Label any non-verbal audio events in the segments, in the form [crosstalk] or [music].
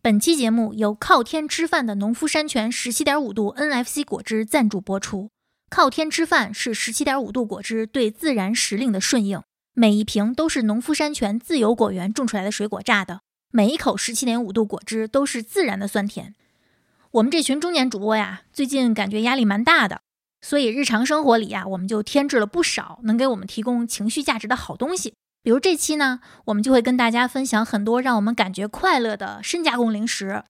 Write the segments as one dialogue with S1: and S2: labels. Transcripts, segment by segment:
S1: 本期节目由靠天吃饭的农夫山泉十七点五度 NFC 果汁赞助播出。靠天吃饭是十七点五度果汁对自然时令的顺应，每一瓶都是农夫山泉自由果园种出来的水果榨的，每一口十七点五度果汁都是自然的酸甜。我们这群中年主播呀，最近感觉压力蛮大的，所以日常生活里呀，我们就添置了不少能给我们提供情绪价值的好东西。比如这期呢，我们就会跟大家分享很多让我们感觉快乐的深加工零食，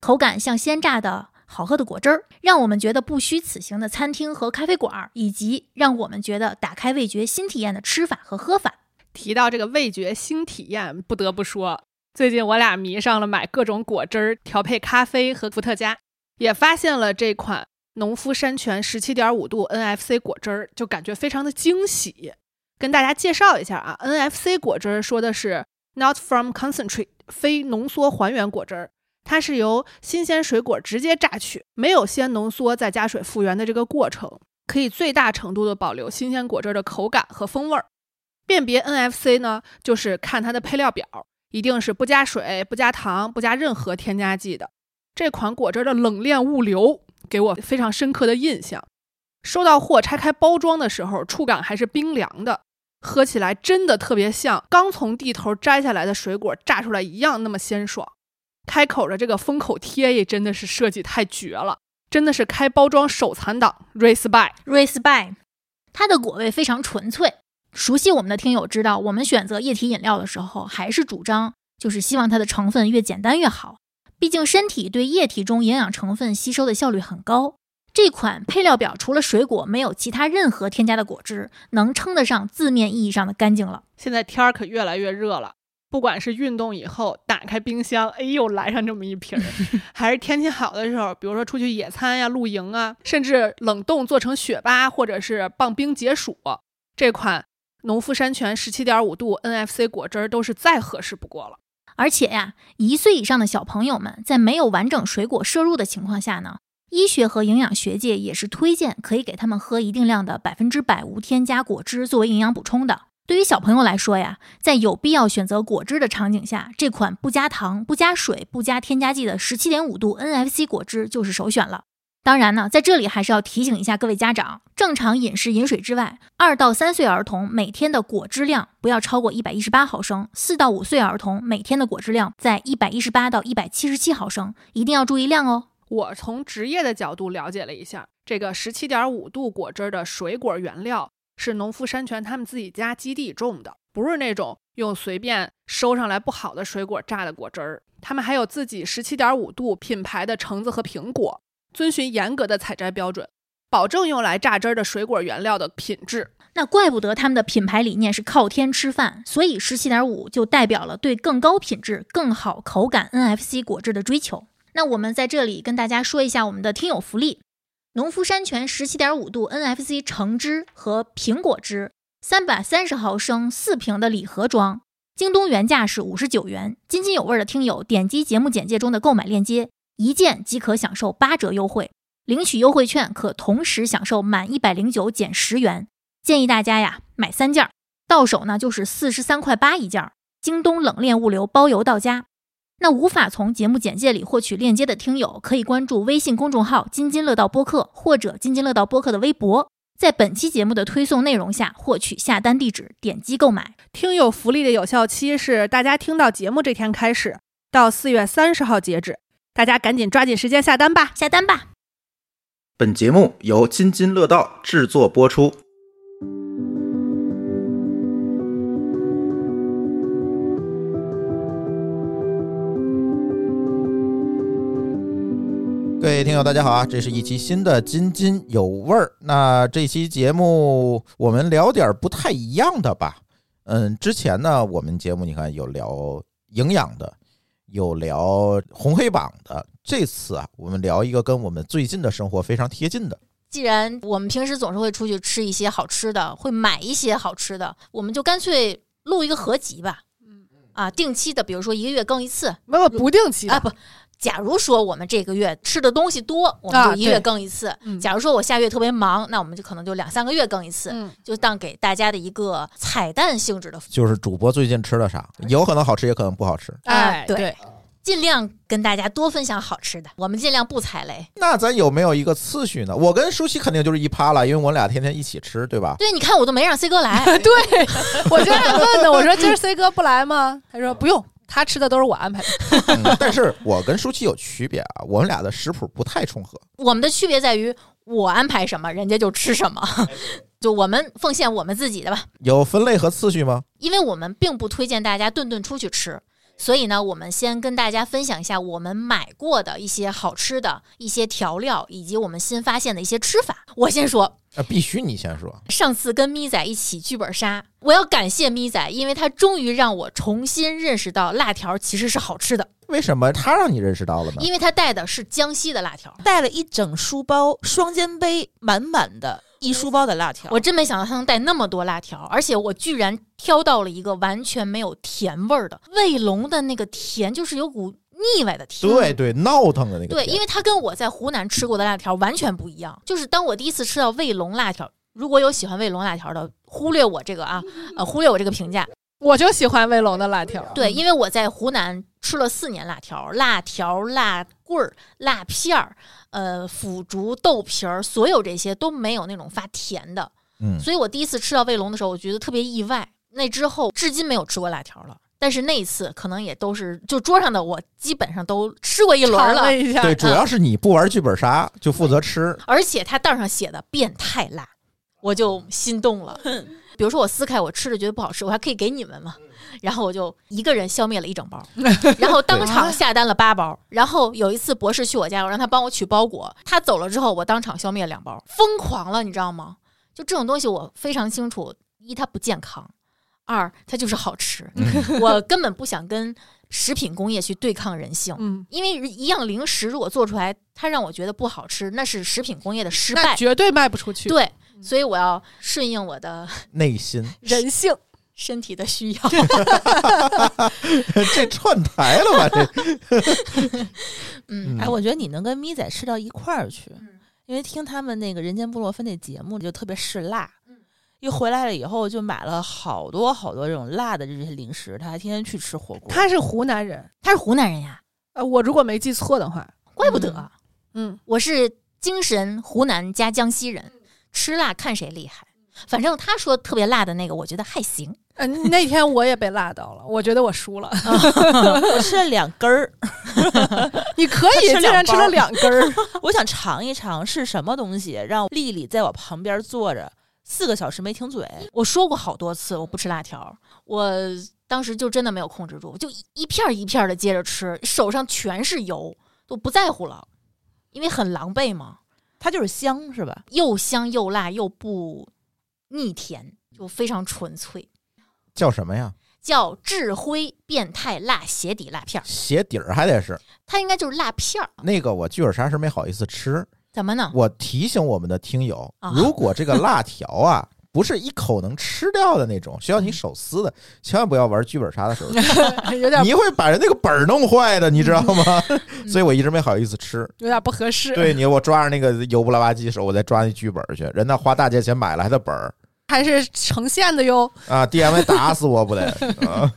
S1: 口感像鲜榨的好喝的果汁儿，让我们觉得不虚此行的餐厅和咖啡馆儿，以及让我们觉得打开味觉新体验的吃法和喝法。
S2: 提到这个味觉新体验，不得不说，最近我俩迷上了买各种果汁儿调配咖啡和伏特加，也发现了这款农夫山泉十七点五度 NFC 果汁儿，就感觉非常的惊喜。跟大家介绍一下啊，NFC 果汁儿说的是 Not from concentrate，非浓缩还原果汁儿。它是由新鲜水果直接榨取，没有先浓缩再加水复原的这个过程，可以最大程度的保留新鲜果汁儿的口感和风味儿。辨别 NFC 呢，就是看它的配料表，一定是不加水、不加糖、不加任何添加剂的。这款果汁的冷链物流给我非常深刻的印象。收到货拆开包装的时候，触感还是冰凉的，喝起来真的特别像刚从地头摘下来的水果榨出来一样那么鲜爽。开口的这个封口贴也真的是设计太绝了，真的是开包装手残党，race by。
S1: Race by，它的果味非常纯粹。熟悉我们的听友知道，我们选择液体饮料的时候，还是主张就是希望它的成分越简单越好。毕竟身体对液体中营养成分吸收的效率很高。这款配料表除了水果，没有其他任何添加的果汁，能称得上字面意义上的干净了。
S2: 现在天儿可越来越热了，不管是运动以后打开冰箱，哎呦来上这么一瓶儿，还是天气好的时候，比如说出去野餐呀、露营啊，甚至冷冻做成雪巴或者是棒冰解暑，这款农夫山泉十七点五度 NFC 果汁儿都是再合适不过了。
S1: 而且呀、一岁以上的小朋友们在没有完整水果摄入的情况下呢，医学和营养学界也是推荐可以给他们喝一定量的百分之百无添加果汁作为营养补充的。对于小朋友来说呀，在有必要选择果汁的场景下，这款不加糖、不加水、不加添加剂的十七点五度 NFC 果汁就是首选了。当然呢，在这里还是要提醒一下各位家长，正常饮食饮水之外，二到三岁儿童每天的果汁量不要超过一百一十八毫升，四到五岁儿童每天的果汁量在一百一十八到一百七十七毫升，一定要注意量哦。
S2: 我从职业的角度了解了一下，这个十七点五度果汁儿的水果原料是农夫山泉他们自己家基地种的，不是那种用随便收上来不好的水果榨的果汁儿。他们还有自己十七点五度品牌的橙子和苹果，遵循严格的采摘标准，保证用来榨汁儿的水果原料的品质。
S1: 那怪不得他们的品牌理念是靠天吃饭，所以十七点五就代表了对更高品质、更好口感 NFC 果汁的追求。那我们在这里跟大家说一下我们的听友福利：农夫山泉十七点五度 NFC 橙汁和苹果汁，三百三十毫升四瓶的礼盒装，京东原价是五十九元。津津有味的听友点击节目简介中的购买链接，一键即可享受八折优惠，领取优惠券可同时享受满一百零九减十元。建议大家呀买三件儿，到手呢就是四十三块八一件儿，京东冷链物流包邮到家。那无法从节目简介里获取链接的听友，可以关注微信公众号“津津乐道播客”或者“津津乐道播客”的微博，在本期节目的推送内容下获取下单地址，点击购买。
S2: 听友福利的有效期是大家听到节目这天开始，到四月三十号截止，大家赶紧抓紧时间下单吧。
S1: 下单吧！
S3: 本节目由津津乐道制作播出。
S4: 各位听友，大家好啊！这是一期新的津津有味儿。那这期节目我们聊点儿不太一样的吧。嗯，之前呢，我们节目你看有聊营养的，有聊红黑榜的。这次啊，我们聊一个跟我们最近的生活非常贴近的。
S5: 既然我们平时总是会出去吃一些好吃的，会买一些好吃的，我们就干脆录一个合集吧。啊，定期的，比如说一个月更一次
S2: 没有不定期的
S5: 啊，不，假如说我们这个月吃的东西多，我们
S2: 啊
S5: 就一月
S2: 对
S5: 更一次。
S2: 嗯
S5: 假如说我下月特别忙，那我们就可能就两三个月更一次，
S2: 嗯，
S5: 就当给大家的一个彩蛋性质的。
S4: 哎就是主播最近吃了啥，有可能好吃，也可能不好吃。
S5: 啊
S2: 哎，
S5: 对
S2: 对，
S1: 尽量跟大家多分享好吃的，我们尽量不踩雷。
S4: 那咱有没有一个次序呢？我跟舒淇肯定就是一趴了，因为我俩天天一起吃，对 [laughs] 吧？
S1: 对，你看我都没让 C 哥来，
S2: [laughs] 对，我就在问呢，我说今儿 C 哥不来吗？他说不用，他吃的都是我安排的。
S4: 嗯但是我跟舒淇有区别啊，我们俩的食谱不太重合。
S1: 我们的区别在于我安排什么，人家就吃什
S5: [laughs]
S1: 么，就我们奉献我们自己的吧，
S4: 有分类和次序吗？
S1: 因为我们并不推荐大家顿顿出去吃。所以呢，我们先跟大家分享一下我们买过的一些好吃的一些调料，以及我们新发现的一些吃法。我先说，
S4: 啊，必须你先说。
S1: 上次跟咪仔一起剧本杀，我要感谢咪仔，因为他终于让我重新认识到辣条其实是好吃的，
S4: 为什么他让你认识到了呢？
S1: 因为他带的是江西的辣条。
S6: 带了一整书包，双肩背满满的，一书包的辣条。
S1: 我真没想到他能带那么多辣条，而且我居然挑到了一个完全没有甜味儿的卫龙的那个甜，就是有股腻歪的甜。
S4: 对嗯对，闹腾的那个
S1: 对，
S4: 点
S1: 因为它跟我在湖南吃过的辣条完全不一样。就是当我第一次吃到卫龙辣条，如果有喜欢卫龙辣条的，忽略我这个啊，呃，忽略我这个评价。
S2: [laughs] 我就喜欢卫龙的辣条，
S1: 对，因为我在湖南吃了四年辣条，辣条、辣棍儿、辣片儿，呃，腐竹、豆皮儿，所有这些都没有那种发甜的。
S4: 嗯，
S1: 所以我第一次吃到卫龙的时候，我觉得特别意外。那之后至今没有吃过辣条了，但是那一次可能也都是就桌上的我基本上都吃过一轮
S2: 尝
S1: 了，
S2: 了一下，
S4: 对，主要是你不玩剧本杀，就负责吃。
S1: 而且它袋儿上写的变态辣，我就心动了。比如说我撕开我吃着觉得不好吃，我还可以给你们嘛。然后我就一个人消灭了一整包，然后当场下单了八包。然后有一次博士去我家，我让他帮我取包裹，他走了之后，我当场消灭两包，疯狂了，你知道吗？就这种东西我非常清楚，一它不健康，二它就是好吃。我根本不想跟食品工业去对抗人性，
S2: 嗯，
S1: 因为一样零食如果做出来，它让我觉得不好吃，那是食品工业的失
S2: 那
S1: 败。
S2: 绝对卖不出去。
S1: 对，所以我要顺应我的
S4: 内 [laughs] 心
S2: 嗯 [laughs] 人性，
S1: 身体的需
S2: [laughs]
S1: 要。
S4: 这串台了吧？这
S1: 嗯，
S6: 哎，
S4: 嗯
S6: 我觉得你能跟咪仔吃到一块儿去，因为听他们那个《人间布洛芬》那节目就特别嗜辣。一回来了以后，就买了好多好多这种辣的这些零食，他还天天去吃火 [laughs] 锅。
S2: 他是湖南人，
S1: 他是湖南人呀，
S2: 呃，我如果没记错的话，
S1: 怪不得、
S2: 嗯嗯，
S1: 我是精神湖南加江西人，吃辣看谁厉
S2: 嗯
S1: 害。反正他说特别辣的那个，我觉得还行。
S2: 呃，那天我也被辣到了，我觉得我输了。
S6: 我吃了两根儿，
S2: [laughs] 你可以
S6: 他吃
S2: 竟然
S6: 两
S2: 吃
S6: 包
S2: 了两根 [laughs] 儿，
S6: 我想尝一尝是什么东西，让丽丽在我旁边坐着四个小时没停嘴。
S1: 我说过好多次我不吃辣条，我当时就真的没有控制住，就一一片儿一片的接着吃，手上全是油，都不在乎了，因为很狼狈嘛。
S6: 它就是香是吧？
S1: 又香又辣又不腻甜，就非常纯粹，
S4: 叫什么呀？
S1: 叫智辉变态辣鞋底辣片儿，
S4: 鞋底儿还得
S2: 哦
S4: 是
S1: 它应该就是辣片儿，
S4: 那个，我剧本杀是没好意思吃。
S1: 怎么
S2: 哦
S1: 呢？
S4: 我提醒我们的听友
S1: 啊，
S4: 如果这个辣条啊不是一口能吃掉的那种，需要你手撕的，千万不要玩剧本杀的时候，
S2: 嗯 [laughs] 有点
S4: 你会把人那个本儿弄坏的，你知道吗？
S2: 嗯
S4: [laughs] 所以我一直没好意思吃。
S2: 有点不合适。
S4: 对你，我抓着那个油不拉吧唧的时候，我再抓那剧本去，人那花大价钱买来的本儿
S2: 还是呈现的哟。
S4: 啊，DMA 打死我不
S2: [laughs]
S4: 得啊！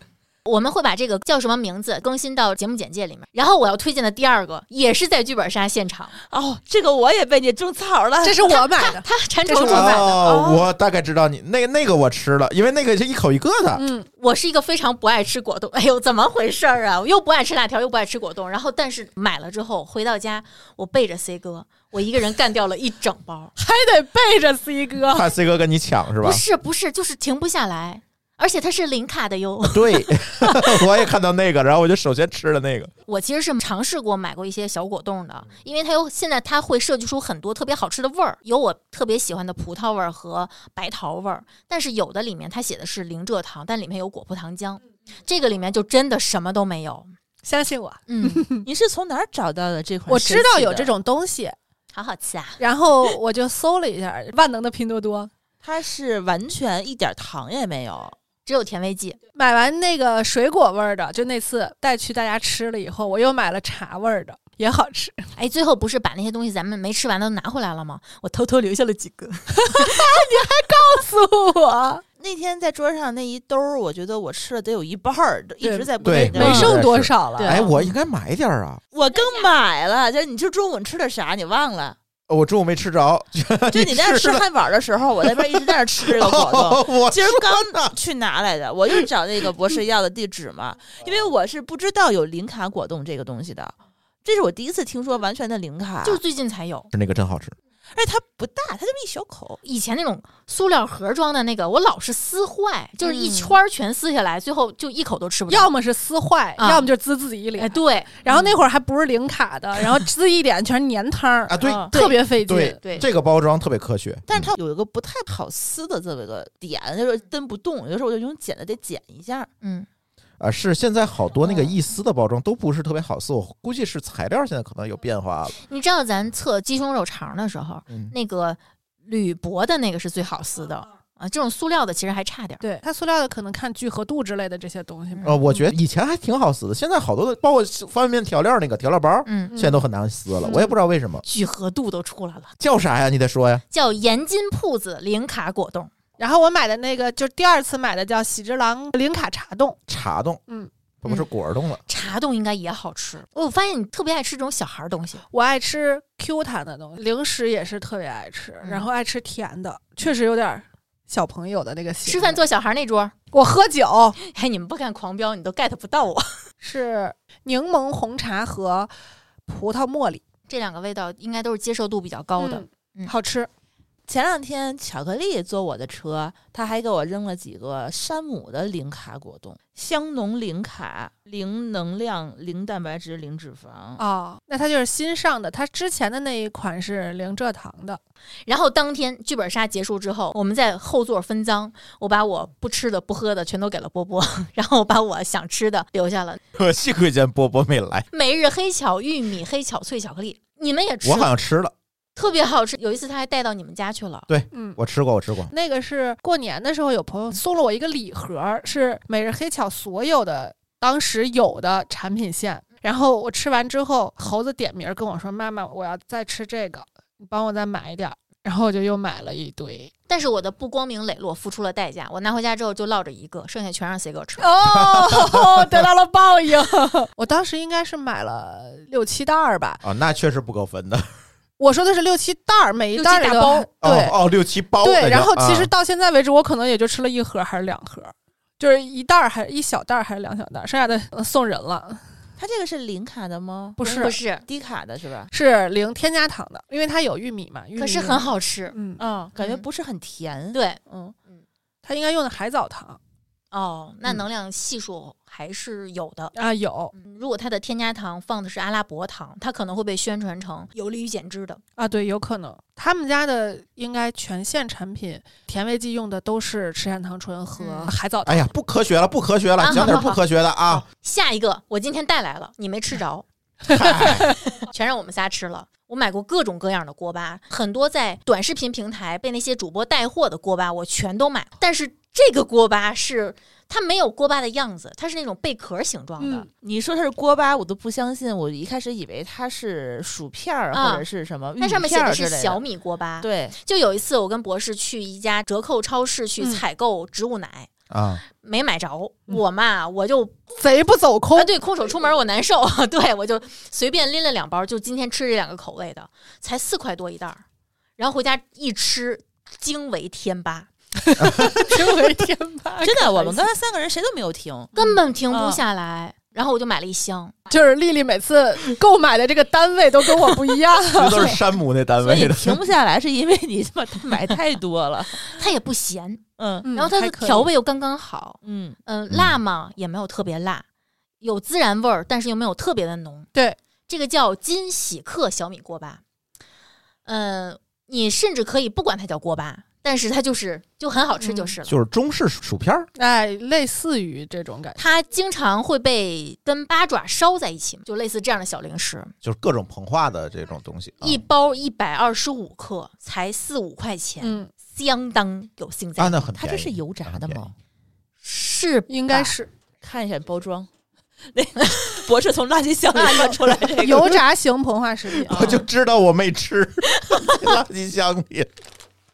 S1: 我们会把这个叫什么名字更新到节目简介里面。然后我要推荐的第二个也是在剧本杀现场，
S6: 哦，这个我也被你种草了。
S2: 这是我买的，
S1: 它馋
S2: 这
S1: 虫
S2: 是
S1: 虫
S2: 我买
S1: 版
S2: 的
S1: 的。
S4: 哦，我大概知道你那那个我吃了，因为那个是一口一个的，
S2: 嗯，
S1: 我是一个非常不爱吃果冻，哎呦，怎么回事儿啊？我又不爱吃辣条，又不爱吃果冻。然后，但是买了之后回到家，我背着 C 哥，我一个人干掉了一整包。
S2: 还得背着 C 哥。
S4: 怕 C 哥跟你抢是吧
S1: 不？是不是，就是停不下来，而且它是零卡的哟。 [laughs]
S4: [laughs] 对，我也看到那个，然后我就首先吃了那个。
S1: 我其实是尝试过买过一些小果冻的，
S4: 嗯
S1: 因为它有现在它会设计出很多特别好吃的味儿，有我特别喜欢的葡萄味儿和白桃味儿，但是有的里面它写的是零蔗糖，但里面有果葡糖浆，这个里面就真的什么都没有。
S2: 相信我，
S1: 嗯，
S6: 你是从哪儿找到的这款？
S2: 我知道有这，种东西，
S1: 好好吃啊！
S2: 然后我就搜了一下万能的拼多多，
S6: 它是完全一点糖也没有。
S1: 只有甜味剂，
S2: 买完那个水果味儿的，就那次带去大家吃了以后，我又买了茶味儿的，也好吃。
S1: 哎，最后不是把那些东西咱们没吃完的都拿回来了吗？我偷偷留下了几个。
S2: 告诉我，
S6: 那天在桌上那一兜儿，我觉得我吃了得有一半儿，一
S2: 对
S6: 直在不
S4: 对
S6: 断地
S2: 没
S4: 是
S2: 剩多
S4: 是
S2: 少了。
S1: 对
S4: 哎，我应该买点儿啊，
S6: 我更买了，就是你这中午吃的啥你忘了？
S4: 哦我中午没吃着，
S6: 就你在那吃汉堡的时候，我在那边一直在那吃这
S4: 啊
S6: 个果
S4: [laughs]
S6: 冻。
S4: 我
S6: 今儿刚去拿来的，我就找那个博士要的地址嘛，因为我是不知道有零卡果冻这个东西的，这是我第一次听说完全的零
S4: 啊
S6: 卡，
S1: 就是最近才有。
S4: 是那个真好吃，
S6: 而且它不大，它这么一小口，
S1: 以前那种塑料盒装的那个，我老是撕坏，就是一
S6: 嗯
S1: 圈儿全撕下来，最后就一口都吃不到。
S2: 要么是撕坏，
S1: 啊
S2: 要么就滋自己一
S1: 哎，
S2: 脸。
S1: 对，
S2: 然后那会儿还不是零卡 [laughs] 的，然后滋一脸全是粘汤儿
S4: 啊对
S6: 嗯
S2: 特别费劲。
S1: 对
S4: 这个包装特别科学，
S6: 但
S4: 嗯
S6: 是它有一个不太好撕的这么一个点，就是蹬不动，有的时候我就用剪子得剪一下。
S1: 嗯，
S4: 啊是现在好多那个易撕的包装都不是特别好撕，我估计是材料现在可能有变化了，
S1: 你知道咱测鸡胸肉肠的时候，
S4: 嗯，
S1: 那个铝箔的那个是最好撕的
S2: 嗯
S1: 啊，这种塑料的其实还差点儿。
S2: 对它塑料的可能看聚合度之类的这些东西吧。
S4: 呃，我觉得以前还挺好撕的，现在好多的包括方便面调料那个调料包，
S1: 嗯，
S4: 现在都很难撕了，我也不知道为什么，
S1: 聚合度都出来了，
S4: 叫啥呀？你得说呀，
S1: 叫盐津铺子零卡果冻。
S2: 然后我买的那个就是第二次买的叫喜之郎零卡茶冻，
S4: 茶冻，
S2: 嗯，
S4: 不是果儿冻 [laughs] 了，
S1: 茶冻应该也好吃，我发现你特别爱吃这种小孩儿东西。
S2: 我爱吃 Q 弹的东西，零食也是特别爱吃，
S1: 嗯
S2: 然后爱吃甜的，确实有点儿小朋友的那个性格
S1: 吃饭做小孩儿那桌，
S2: 我喝酒
S1: 哎，你们不看狂飙，你都 get 不到我。 [laughs]
S2: 是柠檬红茶和葡萄茉莉
S1: 这两个味道应该都是接受度比较高的。嗯
S2: 好吃。
S6: 前两天巧克力坐我的车，他还给我扔了几个山姆的零卡果冻，香浓零卡，零能量，零蛋白质，零脂肪。
S1: 嗯
S2: 哦，那它就是新上的，它之前的那一款是零蔗糖的。
S1: 然后当天剧本杀结束之后，我们在后座分赃，我把我不吃的、不喝的全都给了波 [laughs] 波，然后把我想吃的留下了。
S4: 幸亏今天波波没来，
S1: 每日黑巧、玉米黑巧脆巧克力，你们也吃
S4: 我好
S1: 了，
S4: 像吃了，
S1: 特别好吃。有一次他还带到你们家去了，
S2: 嗯，
S4: 我吃过，我吃过，
S2: 那个是过年的时候有朋友送了我一个礼盒，是每日黑巧所有的当时有的产品线。然后我吃完之后，猴子点名儿跟我说：“妈妈，我要再吃这个，你帮我再买一点儿。”然后我就又买了一堆。
S1: 但是我的不光明磊落付出了代价，我拿回家之后就落着一个，剩下全让 C 哥吃了。
S2: 哦，得到了报应。我当时应该是买了六七袋儿吧，
S4: 啊，那确实不够分的，
S2: 我说的是六七袋儿，每一袋儿里
S1: 六七
S2: 头
S1: 大包
S2: 对、
S4: 哦哦，六七包那
S2: 对，
S4: 个，
S2: 然后其实
S4: 啊
S2: 到现在为止，我可能也就吃了一盒还是两盒，就是一袋儿还是一小袋儿还是两小袋儿，剩下的呃送人了，
S6: 它这个是零卡的吗？
S2: 不是
S1: 不是，
S6: 低卡的是吧？
S2: 是零添加糖的，因为它有玉米嘛，玉米
S1: 可是
S2: 有
S1: 很，好吃。
S2: 嗯，
S6: 嗯，感觉
S1: 嗯
S6: 不是很甜。，
S1: 对，
S6: 嗯，
S2: 它应该用的海藻糖
S1: 哦，那
S2: 嗯
S1: 能量系数还是有的。
S2: 啊，有
S1: 嗯如果它的添加糖放的是阿拉伯糖，它可能会被宣传成有利于减脂的。
S2: 啊，对，有可能他们家的应该全线产品甜味剂用的都是赤藓糖醇和
S1: 嗯
S2: 海藻糖，
S4: 哎呀，不科学了，不科学了，
S1: 啊
S4: 讲点
S1: 好好
S4: 不科学的啊
S1: 好！下一个，我今天带来了，你没吃
S6: [laughs]
S1: 着，
S4: 嗨
S1: 全让我们仨吃了。我买过各种各样的锅巴，很多在短视频平台被那些主播带货的锅巴，我全都买。但是这个锅巴是它没有锅巴的样子，它是那种贝壳形状的。
S2: 嗯，
S6: 你说它是锅巴，我都不相信。我一开始以为它是薯片儿
S1: 啊
S6: 或者是什么玉
S1: 它
S6: 米
S1: 上面写
S6: 片儿之
S1: 是
S6: 类的。
S1: 小米锅巴。
S6: 对，
S1: 就有一次，我跟博士去一家折扣超市去
S2: 嗯
S1: 采购植物奶，
S4: 啊，
S1: 没买着。
S6: 嗯
S1: 我嘛，我就
S2: 贼不走空
S1: 啊，，对，空手出门我难受， [laughs] 对我就随便拎了两包，就今天吃这两个口味的，才四块多一袋儿，然后回家一吃，惊为天八，
S2: 惊为天
S1: [laughs] 啊
S2: 吧，
S6: 真的，我们刚才三个人谁都没有停。
S1: 根本停不
S6: 嗯
S1: 下来。然后我就买了一箱，
S2: 就是丽丽每次购买的这个单位都跟我不一
S1: [laughs]
S2: 样，
S4: 这都是山姆那单
S6: 所以
S4: 位
S6: 你
S4: 的，
S6: 停不下来，是因为你他妈买太多了。
S1: 它也不咸，
S6: 嗯
S2: 嗯
S1: 然后它的
S2: 还可以
S1: 调味又刚刚好，
S6: 嗯，
S1: 嗯、
S4: 嗯
S1: 辣嘛也没有特别辣，有孜然味儿，但是又没有特别的浓。
S2: 对，
S1: 这个叫金喜客小米锅巴，嗯、你甚至可以不管它叫锅巴，但是它就是就很好吃就
S2: 嗯
S1: 是了。
S4: 就是中式薯片儿
S2: 哎，类似于这种感觉。
S1: 它经常会被跟八爪烧在一起嘛，就类似这样的小零食，
S4: 就是各种膨化的这种东西。
S2: 哦
S4: 啊
S1: 一包一百二十五克，才四五块钱，
S2: 嗯，
S1: 相当有性价
S4: 啊，
S1: 比。
S4: 那很
S6: 它
S4: 便宜。
S6: 这是油炸的
S4: 很便
S6: 吗？
S1: 是吧
S2: 应该
S1: 啊
S2: 是
S6: 看一下包 [laughs] 装，那博士从垃圾箱里翻出来这个，
S2: 油
S1: 啊
S2: 炸型膨化食品。啊
S4: [laughs] 我就知道我没吃，垃圾箱里。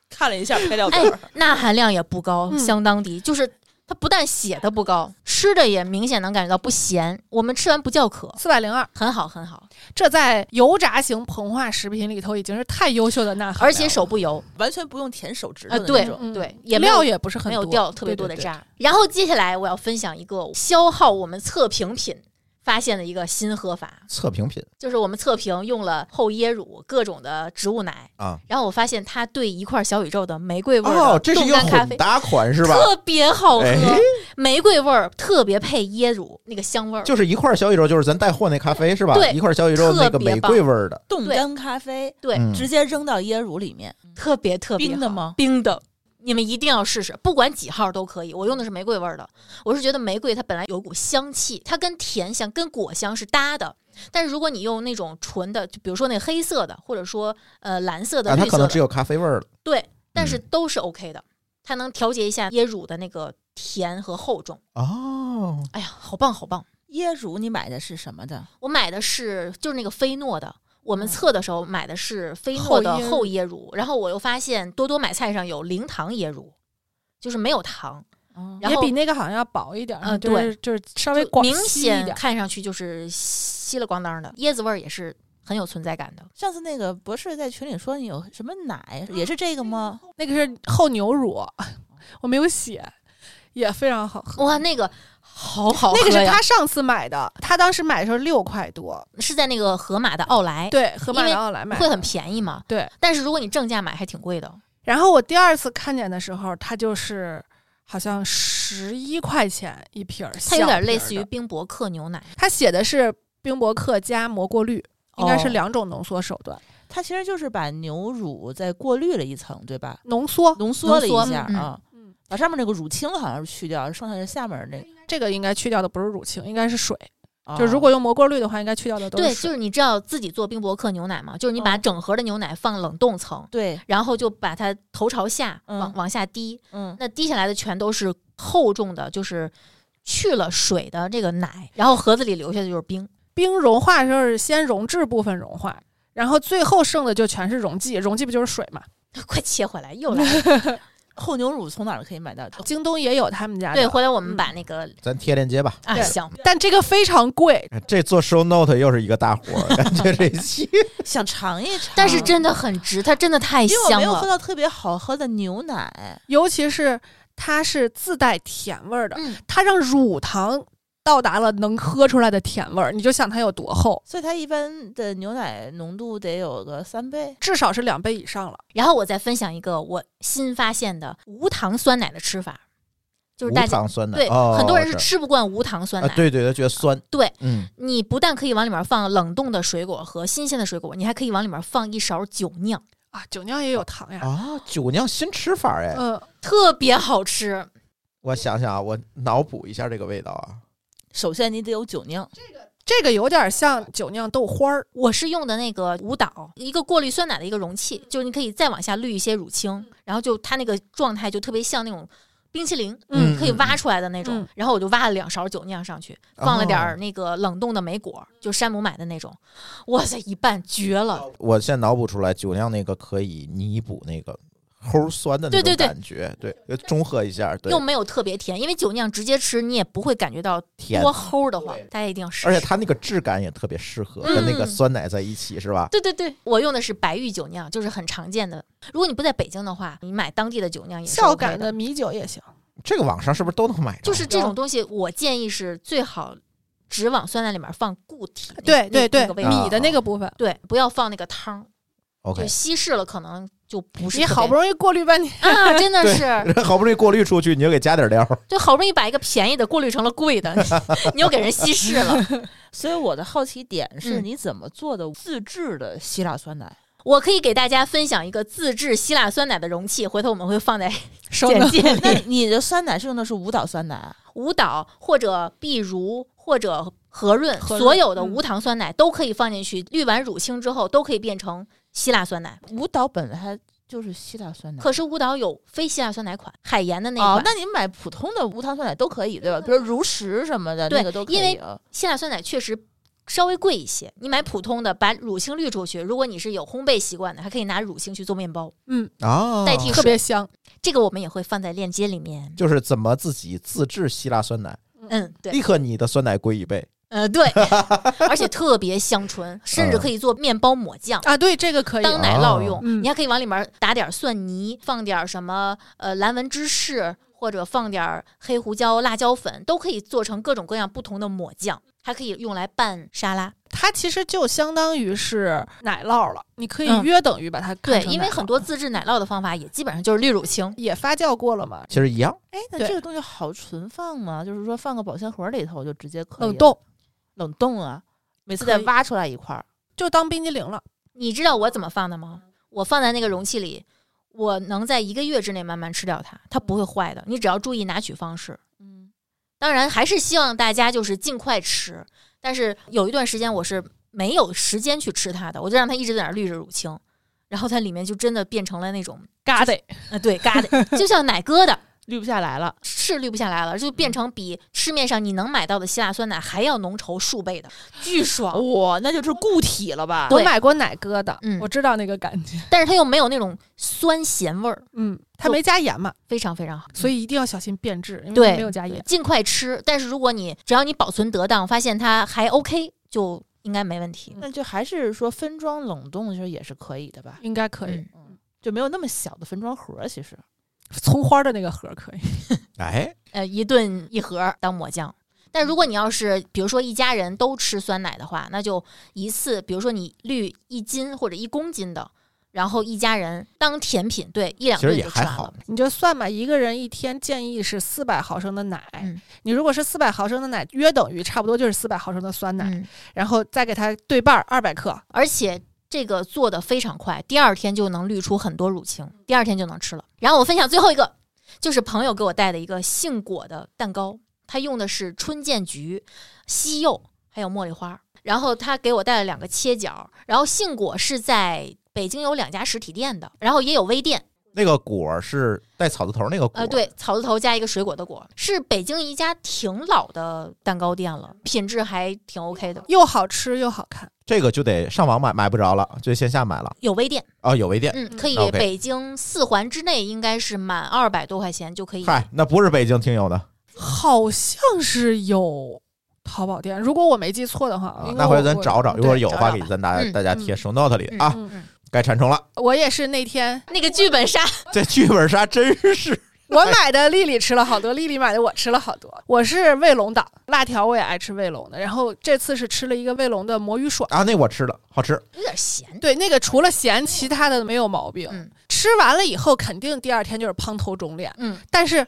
S6: 看了一下配料表
S2: [laughs]
S1: 哎，钠含量也不高，
S2: 嗯
S1: 相当低。就是它不但写的不高，吃的也明显能感觉到不咸。我们吃完不叫渴，
S2: 四百零二，
S1: 很好很好，
S2: 这在油炸型膨化食品里头已经是太优秀的钠含量了，
S1: 而且手不油
S6: 完全不用舔手指
S1: 啊、
S6: 头的那
S1: 对
S6: 种。
S2: 嗯
S1: 对，也没有
S2: 料也不是很
S1: 没
S2: 多
S1: 有掉特别多的。
S2: 对对对
S1: 渣。然后接下来我要分享一个消耗我们测评品发现的一个新喝法，
S4: 测评品
S1: 就是我们测评用了厚椰乳、各种的植物奶，
S4: 啊，
S1: 然后我发现它对一块小宇宙的玫瑰味
S4: 哦
S1: 儿，
S4: 这
S1: 的
S4: 是一
S1: 冻干
S4: 个
S1: 咖
S4: 混
S1: 啡。
S4: 搭款是吧？
S1: 特别好喝，
S4: 哎
S1: 玫瑰味儿特别配椰乳那个香味儿，
S4: 就是一块小宇宙，就是咱带货那咖啡是吧？
S1: 对
S4: 一块小宇宙那个玫瑰味儿的，
S6: 冻
S1: 对
S6: 干咖啡
S1: 对，
S4: 嗯
S6: 直接扔到椰乳里面，
S1: 特别特别
S6: 冰的
S1: 好
S6: 吗？
S1: 冰的，你们一定要试试，不管几号都可以。我用的是玫瑰味儿的，我是觉得玫瑰它本来有一股香气，它跟甜香、跟果香是搭的。但是如果你用那种纯的，就比如说那黑色的，或者说呃蓝色的、
S4: 啊，它
S1: 绿
S4: 可
S1: 色
S4: 能只
S1: 的，
S4: 有咖啡味儿了。
S1: 对，但是都是 OK 的，它能调节一下椰乳的那个甜和厚重。
S4: 哦，
S1: 哎呀，好棒好棒！
S6: 椰乳你买的是什么的？
S1: 我买的是就是那个菲诺的，我们
S6: 嗯
S1: 测的时候买的是菲诺的
S2: 厚椰乳
S1: 厚椰乳，然后我又发现多多买菜上有零糖椰乳，就是没有糖，
S6: 哦
S1: 然
S2: 也
S1: 后
S2: 比那个好像要薄一点，
S1: 嗯
S2: 就是就是稍微
S1: 就
S2: 广
S1: 明
S2: 稀一
S1: 显
S2: 点。
S1: 看上去就是稀了咣当的，椰子味儿也是很有存在感的。
S6: 上次那个博士在群里说你有什么奶，也是这个吗？
S2: 那个是厚牛乳，我没有写，也非常好喝。
S1: 哇，那个好好喝
S2: 那个是
S1: 呀
S2: 他上次买的，他当时买的时候六块多，
S1: 是在那个盒马的奥莱，
S2: 对，和
S1: 因为
S2: 麦当劳来买的
S1: 会很便宜嘛？
S2: 对。
S1: 但是如果你正价买，还挺贵的。
S2: 然后我第二次看见的时候，它就是好像十一块钱一瓶儿，
S1: 它有
S2: 小
S1: 点
S2: 瓶
S1: 类
S2: 儿
S1: 似于
S2: 的，
S1: 冰博克牛奶，
S2: 它写的是冰博克加蘑过绿，应该是
S1: 哦
S2: 两种浓缩手段，
S6: 它其实就是把牛乳再过滤了一层，对吧？
S2: 浓缩。
S6: 哦浓缩了
S1: 浓
S6: 一
S1: 缩
S6: 下
S1: 嗯
S6: 啊
S2: 嗯，
S6: 把上面那个乳清好像是去掉，剩下是下面那个。
S2: 这个应该去掉的不是乳清，应该是水。
S6: 啊
S2: 就如果用蘑过绿的话，应该去掉的都
S1: 哦对，
S2: 水
S1: 就是你知道自己做冰博克牛奶嘛？就是你把
S2: 嗯
S1: 整盒的牛奶放冷冻层，
S6: 对，
S1: 然后就把它头朝下
S6: 嗯
S1: 往、往下滴，
S6: 嗯，
S1: 那滴下来的全都是厚重的，就是去了水的这个奶，然后盒子里留下的就是冰。 [laughs]
S2: 冰融化的时候是先溶质部分融化，然后最后剩的就全是溶剂，溶剂不就是水嘛？
S1: 快切回来，又来了。
S6: 厚牛乳从哪儿可以买到？ [laughs]
S2: 京东也有他们家的，
S1: 对，回来我们把那个、
S4: 咱贴链接吧。
S1: 啊
S2: 对
S1: 行，
S2: 但这个非常贵，
S4: 哎这做 show note 又是一个大活儿，感
S1: [laughs]
S4: 觉这一期
S6: 想尝一尝，
S1: 但是真的很值，它真的太
S6: 因为我
S1: 香啊
S6: 没有喝
S1: 了。
S6: 到特别好喝的牛奶，
S2: 尤其是它是自带甜味儿的，
S1: 嗯，
S2: 它让乳糖到达了能喝出来的甜味儿，你就想它有多厚，
S6: 所以它一般的牛奶浓度得有个三倍。
S2: 至少是两倍以上了。
S1: 然后我再分享一个我新发现的无糖酸奶的吃法，就是大
S4: 无
S1: 家
S4: 糖酸奶，
S1: 对、
S4: 哦
S1: 很多人是
S4: 我知
S1: 吃不惯无糖酸
S4: 道
S1: 奶。
S4: 啊，对对，他觉得酸，
S1: 对，
S4: 嗯，
S1: 你不但可以往里面放冷冻的水果和新鲜的水果，你还可以往里面放一勺酒酿。
S2: 啊，酒酿也有糖
S1: 哦
S2: 呀，
S4: 啊，酒酿新吃法哎，
S2: 嗯、
S1: 特别好吃。
S4: 我想想啊，我脑补一下这个味道啊，
S6: 首先你得有酒酿，
S2: 这个有点像酒酿豆花儿，
S1: 我是用的那个舞蹈，一个过滤酸奶的一个容器，就是你可以再往下滤一些乳清，然后就它那个状态就特别像那种冰淇淋，
S4: 嗯
S1: 可以挖出来的那种。
S2: 嗯
S1: 然后我就挖了两勺酒酿上去，放了点
S4: 哦
S1: 儿那个冷冻的莓果，就山姆买的那种。哇塞，一拌绝了！
S4: 我现在脑补出来酒酿那个可以弥补那个齁酸的那
S1: 对
S4: 种
S1: 对对
S4: 感觉，对中和一下，对
S1: 又，没有特别甜，因为酒酿直接吃你也不会感觉到
S4: 甜，
S1: 多齁的慌
S4: 对，
S1: 大家一定要试试。
S4: 而且它那个质感也特别适合
S1: 嗯
S4: 跟那个酸奶在一起，是吧？
S1: 对对对，我用的是白玉酒酿，就是很常见的。如果你不在北京的话，你买当地的酒酿也是、
S2: 孝
S1: OK、
S2: 感
S1: 的
S2: 的米酒也行。
S4: 这个网上是不是都能买着？啊
S1: 就是这种东西，我建议是最好只往酸奶里面放固体那，
S2: 对
S1: 那
S2: 对对
S1: 那个，味道，
S4: 啊
S2: 米的那个部分。
S1: 对，不要放那个汤，就
S4: OK，
S1: 稀释了可能就不是
S2: 你
S1: 特
S2: 好
S1: 别
S2: 不容易过滤半天，
S1: 啊，真的是，
S2: [laughs]
S4: [laughs] 好不容易过滤出去，你就给加点料儿，
S1: 就好不容易把一个便宜的过滤成了贵的， [laughs] 你你又给人稀释了。 [laughs]
S6: 所以我的好奇点是
S1: 嗯
S6: 你怎么做的自制的希腊酸奶？
S1: 我可以给大家分享一个自制希腊酸奶的容器，回头我们会放在
S2: 收
S1: 简
S2: 呢？
S1: 介
S6: 那
S1: 里。
S6: 你的酸奶是用的是舞蹈酸奶啊？
S1: 舞蹈或者碧如或者和润，
S2: 和润
S1: 所有的
S2: 嗯
S1: 无糖酸奶都可以放进去，滤完乳清之后都可以变成希腊酸
S2: 嗯
S1: 奶。
S6: 舞蹈本来它就是希腊酸奶。
S1: 可是舞蹈有非希腊酸奶款，海盐的那一款。嗯
S6: 哦，那你买普通的无糖酸奶都可以，对吧？比如如实什么的，
S1: 对
S6: 那个都可以啊。
S1: 希腊酸奶确实稍微贵一些。你买普通的，把乳清滤出去，如果你是有烘焙习惯的，还可以拿乳清去做面包，
S4: 啊，
S1: 代替
S2: 特
S1: 水
S2: 别香。
S1: 这个我们也会放在链接里面。
S4: 就是怎么自己自制希腊酸奶，
S1: 嗯，对，
S4: 立刻你的酸奶贵一倍。
S1: 呃，
S2: [laughs]
S1: 对，而且特别香醇，甚至可以做面包抹酱。
S2: 啊，对，这个可以。
S1: 当奶酪用，
S2: 嗯
S1: 你还可以往里面打点蒜泥，放点什么呃蓝纹芝士，或者放点黑胡椒、辣椒粉，都可以做成各种各样不同的抹酱，还可以用来拌沙拉。
S2: 它其实就相当于是奶酪了，你可以
S1: 嗯
S2: 约等于把它看
S1: 对，
S2: 成
S1: 因为
S2: 奶酪
S1: 很多自制奶酪的方法也基本上就是绿乳清。
S2: 也发酵过了嘛，
S4: 其实一样，
S6: 哎，那
S2: 对
S6: 这个东西好存放吗？就是说放个保鲜盒里头就直接可以
S2: 冷冻
S6: 冷冻啊，每次
S1: 可
S6: 再
S1: 以
S6: 挖出来一块儿。
S2: 就当冰激凌了。
S1: 你知道我怎么放的吗？我放在那个容器里，我能在一个月之内慢慢吃掉它，它不会坏的。你只要注意拿取方式。
S6: 嗯，
S1: 当然，还是希望大家就是尽快吃，但是有一段时间我是没有时间去吃它的，我就让它一直在那儿滤着乳清，然后它里面就真的变成了那种，
S2: 嘎的，
S1: 呃，对，嘎的，就像奶疙瘩，
S6: 滤不下来了。
S1: 是滤不下来了，就变成比市面上你能买到的希腊酸奶还要浓稠数倍的，巨爽。
S6: 哦哇，那就是固体了吧？
S1: 对
S2: 我买过奶疙瘩，
S1: 嗯
S2: 我知道那个感觉。
S1: 但是它又没有那种酸咸味儿，
S2: 嗯，它
S1: 就
S2: 没加盐嘛，
S1: 非常非常好。
S2: 所以一定要小心变质，因为
S1: 对
S2: 它没有加盐。
S1: 尽快吃，但是如果你只要你保存得当，发现它还 OK，就应该没问题。
S6: 那就还是说分装冷冻其实也是可以的吧？
S2: 应该可以，
S1: 嗯
S6: 嗯，就没有那么小的分装盒，其实
S2: 葱花的那个盒可以。 [laughs]
S4: 哎，
S1: 呃，一顿一盒当抹酱。但如果你要是比如说一家人都吃酸奶的话，那就一次，比如说你滤一斤或者一公斤的，然后一家人当甜品，对，一两
S4: 其实
S1: 顿
S4: 也
S1: 就吃
S4: 还
S1: 完
S4: 好
S1: 了。。
S2: 你就算吧，一个人一天建议是四百毫升的奶，
S1: 嗯
S2: 你如果是四百毫升的奶，约等于差不多就是四百毫升的酸奶，
S1: 嗯，
S2: 然后再给它对半二百克，
S1: 而且这个做的非常快，第二天就能滤出很多乳清，第二天就能吃了。然后我分享最后一个，就是朋友给我带的一个杏果的蛋糕，他用的是春见菊、西柚还有茉莉花。然后他给我带了两个切角，然后杏果是在北京有两家实体店的，然后也有微店，
S4: 那个果儿是带草字头那个果，
S1: 呃，，对，草字头加一个水果的果，是北京一家挺老的蛋糕店了，品质还挺 OK 的，
S2: 又好吃又好看。
S4: 这个就得上网买，买不着了，就线下买了。
S1: 有微店。
S4: 哦，有微店，
S1: 嗯，可以
S4: OK
S1: 北京四环之内应该是满二百多块钱就可以。
S4: 嗨，那不是北京听友的
S2: 好像是有淘宝店，如果我没记错的话，
S4: 啊，
S2: 因为
S4: 那回
S2: 我
S4: 头咱
S2: 哎我
S4: 找找，如果
S2: 对
S4: 有的话，
S2: 找
S4: 给
S2: 找吧
S4: 咱大
S1: 嗯
S4: 大家贴
S2: 嗯
S4: show note 里
S1: 嗯
S4: 啊。
S2: 嗯
S1: 嗯，
S4: 该馋虫
S2: [laughs]
S4: 了，
S2: 我也是那天
S1: 那个剧本杀，
S4: 这剧本杀真是
S2: 我买的丽丽吃了好多，丽丽买的我吃了好多。我是卫龙党，辣条我也爱吃卫龙的，然后这次是吃了一个卫龙的魔芋爽。
S4: 啊，那我吃了，好吃。
S1: 有点咸。
S2: 对，那个除了咸，其他的没有毛病。
S1: 嗯
S2: 吃完了以后，肯定第二天就是胖头肿脸，
S1: 嗯，
S2: 但是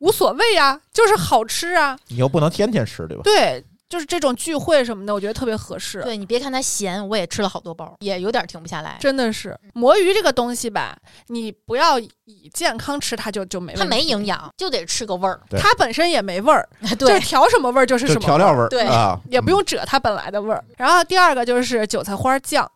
S2: 无所谓啊，就是好吃啊。
S4: 你又不能天天吃，对吧？
S2: 对，就是这种聚会什么的，我觉得特别合适。
S1: 对你别看它咸，我也吃了好多包，也有点停不下来。
S2: 真的是
S1: 嗯
S2: 魔芋这个东西吧，你不要以健康吃它就就没问题，
S1: 它没营养，就得吃个味儿。 [laughs]
S4: 对
S2: 它本身也没味儿，就是
S1: 对，
S2: 调什么味儿就是
S4: 就
S2: 什么
S4: 调
S2: 味
S4: 料
S2: 儿，
S4: 味儿
S1: 对
S4: 啊，
S2: 也不
S4: [laughs] 嗯
S2: 用褶它本来的味儿。然后第二个就是韭菜花酱，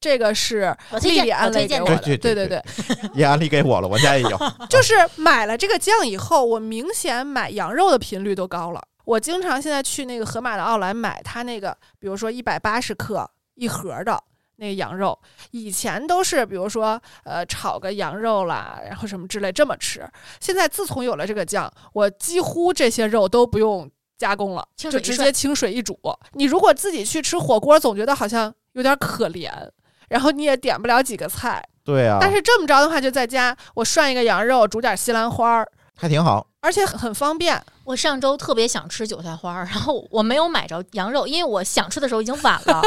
S2: 这个是
S1: 我推
S2: 丽丽
S1: 荐，我
S2: 安
S1: 推
S2: 利给
S1: 荐
S2: 我
S1: 的
S2: 的，
S4: 对对
S2: 对
S4: 对
S2: 对，
S4: 也安利给我了，我家也有。
S2: [laughs] 就是买了这个酱以后，我明显买羊肉的频率都高了。我经常现在去那个盒马的奥莱买它那个，比如说一百八十克一盒的那个羊肉，以前都是比如说呃炒个羊肉啦，然后什么之类这么吃。现在自从有了这个酱，我几乎这些肉都不用加工了，
S1: 清
S2: 就
S1: 水一
S2: 直
S1: 涮
S2: 接清水一煮。你如果自己去吃火锅，总觉得好像有点可怜，然后你也点不了几个菜，
S4: 对啊，
S2: 但是这么着的话，就在家我涮一个羊肉，煮点西兰花儿，
S4: 还挺好。
S2: 而且很很方便。
S1: 我上周特别想吃韭菜花儿，然后我没有买着羊肉，因为我想吃的时候已经晚
S2: [laughs]
S1: 了。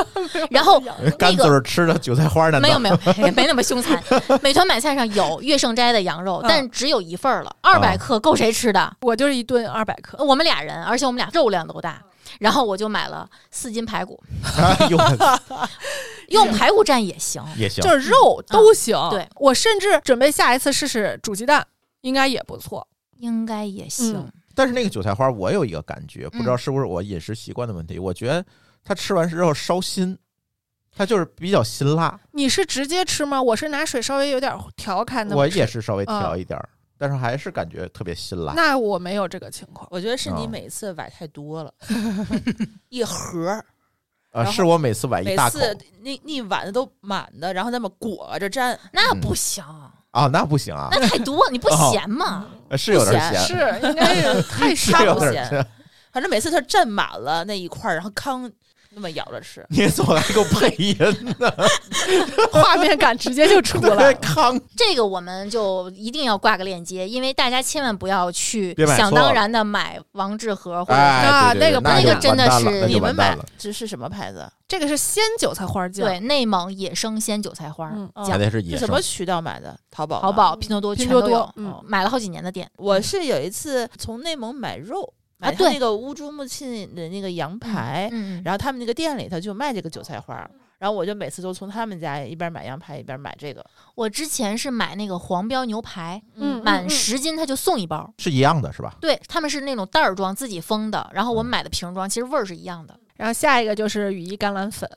S1: 然后
S4: 干嘴儿吃的韭菜花呢？
S1: 没有没有，也没那么凶残。 [laughs] 美团买菜上有月盛斋的羊肉
S2: 嗯，
S1: 但只有一份儿了，二百克够谁吃的？
S2: 我就是一顿二百克，
S1: 我们俩人，而且我们俩肉量都大。
S2: 嗯
S1: 然后我就买了四斤排骨，
S4: [laughs] 有，
S1: 用排骨蘸也行。
S4: [laughs] 也行
S2: 就。是肉
S4: 嗯
S2: 都行。
S1: 对
S2: 我甚至准备下一次试试煮鸡蛋，应该也不错。
S1: 应该也行。
S2: 嗯
S4: 但是那个韭菜花，我有一个感觉，不知道是不是我饮食习惯的问题，我觉得它吃完之后烧心，它就是比较辛辣。
S2: 你是直接吃吗？我是拿水稍微有点调开那么
S4: 我
S2: 吃
S4: 也。是稍微调一点儿，但是还是感觉特别辛辣。
S2: 那我
S4: 哦
S2: 没有这个情况，
S6: [laughs] 我觉得是你
S4: 啊
S6: 每次崴太多了，一盒儿
S4: 啊，
S6: 然后
S4: 是我每次崴一
S6: 每
S4: 大口
S6: 次那那一碗都满的，然后那么裹着蘸，
S1: 那不行，
S4: 嗯啊，那不行啊，
S1: 那太多，你不
S4: 哦
S1: 咸吗？
S2: 嗯
S4: 呃 [laughs] 是有点
S6: 不咸
S4: 咸，
S2: 是应该是太
S6: 是
S4: 是
S6: 它
S4: 有
S6: 不
S4: 点
S6: 咸
S4: 咸。，
S6: 反正每次它蘸满了那一块儿，然后康那么咬着吃
S4: 你怎么还给我配音呢？
S2: 画面感直接就出来
S4: [laughs] 对
S2: 了。
S4: 康
S1: 这个我们就一定要挂个链接，因为大家千万不要去
S4: 别买错
S1: 想当然的买王致和或者
S4: 哎，
S2: 啊
S4: 对对
S2: 那个
S4: 对那
S1: 那
S4: 就
S1: 个
S4: 完
S1: 真的
S4: 蛋了
S1: 是
S4: 那就
S6: 你
S4: 完
S6: 们
S4: 蛋
S6: 买
S4: 了
S6: 这是什么牌子？
S2: 这个是鲜韭菜花酱，
S1: 对内蒙野生鲜韭菜花儿，
S2: 嗯
S4: 还
S1: 讲
S4: 得是野
S6: 是
S4: 生
S6: 什么渠道买的？淘宝？哦
S1: 淘？宝、拼多多
S2: 拼
S1: 全
S2: 多
S1: 都
S2: 多
S1: 有，
S2: 嗯
S1: 买了好几年的店。
S6: 我是有一次从内蒙买肉，
S1: 啊
S6: 买他
S1: 对
S6: 那个乌珠穆沁的那个羊排，
S1: 嗯，
S6: 然后他们那个店里头就卖这个韭菜花儿，然后我就每次都从他们家一边买羊排一边买这个。
S1: 我之前是买那个黄标牛排，
S2: 嗯，嗯
S1: 满十斤它就送一包。
S4: 是一样的，是吧？
S1: 对，他们是那种袋儿装自己封的，然后我们买的瓶装，其实味儿是一样的。
S2: 然后下一个就是羽衣甘蓝粉，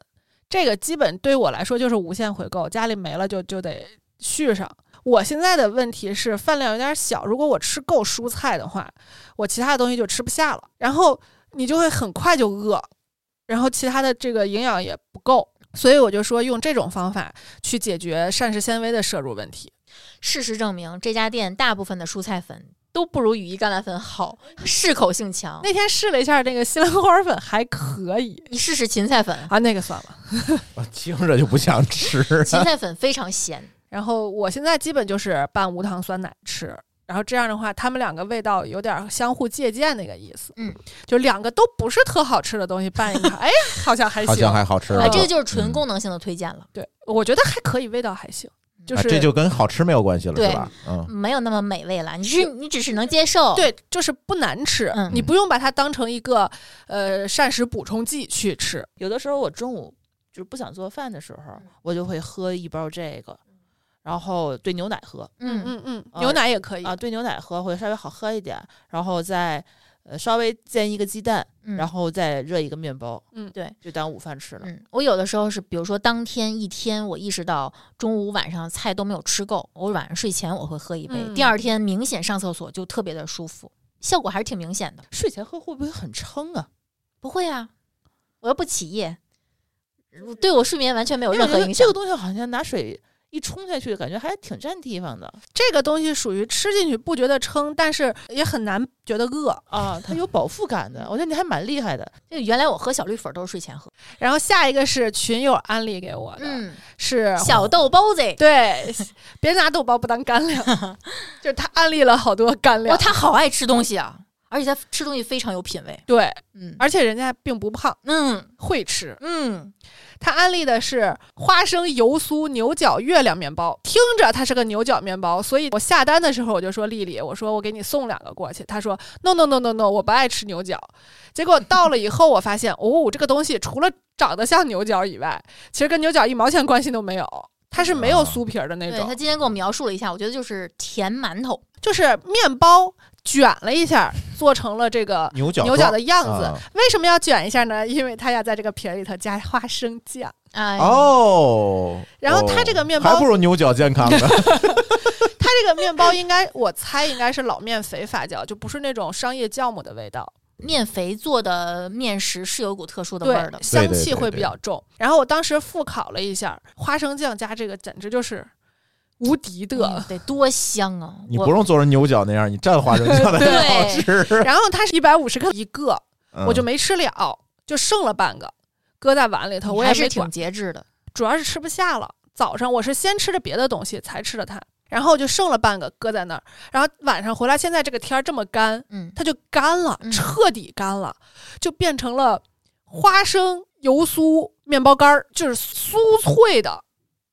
S2: 这个基本对于我来说就是无限回购，家里没了就就得续上。我现在的问题是饭量有点小，如果我吃够蔬菜的话，我其他的东西就吃不下了，然后你就会很快就饿，然后其他的这个营养也不够，所以我就说用这种方法去解决膳食纤维的摄入问题。
S1: 事实证明，这家店大部分的蔬菜粉都不如羽衣甘蓝粉
S2: [laughs]
S1: 好，适口性强。
S2: 那天试了一下这个西兰花粉，还可以
S1: 你试试芹菜
S2: [laughs]
S1: 粉，
S2: 啊，那个算了。
S4: 我听着就不想吃。
S1: 芹菜粉非常咸。
S2: 然后我现在基本就是拌无糖酸奶吃，然后这样的话，他们两个味道有点相互借鉴那个意思。
S1: 嗯，
S2: 就两个都不是特好吃的东西拌一
S1: [laughs]
S2: 块，哎，好像还行。
S4: 好像还好吃
S1: 啊，
S4: 了，
S1: 这个就是纯
S4: 嗯
S1: 功能性的推荐了，
S2: 对，我觉得还可以，味道还行。
S1: 嗯
S2: 就
S4: 啊
S2: 是、
S4: 这就跟好吃没有关系了，
S1: 对
S4: 是吧？嗯，
S1: 没有那么美味了。你是你只是能接受，，
S2: 对，就是不难吃，
S1: 嗯
S2: 你不用把它当成一个呃膳食补充剂去吃。
S6: 有的时候我中午就是不想做饭的时
S1: 嗯
S6: 候，我就会喝一包这个，然后兑牛奶喝
S1: 嗯，呃
S2: 嗯嗯，
S6: 啊
S2: 牛奶也
S1: 哎
S2: 可以。
S6: 啊，兑牛奶喝会稍微好喝一点，然后再呃稍微煎一个鸡蛋，
S1: 嗯
S6: 然后再热一个面包，
S2: 嗯
S1: 对，
S6: 就当午饭吃了。
S1: 嗯，我有的时候是，比如说当天一天，我意识到中午晚上菜都没有吃够，我晚上睡前我会喝一杯，
S2: 嗯
S1: 第二天明显上厕所就特别的舒服，效果还是挺明显的。
S6: 睡前喝会不会很撑啊？
S1: 不会啊，我又不起夜，对我睡眠完全没有
S6: 因为
S1: 任
S6: 我觉
S1: 何
S6: 得
S1: 影响。
S6: 这个东西好像拿水一冲下去，感觉还挺占地方 [laughs] 的
S2: 这个东西属于吃进去不觉得撑，但是也很难觉得饿。
S6: 啊，它有饱腹感的。我觉得你还蛮厉害的。
S1: 就原来我喝小绿粉都是睡前喝，
S2: 然后下一个是群友安利给我的，
S1: 嗯，
S2: 是
S1: 小豆包子，
S2: 对， [laughs] 别拿豆包不当
S1: [laughs]
S2: 干粮，就是他安利了好多干
S1: 哇，
S2: 粮。
S1: 哦他好爱吃东西啊，而且他吃东西非常有品味，
S2: 对，
S1: 嗯
S2: 而且人家并不胖，
S1: 嗯
S2: 会吃。
S1: 嗯，
S2: 他安利的是花生油酥牛角月亮面包，听着它是个牛角面包，所以我下单的时候我就说丽丽，我说我给你送两个过去。他说 no no no no no，我不爱吃牛角。结果到了以后，我发现哦，这个东西除了长得像牛角以外，其实跟牛角一毛钱关系都没有，它是没有
S4: 哦
S2: 酥皮儿的那
S1: 对
S2: 种。
S1: 他今天给我描述了一下，我觉得就是甜馒头，
S2: 就是面包卷了一下，做成了这个
S4: 牛角
S2: 牛角的样子。
S4: 啊
S2: 为什么要卷一下呢？因为它要在这个皮儿里头加花生酱。
S1: 哎，
S4: 哦，
S2: 然后它这个面包
S4: 还不如牛角健康呢。
S2: [laughs] 它这个面包应该，我猜应该是老面肥发酵，就不是那种商业酵母的味道，
S1: 面肥做的面食是有股特殊的味
S2: 对
S1: 儿的，，
S2: 香
S4: 对
S2: 气
S4: 对
S2: 会比较重。然后我当时复烤了一下，花生酱加这个简直就是无敌的。
S1: 嗯得多香啊！
S4: 你
S1: 我
S4: 不用做成牛角那样，你蘸花生酱的好
S1: 对，
S4: 吃。
S2: 然后它是一百五十克一个，[laughs]
S4: 嗯
S2: 我就没吃了，就剩了半个，搁在碗里头，
S1: 你
S2: 我也
S1: 还是
S2: 没
S1: 挺。
S2: 管
S1: 节制的。
S2: 主要是吃不下了。早上我是先吃的别的东西，才吃的它，然后就剩了半个搁在那儿，然后晚上回来，现在这个天儿这么干，
S1: 嗯，
S2: 它就干了
S1: 嗯，
S2: 彻底干了，就变成了花生油酥面包干儿，就是酥脆的，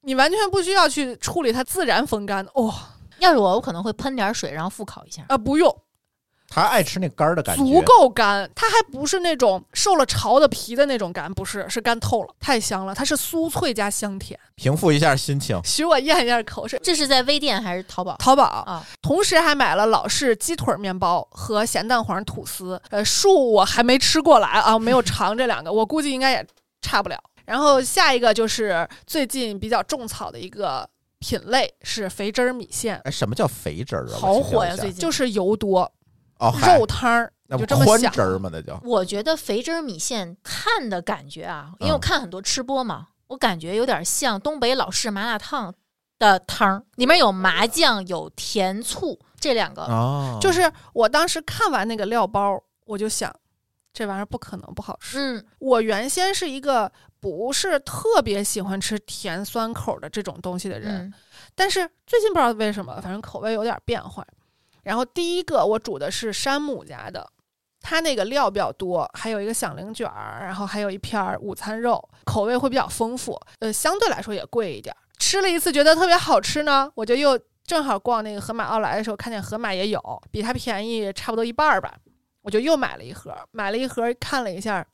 S2: 你完全不需要去处理它，自然风干。哦，
S1: 要是我，我可能会喷点水，然后复烤一下。
S2: 啊，不用，
S4: 他爱吃那干儿的感觉，
S2: 足够干，它还不是那种受了潮的皮的那种干，不是，是干透了，太香了，它是酥脆加香甜。
S4: 平复一下心情。
S2: 许我咽一下口水。
S1: 这是在微店还是淘宝？
S2: 淘宝
S1: 啊
S2: 同时还买了老式鸡腿面包和咸蛋黄吐司。呃，树我还没吃过来啊，
S1: [laughs]
S2: 没有尝这两个，我估计应该也差不了。然后下一个就是最近比较种草的一个品类是肥汁儿米线，
S4: 哎，什么叫肥汁儿啊？
S1: 好火呀！最
S4: 最
S1: 近
S2: 就是油多
S4: 哦，嗨
S2: 肉汤儿，
S4: 那不
S2: 就这么
S4: 宽
S2: 想
S4: 汁儿嘛，那就
S1: 我觉得肥汁儿米线看的感觉啊，因为我
S4: 嗯
S1: 看很多吃播嘛，我感觉有点像东北老式麻辣烫的汤儿，里面有麻酱、有甜醋这两个。
S4: 啊
S2: 就是我当时看完那个料包，我就想，这玩意儿不可能不好吃。
S1: 嗯
S2: 我原先是一个不是特别喜欢吃甜酸口的这种东西的人，
S1: 嗯
S2: 但是最近不知道为什么，反正口味有点变化。然后第一个我煮的是山姆家的，它那个料比较多，还有一个响铃卷儿，然后还有一片儿午餐肉，口味会比较丰富，呃，相对来说也贵一点儿。吃了一次觉得特别好吃呢，我就又正好逛那个盒马奥莱的时候，看见盒马也有，比它便宜差不多一半儿吧，我就又买了一盒，买了一盒看了一下，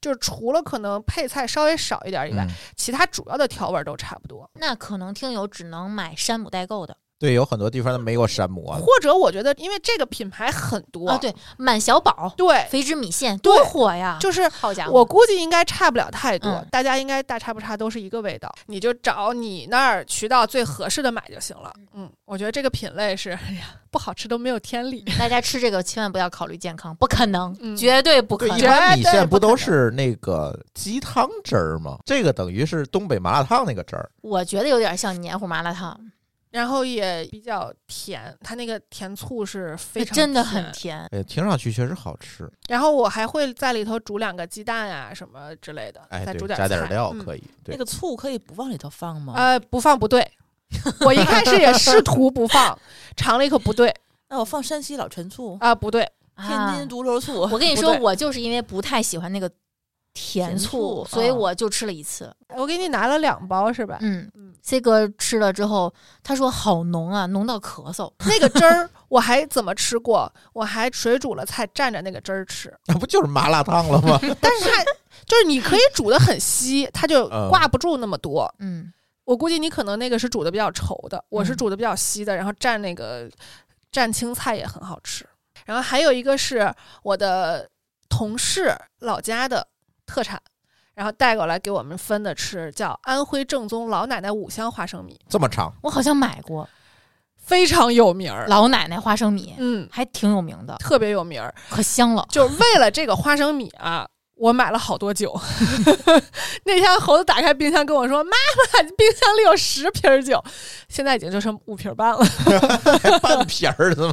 S2: 就是除了可能配菜稍微少一点儿以外，
S4: 嗯
S2: 其他主要的调味儿都差不多。
S1: 那可能听友只能买山姆代购的
S4: 对，有很多地方它没有山姆啊
S2: 或，者我觉得，因为这个品牌很多
S1: 啊，对，满小宝、
S2: 对
S1: 肥汁米线
S2: 对
S1: 多火呀！
S2: 就是
S1: 好家伙，
S2: 我估计应该差不了太多，
S1: 嗯
S2: 大家应该大差不差都是一个味道，你就找你那儿渠道最合适的买就行了。嗯，我觉得这个品类是，哎呀，不好吃都没有天理。
S1: 大家吃这个千万不要考虑健康，不可能，
S2: 嗯
S1: 绝对不可
S4: 对，
S1: 能。
S4: 一般
S2: 对
S4: 米
S2: 对
S4: 线
S2: 不
S4: 不
S2: 可
S4: 都
S2: 能
S4: 是那个鸡汤汁儿吗？这个等于是东北麻辣烫那个汁儿，
S1: 我觉得有点像黏糊麻辣烫，
S2: 然后也比较甜，它那个甜醋是非常
S1: 真的很。甜。
S4: 哎，听上去确实好吃。
S2: 然后我还会在里头煮两个鸡蛋啊什么之类的，
S4: 哎，
S2: 再煮
S4: 对，
S2: 点
S4: 加点
S2: 菜
S4: 料
S2: 嗯
S4: 可以。
S6: 那
S4: 对，
S6: 个醋可以不往里头放
S1: 嗯
S6: 吗？
S2: 呃，不放不对， [laughs] 我一开始也试图不放，尝了一口不对
S6: 那我放山西老陈醋、
S2: 啊、不对，
S1: 啊
S6: 天津独流醋。
S1: [laughs] 我跟你
S6: [laughs]
S2: 不
S1: 说，
S2: 对
S1: 我就是因为不太喜欢那个甜
S6: 甜
S1: 醋，
S6: 醋
S1: 所以
S6: 啊
S1: 我就吃了一次。
S2: 我给你拿了两包是吧？
S1: 嗯
S2: 嗯
S1: ，C 哥吃了之后，他说好浓啊，浓到咳嗽。
S2: 那个汁儿我还怎么吃过？我还水煮了菜蘸着那个汁儿吃，
S4: 那不就是麻辣烫了吗？
S2: 但是它就是你可以煮的很稀，它就
S4: 嗯
S2: 挂不住那么多。
S1: 嗯，
S2: 我估计你可能那个是煮的比较稠的，我是
S1: 嗯
S2: 煮的比较稀的，然后蘸那个蘸青菜也很好吃。然后还有一个是我的同事老家的特产，然后带过来给我们分的吃，叫安徽正宗老奶奶五香花生米，
S4: 这么长， [laughs]
S1: 我好像买过
S2: 非常有名儿。
S1: 老奶奶花生米，
S2: 嗯，
S1: 还挺有名的，
S2: 特别有名儿。
S1: 可香 [laughs] 了。
S2: 就为了这个花生米啊，我买了好多酒。 [laughs] 那天猴子打开冰箱跟我说：“妈妈，冰箱里有十瓶儿酒， [laughs] 现在已经就剩五瓶儿半了。 [laughs]
S4: 还半瓶儿，怎么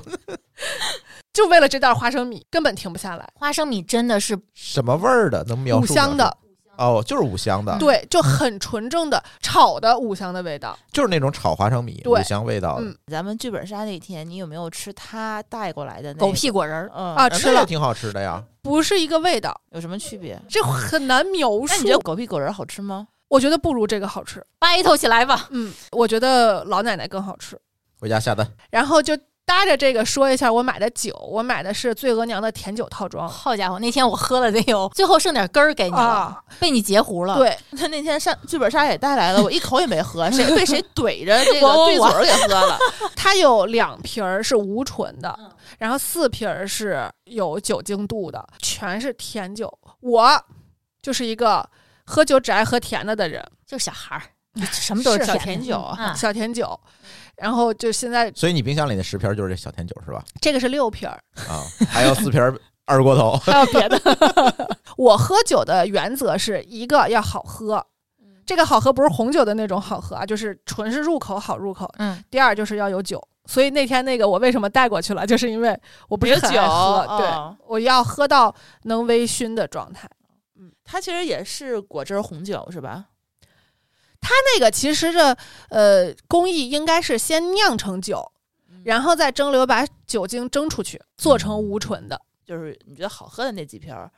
S2: 就为了这袋花生米，根本停不下来。
S1: 花生米真的是
S4: 什么味儿的？能描
S2: 五
S4: 述描
S2: 香
S4: 述
S2: 的，
S4: 哦，就是五香的，，
S2: 对，就很纯正的炒的五香的味道。
S4: 就是那种炒花生米
S2: 对
S4: 五香味道的
S2: 嗯
S6: 咱们剧本杀那天，你有没有吃他带过来的那个
S1: 狗？屁果仁儿。
S6: 嗯
S2: 啊
S4: 哎那
S2: 吃了
S4: 也挺好吃的呀。
S2: 不是一个味道，
S6: 有什么区别？
S2: 这很难描
S6: 那
S2: 述
S6: 你觉。得狗屁狗仁好吃吗？
S2: 我觉得不如这个好吃。
S1: battle 起来吧！
S2: 嗯，我觉得老奶奶更好吃。
S4: 回家下单，
S2: 然后就搭着这个说一下我买的酒，我买的是醉额娘的甜酒套装。
S1: 好家伙，那天我喝了得有，最后剩点根
S6: 哎
S1: 儿给你了，
S2: 啊，
S1: 被你截胡了。，
S2: 对，
S6: [laughs] 他那天上剧本杀也带来了，我一口也没喝， [laughs] 谁被谁怼着这
S1: 我
S6: 个
S1: 我
S6: 对嘴儿给喝了。
S2: [laughs]
S6: 嗯
S2: 它有两瓶儿是无醇的，然后四瓶儿是有酒精度的，全是甜酒。我就是一个喝酒只爱喝甜的的人，嗯
S1: 就是小孩儿，什么都是
S6: 是小
S1: 甜
S6: 甜酒
S1: 啊。
S2: 小甜酒。然后就现在
S4: 所以你冰箱里那十瓶儿就是这小甜酒是吧？
S2: 这个是六瓶儿，
S4: 啊，还有四瓶儿二锅头，
S2: 还有别的。 [laughs] 我喝酒的原则是一个要好喝，这个好喝不是红酒的那种好喝啊，就是纯是入口好入口。
S1: 嗯，
S2: 第二就是要有酒。所以那天那个我为什么带过去了，就是因为我不是
S6: 没有
S2: 很爱
S6: 酒
S2: 喝，
S6: 哦
S2: 对，我要喝到能微醺的状态。
S6: 它其实也是果汁儿红酒是吧？
S2: 那个其实的呃工艺应该是先酿成酒，然后再蒸馏把酒精蒸出去，做成无醇的。
S6: 就是你觉得好喝的那几瓶儿，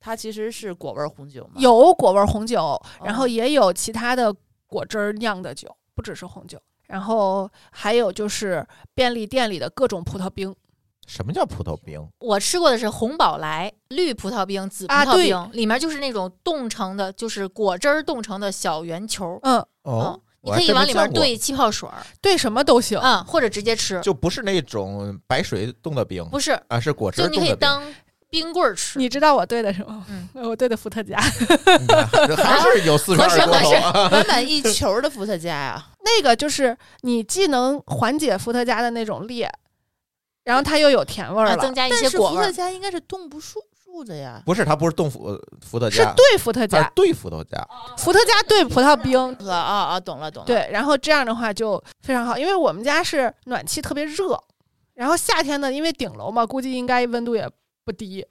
S6: 它其实是果味儿红酒嘛。
S2: 有果味儿红酒，
S1: 哦
S2: 然后也有其他的果汁儿酿的酒，不只是红酒。然后还有就是便利店里的各种葡萄冰，
S4: [laughs] 什么叫葡萄冰？
S1: 我吃过的是红宝来绿葡萄冰、紫葡
S2: 啊
S1: 萄
S2: 对
S1: 冰，里面就是那种冻成的，就是果汁儿冻成的小圆球。
S2: 嗯，
S1: 嗯，你
S4: 哦我
S1: 可
S4: 还
S1: 以
S4: 真
S1: 往
S4: 没
S1: 里面
S4: 见过
S1: 兑气泡水儿，
S2: 对什么都行。
S1: 嗯，或者直接吃，
S4: 就不是那种白水冻的冰，
S1: 不是，
S4: 啊，是果汁
S1: 就
S4: 儿
S1: 你
S4: 冻
S1: 可以
S4: 的冰。
S1: 当冰棍儿吃。
S2: 你知道我对的什么？
S1: 嗯
S2: [laughs] 我对的伏特加，
S4: 你看嗯 [laughs] 还是有四十
S1: 合适 [laughs]
S4: 二锅头啊。
S6: 满满一球儿的伏 [laughs] 特加呀、
S2: 那个就是你既能缓解伏特加的那种烈，然后它又有甜味儿
S1: 啊，
S2: 了
S1: 增，加一
S6: 但
S1: 些
S6: 是
S1: 果
S6: 伏
S1: 味
S6: 特
S1: 儿。
S6: 加应该是冻不住住的呀。
S4: 不是，它不是冻伏伏特
S2: 是
S4: 加，
S2: 对伏特
S4: 它是
S2: 加，
S4: 对伏特加。
S1: 哦
S2: 伏特加对葡萄冰。
S6: 啊啊啊！懂了懂了。，
S2: 对，然后这样的话就非常好，因为我们家是暖气特别热，然后夏天呢，因为顶楼嘛，估计应该温度也不低。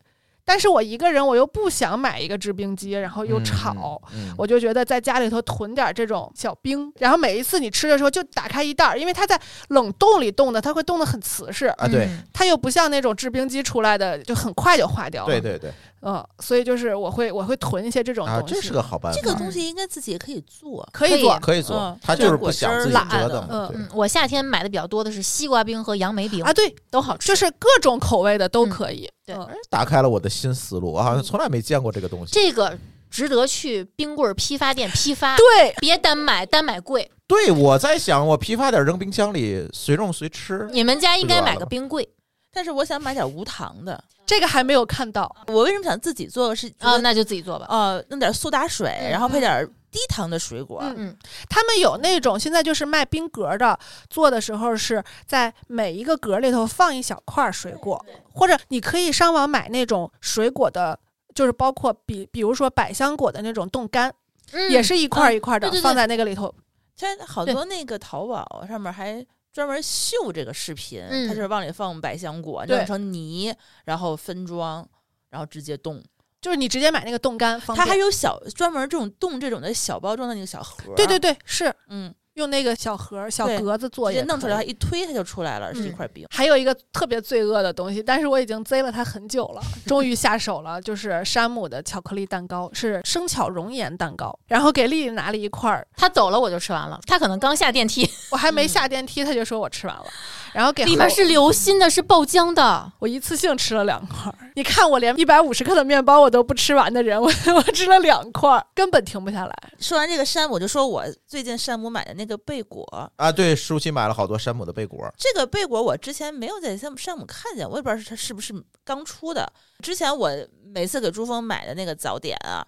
S2: 但是我一个人，我又不想买一个制冰机，然后又吵，
S4: 嗯，嗯
S2: 我就觉得在家里头囤点这种小冰，然后每一次你吃的时候就打开一袋儿，因为它在冷冻里冻的，它会冻得很瓷实，
S4: 啊，对
S1: 嗯
S2: 它又不像那种制冰机出来的就很快就化掉了。
S4: 对，对对，
S2: 嗯，所以就是我会我会囤一些
S1: 嗯
S2: 这种
S4: 啊，
S2: 东西。
S4: 这是个好办法，
S6: 这个东西应该自己嗯也可以做。
S1: 可
S2: 可
S1: 以
S2: 以做
S4: 可以做
S6: 嗯，
S4: 他就是不想自
S1: 就
S4: 己
S1: 是
S4: 折
S1: 果汁
S4: 腾
S1: 儿
S2: 辣的
S4: 对
S1: 嗯，我夏天买的比较多的是西瓜冰和杨梅冰
S2: 啊，对，
S1: 都好吃。
S2: 就是各种口味的都可以。
S1: 嗯对
S2: 嗯
S4: 打开了我的新思路啊，从来没见过这个东西。
S1: 这个值得去冰棍儿批发店批发，
S2: 对，
S1: 别单买，单买贵。
S4: 对，我在想，我批发点扔冰箱里，随用随吃。
S1: 你们家应该
S4: 不就完
S1: 买
S4: 了
S1: 个
S4: 吗
S1: 冰柜
S6: 但是我想买点无糖的。
S2: 这个还没有看到。
S6: 我为什么想自己做是
S1: 啊，
S6: 觉得
S1: 那就自己做吧。
S6: 呃弄点苏打水，
S1: 嗯
S6: 然后配点低糖的水果。
S2: 嗯
S1: 嗯，
S2: 他们有那种现在就是卖冰格的，做的时候是在每一个格里头放一小块水果，或者你可以上网买那种水果的。就是包括比，比如说百香果的那种冻干，
S1: 嗯
S2: 也是一块儿一块儿的、
S1: 对对对
S2: 放在那个里头。
S6: 现在好多那个淘宝上面还专门秀这个视频，
S1: 嗯
S6: 它就是往里放百香果，
S2: 对
S6: 弄成泥，然后分装，然后直接冻。
S2: 就是你直接买那个冻干，方
S6: 它还
S2: 便
S6: 有小专门这种冻这种的小包装的那个小盒。啊
S2: 对对，对，是
S6: 嗯，
S2: 用那个小盒儿、小
S6: 对
S2: 格子做
S6: 直
S2: 也
S6: 接弄出
S2: 可
S6: 来
S2: 以。
S6: 一推它就出来了，是一
S1: 嗯
S6: 块冰。
S2: 还有一个特别罪恶的东西，但是我已经贼了它很久 [laughs] 了，终于下手了，就是山姆的巧克力蛋糕，是生巧熔岩蛋糕。然后给丽丽拿了一块儿，
S1: 他走了我就吃完了，他可能刚下电梯，
S2: 我还没下电梯，他就说我吃完了，然后给
S1: 里面
S2: 猴
S1: 是流心的，是爆浆的。
S2: 我一次性吃了两块儿。你看我连一百五十克的面包我都不吃完的人，我 [laughs] 我吃了两块儿，根本停不下来。
S6: 说完这个山姆，我就说我最近山姆买的那个贝果，
S4: 啊，对，舒淇买了好多山姆的贝果，
S6: 这个贝果我之前没有在山姆山姆看见，我也不知道是它是不是刚出的。之前我每次给朱峰买的那个早点啊，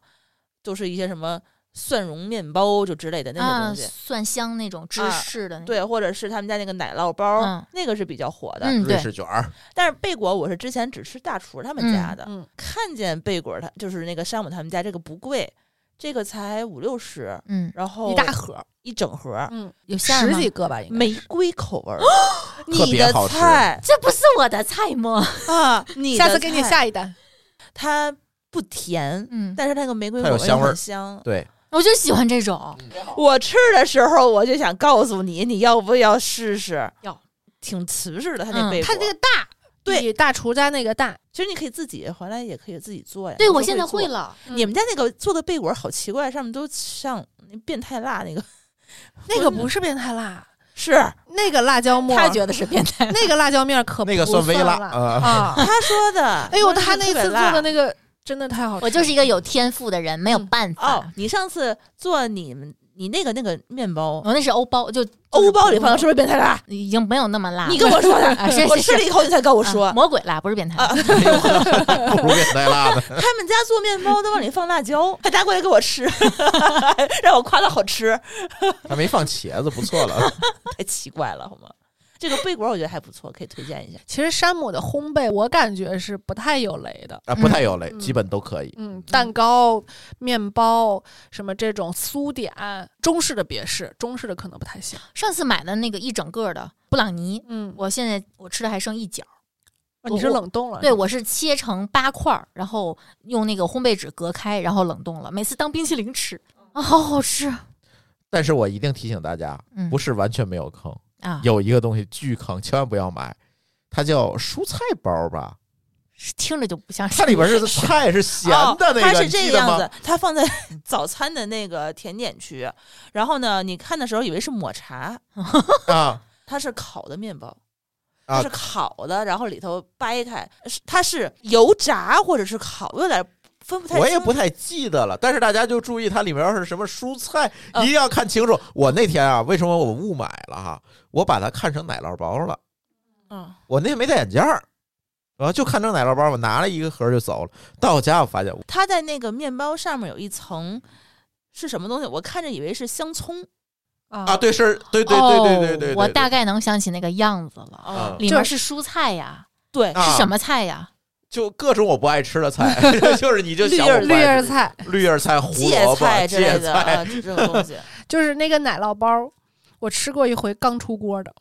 S6: 都是一些什么蒜蓉面包就之类的那些
S1: 啊，
S6: 东西，啊
S1: 蒜香那种芝士的那种。
S6: 对，或者是他们家那个奶酪包，
S1: 嗯
S6: 那个是比较火的。
S1: 嗯，
S4: 瑞
S1: 对，
S4: 士卷儿，
S6: 但是贝果我是之前只吃大厨他们家的，
S2: 嗯嗯
S6: 看见贝果他就是那个山姆他们家这个不贵，这个才五六十，
S1: 嗯，
S6: 然后
S2: 一大盒儿，
S6: 一整盒，
S2: 嗯，哦
S1: 有馅儿
S2: 十
S1: 吗
S2: 几？个吧，应该
S6: 玫瑰口味儿，
S4: 特
S6: 你
S4: 别
S6: 的
S4: 好吃
S6: 菜
S1: 这不是我的菜吗？
S6: 啊， [laughs] 你
S2: 下
S6: 的
S2: 次给你
S6: 菜
S2: 下一单。
S6: 它不甜，
S1: 嗯，
S6: 但是它那个玫瑰
S4: 它
S6: 口
S4: 有
S6: 味
S4: 香味儿
S6: 很香。
S4: 对，
S1: 我就喜欢这种。
S6: 嗯我吃的时候我就想告诉你，你要不要试试？
S1: 要，
S6: 挺瓷实的，它那
S1: 嗯
S6: 贝果。
S2: 它这个大，
S6: 对
S2: 比大厨家那个大，
S6: 其实你可以自己回来，也可以自己做呀。
S2: 嗯
S1: 对，
S6: 你
S1: 我
S6: 都
S1: 现在
S6: 会
S1: 会
S6: 做。
S1: 了。
S6: 你们家那个做的贝果好奇怪，上面都像那变态辣那个，
S2: 那个不是变态辣，
S6: 是
S2: 那个辣椒末，
S1: 他觉得是变态，
S2: [laughs] 那个辣椒面可
S4: 那个
S2: 不
S4: 算微辣
S2: 辣 [laughs]
S4: 啊。
S2: 啊！。
S6: 他说 [laughs] 的
S2: 哎呦，
S6: 说
S2: 他那
S6: 特别
S2: 次做
S6: 辣
S2: 的那 [laughs] 个真的太好吃了，
S1: 我就是一个有天赋的人，没有
S2: 嗯
S1: 办法。
S6: 哦，你上次做你们你那个那个面包，
S1: 我那是欧包，就
S6: 欧哦包里放的是不是变态辣？
S1: 已经没有那么辣了。
S6: 你跟我说的
S1: 啊是，
S6: 我
S1: 是
S6: 吃了一口你才跟我
S1: 我
S6: 说。
S1: 魔鬼辣，不是变态
S6: [laughs]
S1: 辣。
S4: 不如变态辣的。
S6: 啊他们家做面包都往里放辣 [laughs] 椒，还拿过来给我吃，让我夸它好吃，
S4: 他没放茄子，不错了。
S6: 太奇怪了，好吗？这个贝果我觉得还不错，可以推荐一下。
S2: 其实山姆的烘焙，我感觉是不太有雷的。
S4: 啊，不太有雷，
S2: 嗯
S4: 基本都可以。
S2: 嗯，蛋糕、面包什么这种酥点，中式的别是，中式的可能不太行。
S1: 上次买的那个一整个的布朗尼，
S2: 嗯，
S1: 我现在我吃的还剩一角。
S2: 哦你是冷冻
S6: 啊
S2: 了，
S1: 对，我是切成八块儿，然后用那个烘焙纸隔开，然后冷冻了，每次当冰淇淋吃啊，好好吃。
S4: 但是我一定提醒大家，
S1: 嗯，
S4: 不
S1: 是
S4: 是完全没有坑，
S1: 啊，
S4: 有一个东西巨坑，千万不要买。它叫蔬菜包吧？
S1: 听着就不像是
S4: 它里边是菜是咸的
S6: 哦它
S4: 那个，
S6: 是
S4: 你
S6: 这
S4: 记
S6: 个
S4: 得
S6: 样
S4: 吗？
S6: 子，它放在 [laughs] 早餐的那个甜点区，然后呢，你看的时候以为是抹茶，
S4: 啊
S6: 它是烤的面包，它
S4: 啊
S6: 是烤的，然后里头掰开，是它是油炸或者是烤，我有点分不太清。
S4: 我也不太记得了，但是大家就注意它里面要是什么蔬菜，
S6: 嗯
S4: 一定要看清楚。我那天啊，为什么我误买了哈？我把它看成奶酪包了，
S6: 嗯，
S4: 我那天没戴眼镜儿，然后就看成奶酪包，我拿了一个盒就走了。到我家我发现，
S6: 它在那个面包上面有一层是什么东西？我看着以为是香葱，
S2: 啊
S3: 啊，对，是，对对对对对对对，
S1: 哦我大
S3: 概
S1: 概能想起那个样子了，
S3: 啊
S1: 里面是蔬菜呀，
S6: 对，
S3: 啊
S1: 是什么菜呀？
S3: 就各种我不爱吃的菜，
S4: [laughs]
S3: 就是你就
S2: 绿
S3: 想
S2: 叶
S3: 我不
S2: 绿
S3: 爱
S2: 叶
S3: 吃
S2: 菜，
S3: 绿叶菜、胡
S6: 芥
S3: 萝卜、
S6: 菜之类
S3: 芥
S6: 的啊，
S3: 菜，
S6: 这种东西。
S2: 就是那个奶酪包儿，我吃过一回刚出锅的，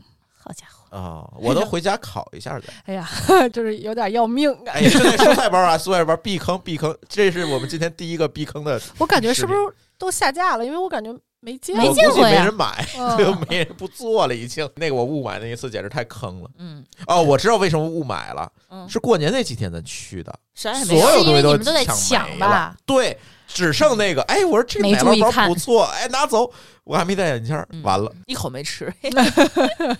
S1: 好家伙，
S3: 啊，我都回家烤一下去。
S2: 哎呀， [laughs] 就是有点要命啊！
S3: 哎呀，就那蔬菜包啊，蔬菜包避坑避坑，这是我们今天第一个避坑的，
S2: 我感觉是不是都下架了？因为我感觉没见
S1: 没
S3: 我
S2: 过。
S1: 见
S3: 估计
S1: 过
S3: 没
S1: 呀
S3: 人买，
S4: [laughs]
S3: 就
S2: 嗯
S3: [laughs] 没人不做了，已经。那个我误买那一次简直太坑了。
S6: 嗯
S3: 哦，我知道为什么误买了，
S6: 嗯，
S3: 是过年那几天咱去的，
S6: 啥也
S3: 所
S6: 没有。
S3: 有
S1: 是
S3: 东
S1: 因
S3: 西
S1: 为你们
S3: 都
S1: 都在
S3: 抢没
S1: 抢吧
S3: 了？对，只剩那个，哎，我说这个
S1: 没
S3: 奶
S1: 注意
S3: 酪包
S1: 看
S3: 不错，哎，拿走，我还没戴眼镜儿，
S6: 嗯
S3: 完了，
S6: 一口没吃，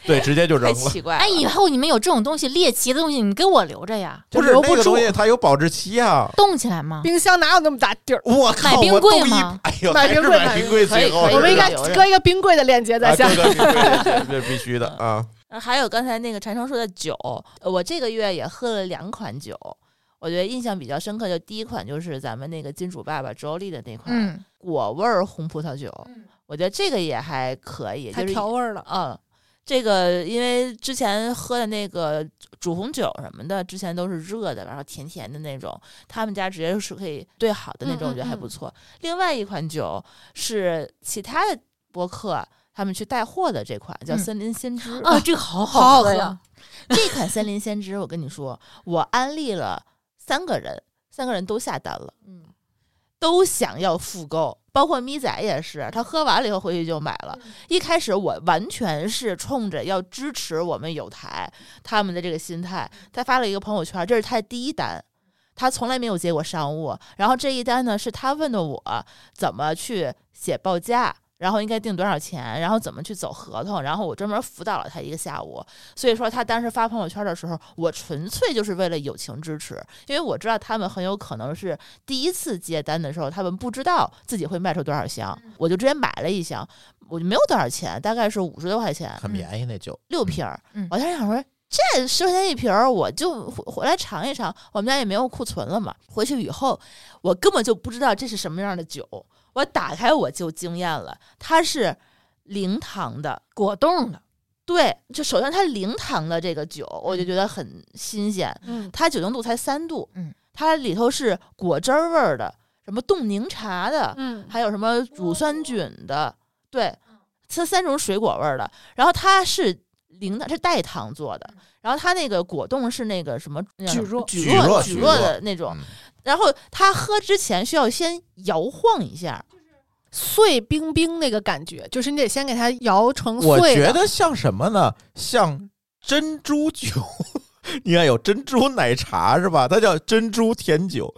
S3: 对，直接就扔
S6: 太
S3: 了。
S6: 奇怪了。
S1: 哎，以后你们有这种东西，猎奇的东西，你们给我留着呀，
S3: 不是
S2: 留不
S3: 那个东
S2: 住
S3: 西，它有保质期啊！
S1: 冻起来吗？
S2: 冰箱哪有那么大地儿？
S3: 我靠，
S1: 买冰
S3: 我都
S1: 柜
S3: 一
S1: 吗
S3: 哎呦，还
S2: 买
S3: 是
S2: 冰柜
S3: 买
S2: 买
S3: 冰柜
S6: 可以
S3: 最后
S6: 可
S3: 是
S6: 以
S3: 吧，
S2: 我们应该
S6: 有人
S2: 搁一个冰柜的链接在
S3: 啊，
S2: 下 [laughs]
S3: 对
S2: 面。
S3: 对对对，这必须的啊！
S6: 然后还有刚才那个禅生说的酒，呃我这个月也喝了两款酒，我觉得印象比较深刻。就第一款就是咱们那个金主爸爸周丽的那款、
S1: 嗯，
S6: 果味儿红葡萄酒，
S1: 嗯
S6: 我觉得这个也还可以，
S2: 还
S6: 就是
S2: 调味儿了，
S6: 嗯，这个因为之前喝的那个煮红酒什么的，之前都是热的，然后甜甜的那种，他们家直接是可以兑好的那种，
S1: 嗯嗯
S6: 我觉得还
S1: 嗯
S6: 不错。另外一款酒是其他的博客他们去带货的这款，叫
S1: 嗯
S6: 森林先知。
S1: 啊，这个好
S2: 好
S1: 好
S2: 喝
S1: 喝
S2: 呀
S1: 呀！
S6: [laughs] 这款森林先知，我跟你说，我安利了三个人，三个人都下单了，
S1: 嗯，
S6: 都想要复购，包括咪仔也是，他喝完了以后回去就买了。
S1: 嗯
S6: 一开始我完全是冲着要支持我们有台他们的这个心态，他发了一个朋友圈，这是他第一单。他从来没有接过商务，然后这一单呢是他问的我怎么去写报价，然后应该定多少钱，然后怎么去走合同，然后我专门辅导了他一个下午，所以说他当时发朋友圈的时候，我纯粹就是为了友情支持，因为我知道他们很有可能是第一次接单的时候，他们不知道自己会卖出多少箱，我就直接买了一箱，我就没有多少钱，大概是五十多块钱，
S4: 很便宜那酒，
S6: 六瓶儿。
S1: 嗯
S6: 我当时想说，这十块钱一瓶儿，我就回回来尝一尝。我们家也没有库存了嘛。回去以后，我根本就不知道这是什么样的酒。我打开我就惊艳了，它是零糖的，
S1: 果冻的，
S6: 对，就首先它零糖的这个酒，我就觉得很新鲜。
S2: 嗯，
S6: 它酒精度才三度，
S1: 嗯，
S6: 它里头是果汁儿味儿的，什么冻柠茶的，
S2: 嗯，
S6: 还有什么乳酸菌的，对，这三种水果味儿的。然后它是零的，是代糖做的。然后它那个果冻是那个什么那叫什么
S2: 蒟蒻
S4: 蒟
S6: 蒟
S4: 蒻
S6: 蒻蒟
S4: 蒟
S6: 蒻
S4: 蒻
S6: 的那种
S4: 嗯。
S6: 然后它喝之前需要先摇晃一下，
S2: 碎冰冰那个感觉，就是你得先给它摇成碎
S4: 我
S2: 了。
S4: 觉得像什么呢？像珍珠酒。 [laughs] 你看有珍珠奶茶是吧？它叫珍珠甜酒，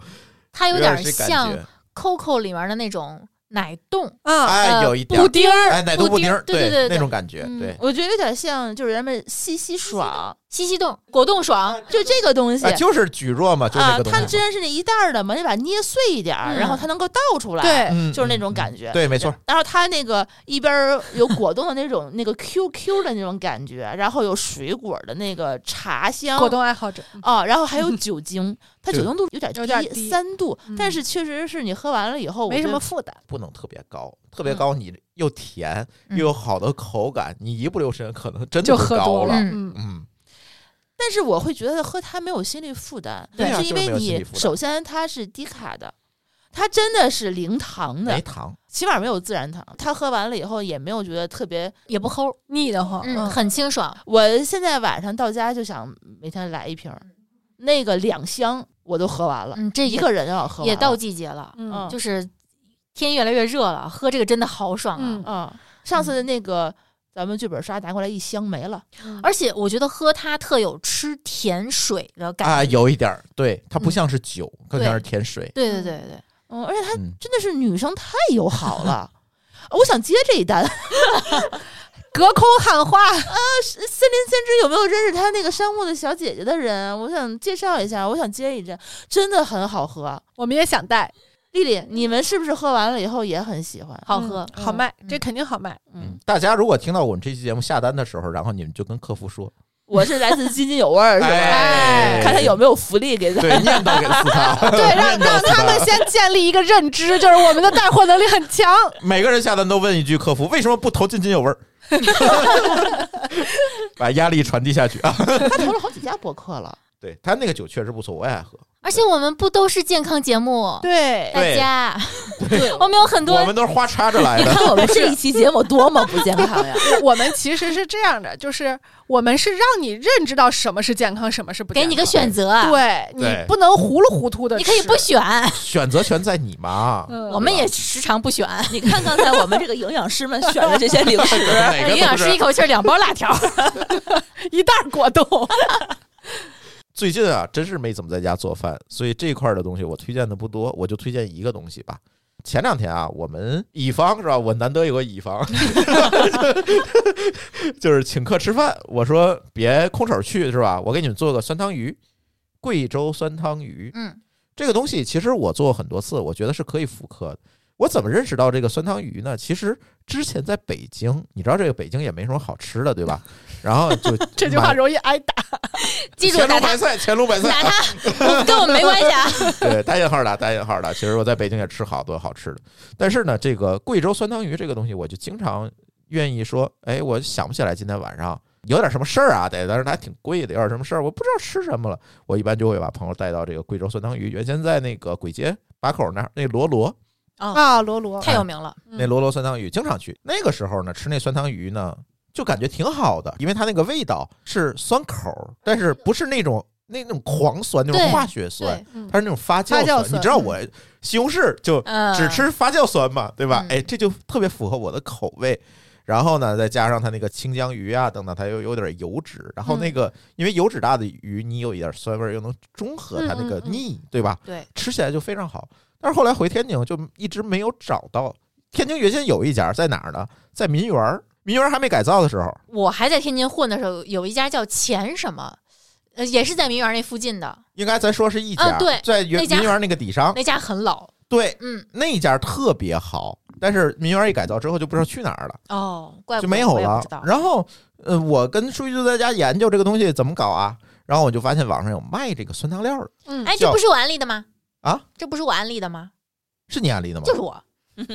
S1: 它有点
S4: 这感
S1: 像
S4: 觉
S1: Coco 里面的那种奶冻，
S2: 啊，
S4: 哎，
S1: 呃
S4: 有一点
S1: 布
S4: 儿
S1: 丁儿，
S4: 哎奶冻布丁儿，
S1: 对对对
S4: 那种感觉，
S1: 嗯
S4: 对
S6: 我觉得有点像就是咱们西西爽，
S1: 西西冻、果冻爽，
S6: 就这个东西
S4: 啊，。就是蒟蒻嘛，就是那
S6: 啊，
S4: 个东西
S6: 它
S4: 嘛。
S6: 之前是那一袋儿的嘛，你把它捏碎一点儿，
S1: 嗯
S6: 然后它能够倒出来。
S2: 对，
S4: 嗯
S6: 就是那种感觉
S4: 嗯对，没错，
S6: 然后它那个一边儿有果冻的那种那个 QQ 的那种感觉，然后有水果的那个茶香，
S2: 果冻爱好者，
S4: 哦
S2: 嗯
S6: 啊，然后还有酒精，它
S4: 对
S6: 酒精度有点
S2: 有点低
S6: 三度
S2: 嗯，
S6: 但是确实是你喝完了以后
S2: 没什么。负担。
S4: 不能特别高，特别高你又甜又
S1: 嗯
S4: 有好的口感，你一不留神可能真的
S2: 就
S4: 就
S2: 喝
S4: 高
S2: 多
S4: 了。
S1: 嗯
S2: 嗯，
S4: 嗯，
S6: 但是我会觉得喝它没有心理负担，
S4: 对啊
S6: 是因
S4: 就是
S6: 为
S4: 没有心理
S6: 你
S4: 负担
S6: 首先它是低卡的，它真的是零糖
S4: 没
S6: 的，
S4: 糖，
S6: 起码没有自然糖。它喝完了以后也没有觉得特别
S1: 也不齁，
S2: 腻得慌。
S1: 嗯，很清爽。
S6: 我现在晚上到家就想每天来一瓶儿，那个两箱我都喝完了，
S1: 嗯，这
S6: 一
S1: 也
S6: 个人要喝完
S1: 也到
S6: 了
S1: 季节了，
S2: 嗯
S6: 嗯
S1: 就是天越来越热了，喝这个真的好爽啊！
S2: 嗯
S6: 嗯，上次的那个咱们剧本杀拿过来一箱没了，
S2: 嗯
S1: 而且我觉得喝它特有吃甜水的感觉。
S4: 啊，有一点儿，对，它不
S1: 嗯
S4: 像是酒，更像是甜水。
S1: 对对对对，
S6: 嗯，而且她
S4: 嗯，
S6: 真的是女生太友好 [laughs] 了。我想接这一单， [laughs] 森
S2: 隔空喊话， [laughs]
S6: 林先知有没有认识他那个商务的小姐姐的人？我想介绍一下，我想接一针，真的很好喝。
S2: 我们也想带，
S6: 丽丽，你们是不是喝完了以后也很喜欢？
S1: 好喝
S2: 嗯。好卖，
S1: 嗯
S2: 这肯定好卖。
S6: 嗯，
S4: 大家如果听到我们这期节目下单的时候，然后你们就跟客服说，
S6: 我是来自津津有
S4: [laughs]
S6: 味儿，是吧？
S3: 哎，
S6: 看他有没有福利给咱。 [laughs]
S3: 对念叨给四他，
S2: 对，让
S4: 嗯
S3: 念叨
S2: 让
S3: 死
S2: 他们先建立一个认知，就是我们的带货能力很强。
S4: 每个人下单都问一句客服：“为什么不投津津有味儿？” [laughs] 把压力传递下去啊！
S6: 他投了好几家博客了，
S4: [laughs] 对他那个酒确实不错，我也爱喝。
S1: 而且我们不都是健康节目，
S6: 对
S1: 大
S4: 对
S1: 家，
S6: 对。
S1: [laughs] 我们有很
S4: 我
S1: 多
S4: 们都是花插着来
S6: 你
S4: 的，
S6: 看我们这一期节目多么不健康
S2: [laughs]
S6: 呀！
S2: 我们其实是这样的，就是我们是让你认知到什么是健康，什么是不健
S1: 给
S2: 康。
S1: 你个选择，啊
S2: 对你
S4: 对
S2: 不能糊里糊涂的，
S1: 你可以不。选，
S4: 选择权在你嘛。
S2: 嗯，
S1: 我们也时常不选。
S6: [laughs] 你看刚才我们这个营养师们选的这些零
S4: [laughs]
S6: 食，
S4: 哪个
S1: 哎营养
S4: 都
S1: 师一
S4: 是。
S1: 口气儿两包辣条，
S2: [laughs] 一袋儿果冻，
S1: [laughs]
S4: 最近啊，真是没怎么在家做饭，所以这块儿的东西我推荐的不多，我就推荐一个东西吧。前两天啊，我们乙方是吧？我难得有个乙方， [laughs] 就是请客吃饭，我说别空手去是吧？我给你们做个酸汤鱼，贵州酸汤鱼。
S7: 嗯，
S4: 这个东西其实我做过很多次，我觉得是可以复刻的。我怎么认识到这个酸汤鱼呢？其实之前在北京，你知道这个北京也没什么好吃的，对吧？然后就
S2: [laughs] 这句话容易挨打。
S1: 记住
S4: 乾
S1: 打他
S4: 隆白，菜，乾隆白
S1: 打
S4: 菜， [laughs]
S1: 他，跟我们没关系啊。
S4: 对，打引号的，打引号的。其实我在北京也吃好多好吃的，但是呢，这个贵州酸汤鱼这个东西，我就经常愿意说，哎，我想不起来今天晚上有点什么事儿啊，得，但是它还挺贵的，有点什么事儿，我不知道吃什么了，我一般就会把朋友带到这个贵州酸汤鱼。原先在那个簋街把口那儿，那罗罗
S2: 啊，罗罗，
S1: 太有名了，
S2: 嗯
S4: 那罗罗酸汤鱼经常去。那个时候呢，吃那酸汤鱼呢，就感觉挺好的，因为它那个味道是酸口儿，但是不是那种那种狂酸，那种
S1: 对
S4: 化学酸
S1: 对，
S2: 嗯
S4: 它是那种发酵
S2: 发酵
S4: 你
S2: 酸
S4: 知道我西红柿就
S1: 嗯，
S4: 只吃发酵酸嘛，对吧？
S1: 嗯
S4: 哎，这就特别符合我的口味。然后呢，再加上它那个清江鱼啊等等，它又有点油脂，然后
S1: 嗯
S4: 那个、因为油脂大的鱼，你有一点酸味儿，又能中和它那个
S1: 嗯嗯嗯
S4: 腻，对吧？
S1: 对，
S4: 吃起来就非常好。但是后来回天津就一直没有找到。天津原先有一家在哪儿呢？在民园儿，民园儿还没改造的时候，
S1: 我还在天津混的时候，有一家叫钱什么，呃，也是在民园那附近的，
S4: 应该咱说是一家，
S1: 啊对
S4: 在原
S1: 那家
S4: 民园儿那个底商，
S1: 那家很老。
S4: 对
S1: 嗯，
S4: 那一家特别好。但是民园儿一改造之后就不知道去哪儿了，
S1: 哦，怪不得
S4: 就没有
S1: 我也不
S4: 了
S1: 知道。
S4: 然后，呃，我跟舒玉就在家研究这个东西怎么搞啊。然后我就发现网上有卖这个酸汤料的，
S2: 嗯，
S1: 哎，这
S4: 叫
S1: 不是我安利的吗？
S4: 啊，
S1: 这不是我安利的吗？
S4: 是你安利的吗？
S1: 就是我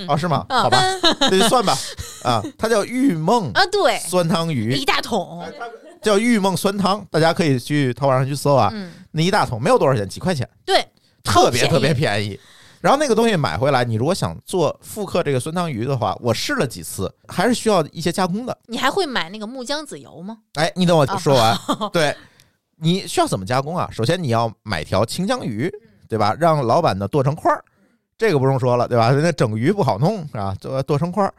S4: 哦，是吗？
S1: 嗯 [laughs]
S4: 好吧，那就算吧。啊，它叫玉梦
S1: 啊，对，
S4: 酸汤鱼
S1: 一，大桶，
S4: 叫玉梦酸汤，大家可以去淘宝上去搜啊。
S1: 嗯，
S4: 那一大桶没有多少钱，几块钱，
S1: 对，
S4: 特别
S1: 超
S4: 特
S1: 便宜
S4: 别便宜。然后那个东西买回来，你如果想做复刻这个酸汤鱼的话，我试了几次，还是需要一些加工的。
S1: 你还会买那个木姜子油吗？
S4: 哎，你等我
S2: 哦
S4: 说
S2: [laughs]
S4: 完，对，你需要怎么加工啊？首先你要买条清江鱼，
S2: 嗯
S4: 对吧？让老板呢剁成块儿，这个不用说了，对吧？那整鱼不好弄啊，剁剁成块儿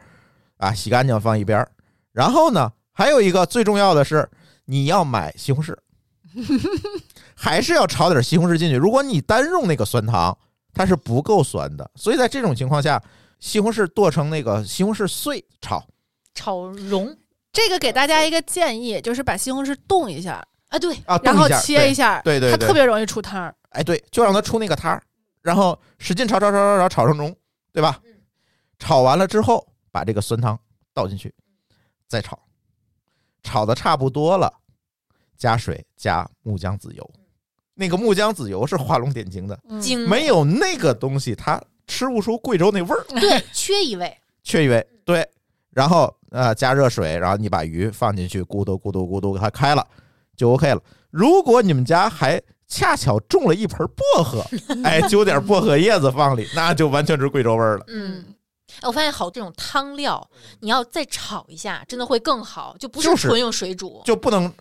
S4: 啊，洗干净放一边儿。然后呢，还有一个最重要的是，你要买西红柿，
S2: [laughs]
S4: 还是要炒点西红柿进去。如果你单用那个酸汤，它是不够酸的，所以在这种情况下，西红柿剁成那个西红柿碎炒，
S1: 炒蓉
S2: 这个给大家一个建议，就是把西红柿冻一下，
S1: 啊，对，
S4: 啊，
S2: 然
S4: 冻
S2: 后
S4: 一下
S2: 切一下，
S4: 对对对
S2: 它
S4: 对
S2: 特别容易出汤儿。
S4: 哎，对，就让它出那个汤儿，然后使劲炒炒炒炒炒炒成浓，对吧？炒完了之后，把这个酸汤倒进去，再炒，炒的差不多了，加水加木姜子油。那个木姜子油是画龙点睛的，
S2: 嗯
S1: 精
S4: 没有那个东西，它吃不出贵州那味儿。
S1: 对，缺一味，
S4: 缺一位，对，然后呃加热水，然后你把鱼放进去，咕嘟咕嘟咕嘟给它开了，就 OK 了。如果你们家还恰巧种了一盆薄荷，哎，揪点薄荷叶子放里，那就完全是贵州味儿了。
S1: 嗯。哎我发现好这种汤料，你要再炒一下，真的会更好，就不
S4: 就是是
S1: 纯用水煮。
S4: 就不能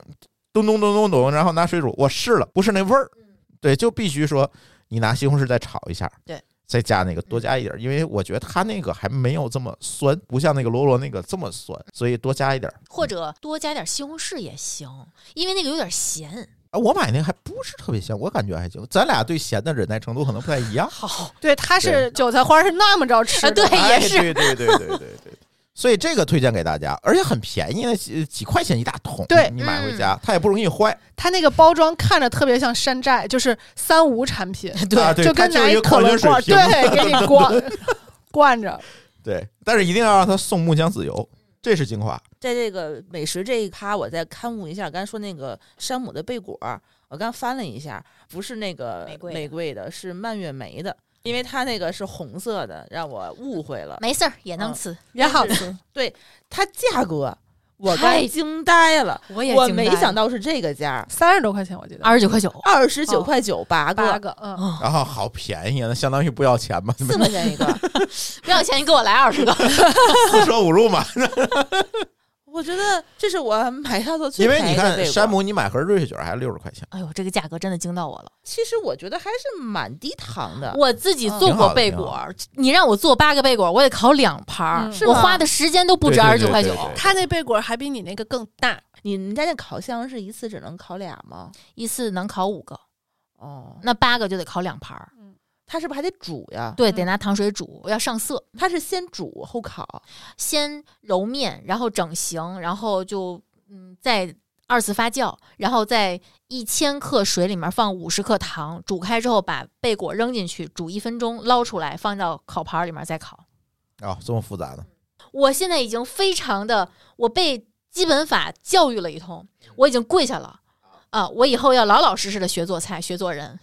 S4: 咚咚咚咚咚，然后拿水煮。我试了，不是那味儿，对，就必须说你拿西红柿再炒一下，
S1: 对，
S4: 再加那个多加一点儿，因为我觉得它那个还没有这么酸，不像那个罗罗那个这么酸，所以多加一点儿。
S1: 或者多加点西红柿也行，因为那个有点咸。。
S4: 啊，我买那个还不是特别咸，我感觉还行。咱俩对咸的忍耐程度可能不太一
S2: [laughs]
S4: 样
S1: 好，
S2: 对，它是韭菜花是那么着吃
S1: 啊，对
S2: 的，，
S1: 也
S4: 哎
S1: 是，
S4: 对对对对对对。所以这个推荐给大家，而且很便宜，那几几块钱一大桶，
S2: 对嗯
S4: 你买回家，它也不容
S2: [laughs]
S4: 易坏。
S2: 它那个包装看着特别像山寨，就是三无产品，
S4: 啊对
S2: 就跟
S4: 它就
S2: 拿
S4: 是一
S2: 一
S4: 个
S2: 可
S4: 矿
S2: 乐
S4: 泉水
S2: 罐儿，
S4: 瓶 [laughs]
S2: 对，给你灌灌着。
S4: 对，但是一定要让它送木姜子油，这是精华。
S2: 哦
S6: 在这个美食这一趴，我再刊物一下，刚才说那个山姆的贝果儿，我刚翻了一下，不是那个
S1: 玫瑰的嗯
S6: 玫瑰的，是蔓越莓的，因为它那个是红色的，让我误会了。
S1: 没事儿也能
S6: 嗯
S1: 吃。
S6: 然后
S1: 吃，
S6: 它价格，我
S1: 太
S6: 刚惊呆了，
S1: 我也
S6: 我
S1: 惊
S6: 没
S1: 呆
S6: 想
S1: 了
S6: 到是这个价儿，
S2: 三十多块钱我记得，
S1: 二十九块九，
S6: 二十九
S2: 哦
S6: 块九八个，
S2: 八个，嗯，
S4: 然后好便宜啊，那相当于不要钱嘛，
S6: 四块钱一
S1: [laughs]
S6: 个。
S1: 不要钱你给我来二十个，
S4: 四舍五入嘛。
S2: [laughs]
S6: 我觉得这是我买到的最
S4: 因为
S6: 便
S4: 你
S6: 宜的
S4: 看
S6: 贝果
S4: 山姆，你买盒瑞士卷还六十块钱，
S1: [laughs] 哎呦，这个价格真的惊到我了。
S6: 其实我觉得还是蛮低糖的。
S1: 我自己做
S4: 挺好
S1: 过
S4: 的
S1: 贝
S4: 挺好
S1: 果儿，你让我做八个贝果儿，我得烤两盘儿
S2: 嗯，
S1: 我
S6: 是吗
S1: 花的时间都不止
S4: 对
S1: 二十
S4: 对对
S1: 九块九
S4: 对，对
S2: 它那贝果还比你那个更大，
S6: 你们家那烤箱是一次只能烤俩吗？
S1: 一次能烤五个，
S6: 哦，
S1: 那八个就得烤两盘儿。
S6: 它是不是还得煮呀？
S1: 对，得拿糖水煮，要上色，
S6: 它是先煮后烤，
S1: 先揉面，然后整形，然后就嗯再二次发酵，然后在一千克水里面放五十克糖，煮开之后把贝果扔进去，煮一分钟，捞出来放到烤盘里面再烤。
S4: 哦，这么复杂呢？
S1: 我现在已经非常的，我被基本法教育了一通，
S2: 嗯
S1: 我已经跪下了。啊，我以后要老老实实的学做菜，学做
S2: [laughs]
S1: 人。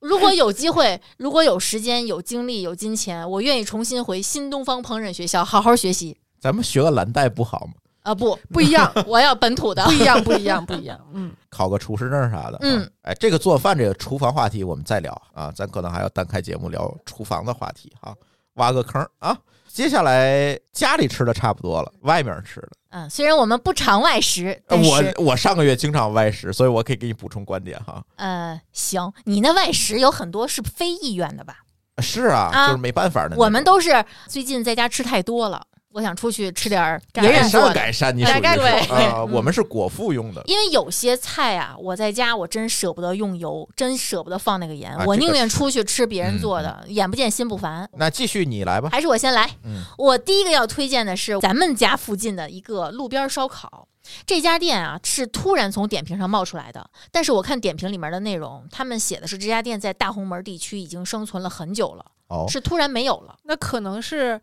S1: 如果有机会，如果有时间、有精力、有金钱，我愿意重新回新东方烹饪学校好好学习。
S4: 咱们学个蓝带不好吗？
S1: 啊，不，
S2: [laughs] 不一样，
S1: 我要本土的
S2: 不。一样，不一样，不一 [laughs] 样，嗯，
S4: 考个厨师证啥的。
S1: 嗯
S4: 啊，哎，这个做饭这个厨房话题我们再聊啊，咱可能还要单开节目聊厨房的话题啊，挖个坑啊。接下来家里吃的差不多了，外面吃的，
S1: 嗯，虽然我们不常外食，
S4: 呃
S1: 但是
S4: 我我上个月经常外食，所以我可以给你补充观点哈。
S1: 呃，行，你那外食有很多是非意愿的吧？
S4: 是啊，
S1: 啊
S4: 就是没办法的那种。
S1: 我们都是最近在家吃太多了，我想出去吃点儿别
S4: 改
S1: 人做
S4: 善
S1: 的。
S4: 改善，你属于
S1: 改嗯善
S4: 是啊，我们是果腹用的。
S1: 因为有些菜啊，我在家我真舍不得用油，真舍不得放那个盐，
S4: 啊
S1: 我
S4: 这个
S1: 宁愿
S4: 是嗯
S1: 出去吃别人做的，眼不见心不烦。
S4: 那继续你来吧，
S1: 还是我先来。
S4: 嗯
S1: 我第一个要推荐的是咱们家附近的一个路边烧烤。这家店啊是突然从点评上冒出来的，但是我看点评里面的内容，他们写的是这家店在大红门地区已经生存了很久了，
S4: 哦，
S1: 是突然没有了。
S2: 那可能是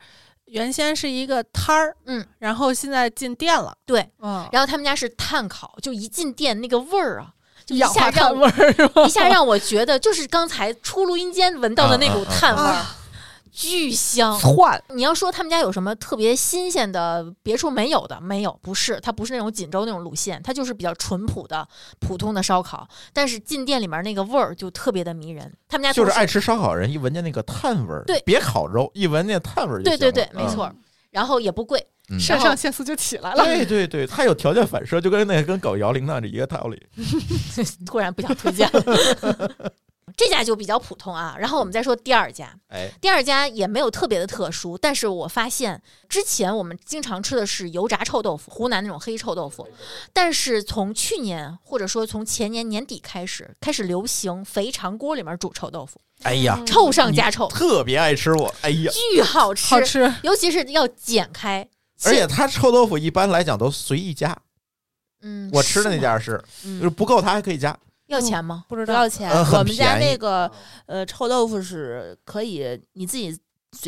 S2: 原先是一个摊儿，
S1: 嗯，
S2: 然后现在进店了，
S1: 对，
S2: 嗯，
S1: 然后他们家是碳烤，就一进店那个味儿啊，就一
S2: 氧
S1: 下
S2: 化碳
S1: 让
S2: 味儿是吧
S1: 一下让我觉得就是刚才出录音间闻到的那股碳味儿，
S2: 啊
S1: 巨香。
S2: 窜，
S1: 你要说他们家有什么特别新鲜的，别处没有的，没有，不是，它不是那种锦州那种路线，它就是比较淳朴的普通的烧烤，但是进店里面那个味儿就特别的迷人。他们家
S4: 就是
S1: 同时
S4: 爱吃烧烤人一闻见那个碳味儿，
S1: 对
S4: 别烤肉，一闻见碳味儿就
S1: 对
S4: 行
S1: 对
S4: 了
S1: 对，没错，然后也不贵，
S4: 嗯
S2: 肾
S1: 然后
S2: 上腺素就起来了，
S4: 对对对，他有条件反射，就跟那个跟搞摇铃铛是一个道理。
S1: 突然不想推荐了。 [laughs] 这家就比较普通啊，然后我们再说第二家，
S4: 哎，
S1: 第二家也没有特别的特殊，但是我发现之前我们经常吃的是油炸臭豆腐，湖南那种黑臭豆腐，但是从去年或者说从前年年底开始，开始流行肥肠锅里面煮臭豆腐，
S4: 哎呀，
S1: 臭上加臭，
S4: 特别爱吃我，哎呀，
S1: 巨好吃，
S2: 嗯好吃，
S1: 尤其是要剪开，
S4: 而且他臭豆腐一般来讲都随意加，
S1: 嗯，
S4: 我吃的
S1: 是
S4: 那
S1: 吗
S4: 家是，
S1: 嗯
S4: 就是不够他还可以加。
S1: 要钱吗？
S2: 不知
S6: 不
S2: 道
S6: 要钱。
S4: 呃很
S6: 我们家
S4: 便宜
S6: 那个呃臭豆腐是可以你自己 随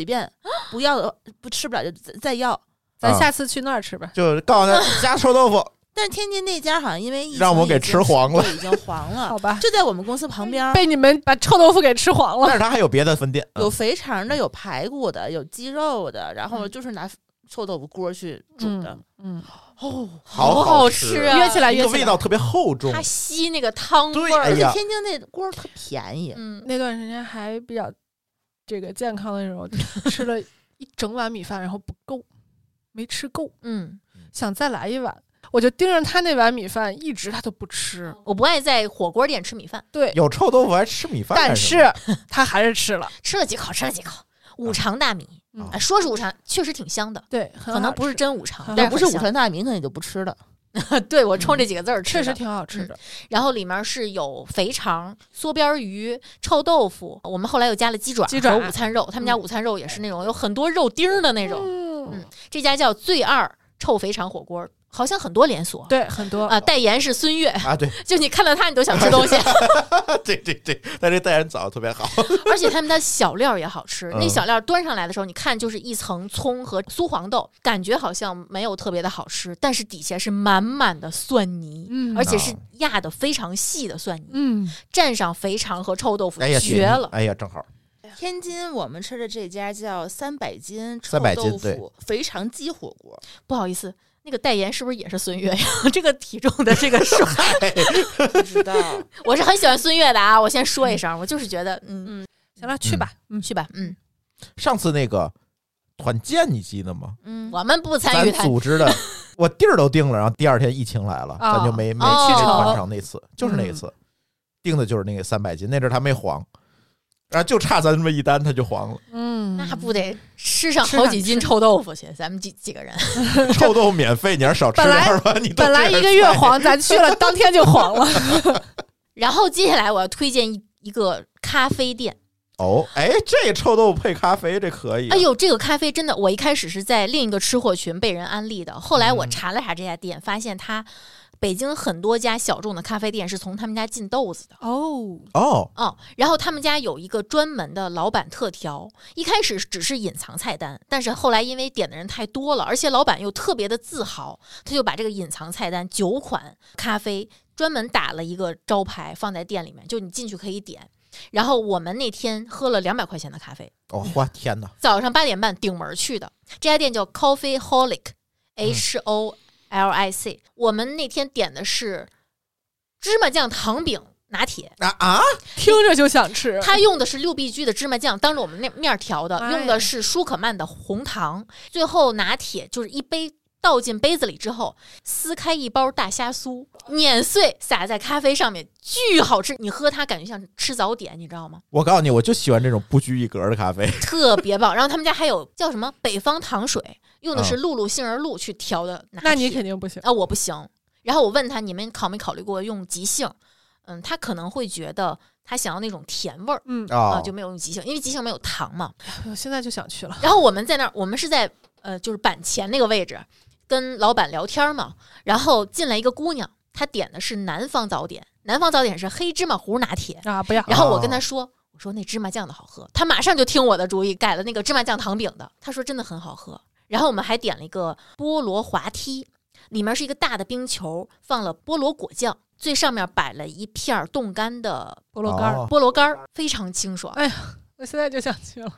S2: [gasps]
S6: 便，不要的不吃不了就再再要。
S2: 咱
S4: 啊
S2: 下次去那儿吃吧，
S4: 就是告诉他加臭豆腐，
S6: 但是天津那家好像因为疫情
S4: 让我
S6: 已
S4: 给
S6: 经
S4: 吃黄了
S6: 对已经黄
S2: [laughs]
S6: 了
S2: 好，吧。
S6: 就在我们公司旁边
S2: 嗯
S6: 儿。
S2: 被你们把臭豆腐给吃黄了，
S4: 但是他还有别的分店，啊
S6: 有肥肠的，有排骨的，有鸡肉的，然后
S2: 嗯
S6: 就是拿臭豆腐锅去煮的。
S2: 嗯，
S6: 哦，
S4: 好
S1: 好
S4: 吃
S1: 啊！
S2: 约起来
S4: 一个
S2: 约起
S4: 味
S2: 来。
S4: 道特别厚重
S1: 它。吸那个汤
S4: 对
S1: 味儿，
S4: 哎
S6: 而且
S4: 呀
S6: 天津那锅儿特便宜，
S1: 嗯，
S2: 那段时间还比较这个健康的时候，吃了一整碗米饭，然后不够，没吃够，
S1: 嗯，
S2: 想再来一碗，我就盯着他那碗米饭，一直他都不吃。
S1: 我不爱在火锅店吃米饭，
S2: 对，
S4: 有臭豆腐还吃米饭
S2: 但
S4: 干什么，
S2: 是 [laughs] 他还是吃了，
S1: 吃了几口，吃了几口
S4: 啊
S1: 五常大米，
S2: 嗯
S1: 啊说是五常，确实挺香的。
S2: 对，
S1: 可能不是真五
S2: 很
S1: 常，
S2: 好
S1: 但
S6: 要
S2: 那
S1: 是
S6: 不是
S1: 很
S6: 五
S1: 香
S6: 川大米，可能你就不吃了。
S1: 对我冲这几个字儿吃
S2: 嗯确
S1: 的
S2: 实挺好吃的。嗯
S1: 然后里面是有肥肠、缩边鱼、臭豆腐，我们后来又加了鸡爪
S2: 鸡爪嗯
S1: 和午餐肉，他们家午餐肉也是那种有很多肉丁儿的那种。
S2: 嗯
S1: 这家叫最二臭肥肠火锅，好像很多连锁。
S2: 对，很多
S1: 啊，代言是孙悦，
S4: 啊，对
S1: 就你看到他，你都想吃
S2: [laughs]
S1: 东西，
S4: 啊对 [laughs] 对对，但这代言早特别好，
S1: 而且他们的小料也好吃。
S4: 嗯
S1: 那小料端上来的时候，你看就是一层葱和酥黄豆，感觉好像没有特别的好吃，但是底下是满满的蒜泥，
S2: 嗯
S1: 而且
S4: 啊
S1: 是压的非常细的蒜泥，
S2: 嗯，
S1: 蘸上肥肠和臭豆腐，
S4: 哎呀
S1: 绝了！
S4: 哎呀正好，
S6: 天津我们吃的这家叫三百斤臭
S4: 300斤
S6: 豆
S4: 对
S6: 腐肥肠鸡火锅，
S4: [laughs]
S1: 不好意思，那个代言是不是也是孙悦呀？ [laughs] 这个体重的这个
S4: [laughs]
S1: 数，
S6: 不知道
S1: 我是很喜欢孙悦的啊，我先说一声，我就是觉得，嗯，
S2: 行了，去吧，嗯，
S1: 去吧，嗯
S4: 上次那个团建你记得吗？
S1: 嗯，我们不参
S4: 咱
S1: 与他，
S4: 组织的，我地儿都定了，然后第二天疫情来了，咱就没没
S1: 哦嗯
S4: 没团上那次，就是那次定的就是那个三百斤，那阵儿他没黄，然后就差咱这么一单他就黄
S1: [laughs]
S4: 了，
S2: 嗯，
S1: 那不得吃上好几斤臭豆腐去？咱们几几个人，
S4: 臭豆腐免费，你要是少吃
S2: 本
S4: 点
S2: 来
S4: 儿吧，你都
S2: 本来
S4: 这
S2: 一
S4: 样
S2: 个月
S4: 菜
S2: 黄，咱去了当天就黄了。
S1: 然后接下来我要推荐一一个咖啡店，
S4: 哦，哎，这臭豆腐配咖啡这可以，啊
S1: 哎，呦，这个咖啡真的，我一开始是在另一个吃货群被人安利的，后来我查了查这家店，发现它北京很多家小众的咖啡店是从他们家进豆子的。
S2: 哦，
S4: 哦，
S1: 哦，然后他们家有一个专门的老板特调，一开始只是隐藏菜单，但是后来因为点的人太多了，而且老板又特别的自豪，他就把这个隐藏菜单九款咖啡专门打了一个招牌放在店里面，就你进去可以点。然后我们那天喝了两百块钱的咖啡，
S4: 哦，哇，天哪，
S1: 早上八点半顶门儿去的。这家店叫 Coffee Holic，H O L I C。我们那天点的是芝麻酱糖饼拿铁，
S4: 啊啊，
S2: [laughs] 听着就想吃。
S1: 他用的是六必居的芝麻酱，当着我们那面儿调的，
S2: 嗯哎呀
S1: 用的是舒可曼的红糖。最后拿铁就是一杯倒进杯子里之后，撕开一包大虾酥，碾碎撒在咖啡上面，巨好吃。你喝它感觉像吃早点，你知道吗？
S4: 我告诉你，我就喜欢这种不拘一格的咖啡，
S1: 特别棒。然后他们家还有叫什么北方糖水，用的是露露杏仁露去调的拿铁。
S2: 那你肯定不 [laughs] 行。
S1: 啊，我不行。然后我问他，你们考没考虑过用即兴？嗯，他可能会觉得他想要那种甜味儿
S2: 嗯，
S1: 啊、
S4: 啊，
S1: 就没有用即兴，因为即兴没有糖嘛。
S2: 我现在就想去了。
S1: 然后我们在那儿，我们是在呃，就是板前那个位置跟老板聊天嘛。然后进来一个姑娘，她点的是南方早点，南方早点是黑芝麻糊拿铁。
S2: 啊，不要
S1: 然后我跟她说，我说那芝麻酱的好喝，她马上就听我的主意，改了那个芝麻酱糖饼的。她说真的很好喝。然后我们还点了一个菠萝滑梯，里面是一个大的冰球，放了菠萝果酱，最上面摆了一片儿冻干的
S2: 菠萝干儿，
S4: 哦
S1: 菠萝干儿，非常清爽。
S2: 我现在就想去了。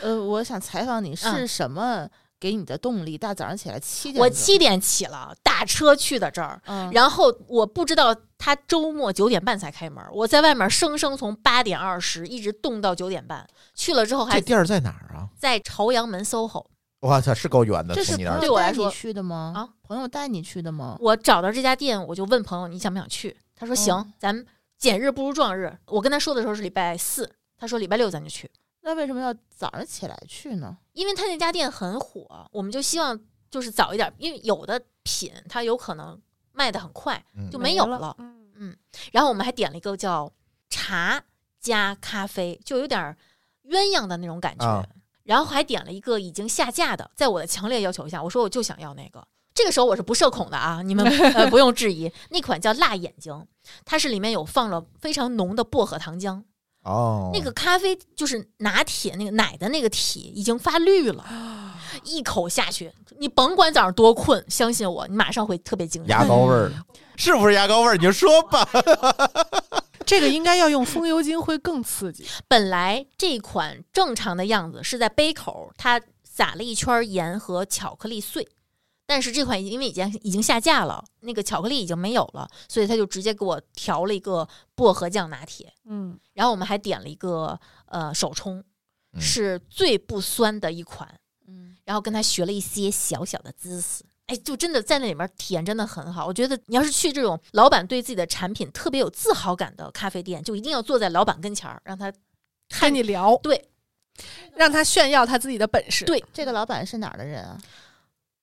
S6: 呃，我想采访你
S1: 嗯
S6: 是什么给你的动力？大早上起来七点钟，
S1: 我七点起了，打车去的这儿，
S6: 嗯，
S1: 然后我不知道他周末九点半才开门，我在外面生生从八点二十一直冻到九点半。去了之后
S4: 这
S1: 还
S4: 地儿在哪儿啊？
S1: 在朝阳门 SOHO，
S4: 我操，是够远的，
S6: 这是
S4: 从你那
S6: 朋
S4: 儿
S6: 友
S1: 对我来
S6: 带你
S1: 说
S6: 去的吗？
S1: 啊
S6: 朋友带你去的吗？
S1: 我找到这家店，我就问朋友你想不想去，他说行，
S6: 嗯
S1: 咱们捡日不如撞日。我跟他说的时候是礼拜四，他说礼拜六咱就去，
S6: 那为什么要早上起来去呢？
S1: 因为他那家店很火，我们就希望就是早一点，因为有的品它有可能卖的很快
S4: 嗯
S1: 就没有
S2: 了
S1: 了。。然后我们还点了一个叫茶加咖啡，就有点儿鸳鸯的那种感觉。
S4: 啊
S1: 然后还点了一个已经下架的，在我的强烈要求下，我说我就想要那个。这个时候我是不社恐的啊，
S4: [laughs]
S1: 你们呃不用质疑。那款叫辣眼睛，它是里面有放了非常浓的薄荷糖浆，
S4: 哦，
S1: 那个咖啡就是拿铁那个奶的那个体已经发绿
S4: [gasps]
S1: 了，一口下去，你甭管早上多困，相信我，你马上会特别精神。
S4: 牙膏味儿，
S1: 嗯
S4: 是不是牙膏味儿？你就说吧。
S2: 这个应该要用风油精会更刺 [laughs] 激。
S1: 本来这款正常的样子是在杯口，它撒了一圈盐和巧克力碎，但是这款因为已经已经下架了，那个巧克力已经没有了，所以他就直接给我调了一个薄荷酱拿铁。
S2: 嗯，
S1: 然后我们还点了一个呃手冲，
S4: 嗯
S1: 是最不酸的一款。
S6: 嗯，
S1: 然后跟他学了一些小小的知识。哎，就真的在那里面体验真的很好。我觉得你要是去这种老板对自己的产品特别有自豪感的咖啡店，就一定要坐在老板跟前儿，让他看
S2: 跟你聊，
S1: 对，
S2: 让他炫耀他自己的本事。
S1: 对
S6: 这个老板是哪儿的人啊？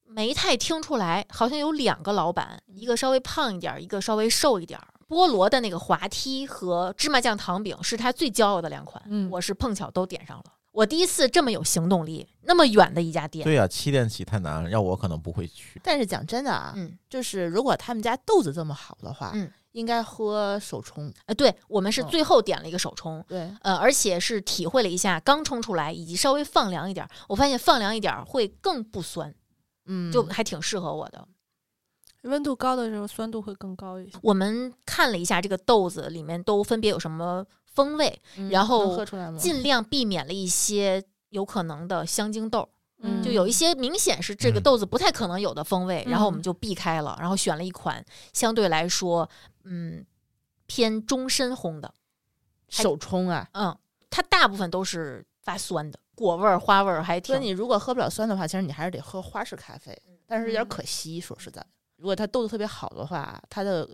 S1: 没太听出来，好像有两个老板，一
S6: 嗯
S1: 个稍微胖一点儿，一个稍微瘦一点儿。菠萝的那个滑梯和芝麻酱糖饼是他最骄傲的两款，
S2: 嗯
S1: 我是碰巧都点上了。我第一次这么有行动力，那么远的一家店，
S4: 对呀、七点起太难了，要我可能不会去。
S6: 但是讲真的啊，
S1: 嗯，
S6: 就是如果他们家豆子这么好的话，
S1: 嗯
S6: 应该喝手冲。
S1: 呃，对我们是
S6: 嗯
S1: 最后点了一个手冲，
S6: 对，
S1: 呃，而且是体会了一下刚冲出来，以及稍微放凉一点儿，我发现放凉一点儿会更不酸，
S6: 嗯，
S1: 就还挺适合我的。
S2: 温度高的时候酸度会更高一些。
S1: 我们看了一下这个豆子里面都分别有什么风味，
S6: 嗯
S1: 然后
S6: 能喝出来吗？
S1: 尽量避免了一些有可能的香精豆，
S2: 嗯
S1: 就有一些明显是这个
S4: 嗯
S1: 豆子不太可能有的风味，然后我们
S2: 嗯
S1: 就避开了，然后选了一款相对来说，嗯，偏中深烘的，
S6: 手冲啊。
S1: 嗯，它大部分都是发酸的，果味儿、花味儿还
S6: 所
S1: 挺
S6: 以
S1: 嗯
S6: 你如果喝不了酸的话，其实你还是得喝花式咖啡，但是有点可惜。说实在，如果它豆子特别好的话，它的